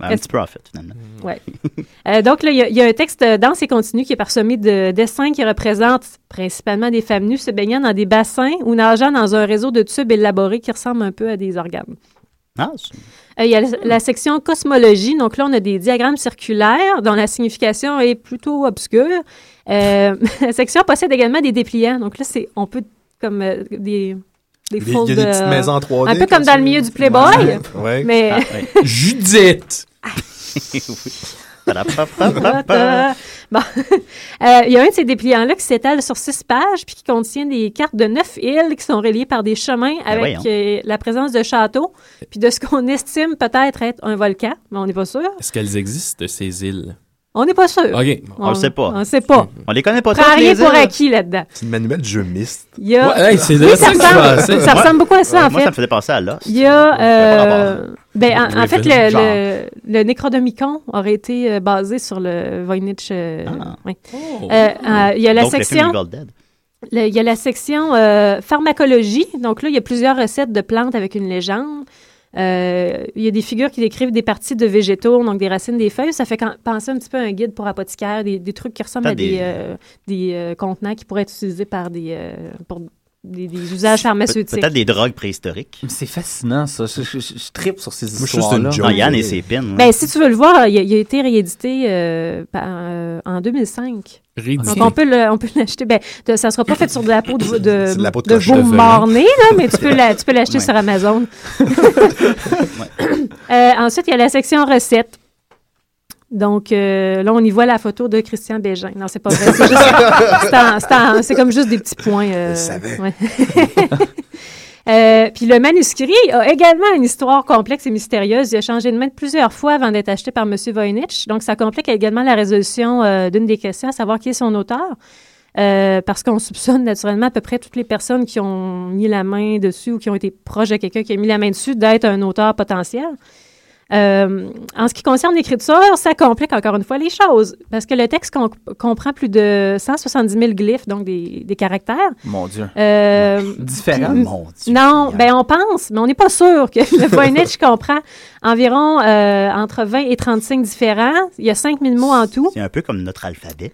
[SPEAKER 6] Ben, Un
[SPEAKER 3] Est-ce-
[SPEAKER 6] petit profit, finalement.
[SPEAKER 3] Ouais. Euh, donc, là, il y a- il y, a un texte euh, dense et continu qui est parsemé de dessins qui représentent principalement des femmes nues se baignant dans des bassins ou nageant dans un réseau de tubes élaborés qui ressemblent un peu à des organes.
[SPEAKER 6] Ah,
[SPEAKER 3] Euh, il y a la, la section cosmologie. Donc là, on a des diagrammes circulaires dont la signification est plutôt obscure. Euh, la section possède également des dépliants. Donc là, c'est on peut comme euh, des des
[SPEAKER 9] Des- il y a des
[SPEAKER 3] folds,
[SPEAKER 9] petites
[SPEAKER 3] euh,
[SPEAKER 9] maisons en 3D
[SPEAKER 3] Un peu
[SPEAKER 9] comme
[SPEAKER 3] comme dans le milieu du Playboy.
[SPEAKER 9] Ouais.
[SPEAKER 3] Mais
[SPEAKER 6] Ah,
[SPEAKER 7] *laughs* Judith!
[SPEAKER 3] *laughs* Ta-ta. Bon. Euh, il y a un de ces dépliants-là qui s'étale sur six pages puis qui contient des cartes de neuf îles qui sont reliées par des chemins avec
[SPEAKER 6] Ben voyons.
[SPEAKER 3] euh, la présence de châteaux puis de ce qu'on estime peut-être être un volcan, mais on n'est pas sûr.
[SPEAKER 7] Est-ce qu'elles existent, ces îles?
[SPEAKER 3] On n'est pas sûr.
[SPEAKER 7] OK.
[SPEAKER 3] On le sait pas. on le sait
[SPEAKER 6] pas. Mm-hmm. On les connaît pas
[SPEAKER 3] Prends
[SPEAKER 6] toutes,
[SPEAKER 3] rien
[SPEAKER 6] les
[SPEAKER 3] pour
[SPEAKER 6] îles.
[SPEAKER 3] acquis là-dedans.
[SPEAKER 9] C'est le manuel du jeu Myst.
[SPEAKER 3] Il y a-
[SPEAKER 7] Ouais, hey, c'est
[SPEAKER 3] Oui,
[SPEAKER 7] de
[SPEAKER 3] ça
[SPEAKER 7] que tu
[SPEAKER 3] ressemble-
[SPEAKER 7] pensais.
[SPEAKER 3] ça ressemble beaucoup à ça, en
[SPEAKER 6] Moi, ça
[SPEAKER 3] fait.
[SPEAKER 6] me faisait penser à là.
[SPEAKER 3] Il y a, euh, ben, en, en fait, le,
[SPEAKER 6] Genre.
[SPEAKER 3] le, le Necronomicon aurait été euh, basé sur le Voynich. euh, oui.
[SPEAKER 6] Oh.
[SPEAKER 3] Euh, euh, il y a la
[SPEAKER 6] Donc, le film
[SPEAKER 3] section.
[SPEAKER 6] Evil Dead.
[SPEAKER 3] le- il y a la section euh, pharmacologie. Donc là, il y a plusieurs recettes de plantes avec une légende. Euh, il y a des figures qui décrivent des parties de végétaux, donc des racines, des feuilles. Ça fait quand- penser un petit peu à un guide pour apothicaire, des, des trucs qui ressemblent
[SPEAKER 6] T'as
[SPEAKER 3] à des,
[SPEAKER 6] des-
[SPEAKER 3] euh, des, euh, contenants qui pourraient être utilisés par des, euh, pour des, des usages pharmaceutiques.
[SPEAKER 6] Peut-être des drogues préhistoriques.
[SPEAKER 8] C'est fascinant, ça. Je, je, je- je trippe sur ces
[SPEAKER 6] Moi, je suis juste
[SPEAKER 8] histoires-là.
[SPEAKER 6] une joke. Ah, Yann et ses pins,
[SPEAKER 3] Ben, si tu veux le voir, il a, il a été réédité euh, par- euh, en 2005.
[SPEAKER 7] Réédité.
[SPEAKER 3] Donc, on peut le- on peut l'acheter. Ben, de- ça ne sera pas fait sur de la peau de, de,
[SPEAKER 7] C'est de la peau de
[SPEAKER 3] de
[SPEAKER 7] cochon.
[SPEAKER 3] veau
[SPEAKER 7] De velin.
[SPEAKER 6] hein.
[SPEAKER 3] morné, là, mais tu peux la- tu peux l'acheter
[SPEAKER 7] Ouais.
[SPEAKER 3] sur Amazon. Euh, ensuite, il y a la section recettes. Donc, euh, là, on y voit la photo de Christian Bégin. Non, c'est pas vrai. C'est juste- c'est en- c'est en- c'est comme juste des petits points. euh, ouais. Euh, Puis le manuscrit a également une histoire complexe et mystérieuse. Il a changé de main plusieurs fois avant d'être acheté par M. Voynich. Donc, ça complique également la résolution euh, d'une des questions, à savoir qui est son auteur. Euh, parce qu'on soupçonne naturellement à peu près toutes les personnes qui ont mis la main dessus ou qui ont été proches de quelqu'un qui a mis la main dessus d'être un auteur potentiel. Euh, en ce qui concerne l'écriture, ça complique encore une fois les choses, parce que le texte com- comprend plus de 170 000 glyphes, donc des, des caractères.
[SPEAKER 8] Mon Dieu.
[SPEAKER 3] Euh,
[SPEAKER 8] Différent.
[SPEAKER 3] puis-
[SPEAKER 8] Mon
[SPEAKER 3] Non, ben on pense, mais on n'est pas sûr que le Voynich comprend environ euh, entre 20 et 35 différents. Il y a 5000 mots en tout.
[SPEAKER 6] C'est un peu comme notre alphabet.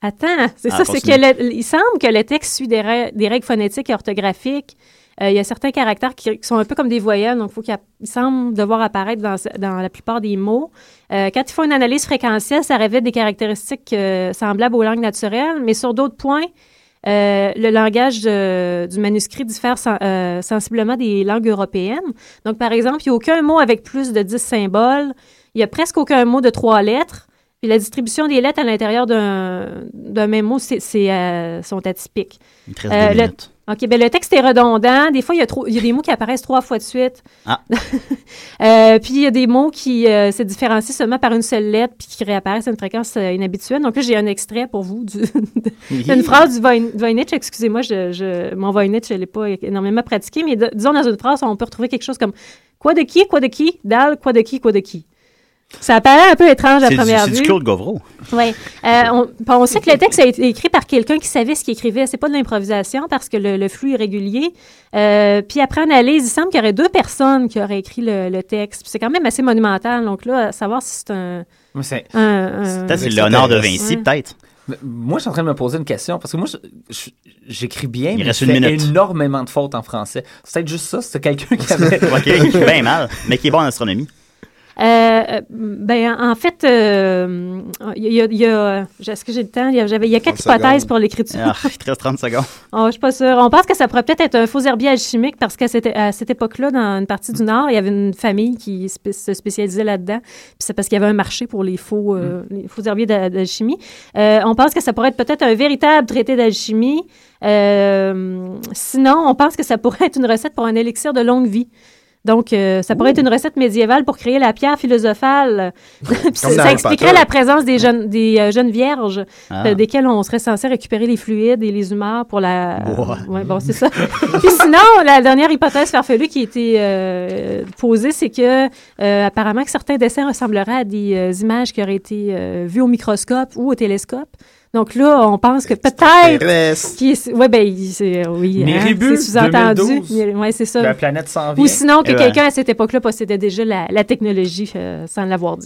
[SPEAKER 3] Attends, *laughs* c'est
[SPEAKER 6] Ah,
[SPEAKER 3] ça, c'est que
[SPEAKER 6] continue.
[SPEAKER 3] le- il semble que le texte suit des, ra- des règles phonétiques et orthographiques. Euh, il y a certains caractères qui, qui sont un peu comme des voyelles, donc faut qu'il app- il semble devoir apparaître dans, ce- dans la plupart des mots. Euh, quand ils font une analyse fréquentielle, ça révèle des caractéristiques euh, semblables aux langues naturelles, mais sur d'autres points, euh, le langage euh, du manuscrit diffère sen- euh, sensiblement des langues européennes. Donc, par exemple, il n'y a aucun mot avec plus de 10 symboles. Il n'y a presque aucun mot de trois lettres. Puis la distribution des lettres à l'intérieur d'un d'un même mot, c'est c'est, euh, sont atypiques.
[SPEAKER 6] Il te reste deux
[SPEAKER 3] le-
[SPEAKER 6] minutes.
[SPEAKER 3] OK, ben le texte est redondant. Des fois, il y, a trop- il y a des mots qui apparaissent trois fois de suite.
[SPEAKER 6] Ah.
[SPEAKER 3] *laughs* Euh, puis il y a des mots qui euh, se différencient seulement par une seule lettre puis qui réapparaissent à une fréquence euh, inhabituelle. Donc là, j'ai un extrait pour vous du- d'une phrase du Voyn- Voynich. Excusez-moi, je, je, mon Voynich, je ne l'ai pas énormément pratiqué, mais de- disons dans une phrase, on peut retrouver quelque chose comme « quoi de qui, quoi de qui, dal, quoi de qui, quoi de qui ». Ça paraît un peu étrange à
[SPEAKER 6] C'est du-
[SPEAKER 3] première
[SPEAKER 6] c'est
[SPEAKER 3] vue.
[SPEAKER 6] du Claude Gauvreau.
[SPEAKER 3] Oui. Euh, on, puis on sait que le texte a été écrit par quelqu'un qui savait ce qu'il écrivait. C'est pas de l'improvisation parce que le, le flux est régulier. Euh, puis après analyse, il semble qu'il y aurait deux personnes qui auraient écrit le, le texte. Puis c'est quand même assez monumental. Donc là, à savoir si c'est un.
[SPEAKER 8] Mais c'est-
[SPEAKER 3] un- un-
[SPEAKER 6] Peut-être c'est Léonard de
[SPEAKER 3] Ouais.
[SPEAKER 6] Vinci, peut-être.
[SPEAKER 8] Mais Moi, je suis en train de me poser une question parce que moi, je- je- j'écris bien,
[SPEAKER 6] Il
[SPEAKER 8] mais
[SPEAKER 6] reste
[SPEAKER 8] je
[SPEAKER 6] une
[SPEAKER 8] fais
[SPEAKER 6] minute.
[SPEAKER 8] énormément de fautes en français. C'est peut-être juste ça, c'est
[SPEAKER 6] *laughs*
[SPEAKER 8] quelqu'un qui avait.
[SPEAKER 6] Ok, bien mal, mais qui est bon
[SPEAKER 3] *laughs*
[SPEAKER 6] en astronomie.
[SPEAKER 3] Euh, euh, ben, en fait, euh, il y a. il y a- euh, Est-ce que j'ai le temps? Il y a- J'avais, il y a quatre
[SPEAKER 6] 30 secondes.
[SPEAKER 3] hypothèses pour l'écriture.
[SPEAKER 6] Ah, il te reste 30 secondes.
[SPEAKER 3] Oh, je suis pas sûre. On pense que ça pourrait peut-être être un faux herbier alchimique parce qu'à cette, à cette époque-là, dans une partie du Nord, il y avait une famille qui spé- se spécialisait là-dedans. Puis c'est parce qu'il y avait un marché pour les faux, euh, les faux herbiers d'a- d'alchimie. Euh, on pense que ça pourrait être peut-être un véritable traité d'alchimie. Euh, sinon, on pense que ça pourrait être une recette pour un élixir de longue vie. Donc, euh, ça pourrait être une recette médiévale pour créer la pierre philosophale. Puis ça,
[SPEAKER 14] dans
[SPEAKER 3] ça
[SPEAKER 14] Harry
[SPEAKER 3] expliquerait
[SPEAKER 14] Potter.
[SPEAKER 3] la présence des jeunes, des, euh, jeunes vierges,
[SPEAKER 14] Ah.
[SPEAKER 3] euh, desquelles on serait censé récupérer les fluides et les humeurs pour la.
[SPEAKER 14] Boah.
[SPEAKER 3] euh, Ouais, bon, c'est ça. *laughs* Puis sinon, la dernière hypothèse farfelue qui a été euh, posée, c'est que euh, apparemment que certains dessins ressembleraient à des euh, images qui auraient été euh, vues au microscope ou au télescope. Donc là, on pense que peut-être.
[SPEAKER 8] Extraterrestre.
[SPEAKER 3] qu'il- Ouais, ben, il- c'est oui, hein,
[SPEAKER 8] Méribus,
[SPEAKER 3] c'est sous-entendu.
[SPEAKER 8] 2012.
[SPEAKER 3] Il- Ouais, c'est ça.
[SPEAKER 8] La planète s'en vient.
[SPEAKER 3] Ou sinon que
[SPEAKER 8] Eh ben.
[SPEAKER 3] quelqu'un à cette époque-là possédait déjà la, la technologie euh, sans l'avoir dit.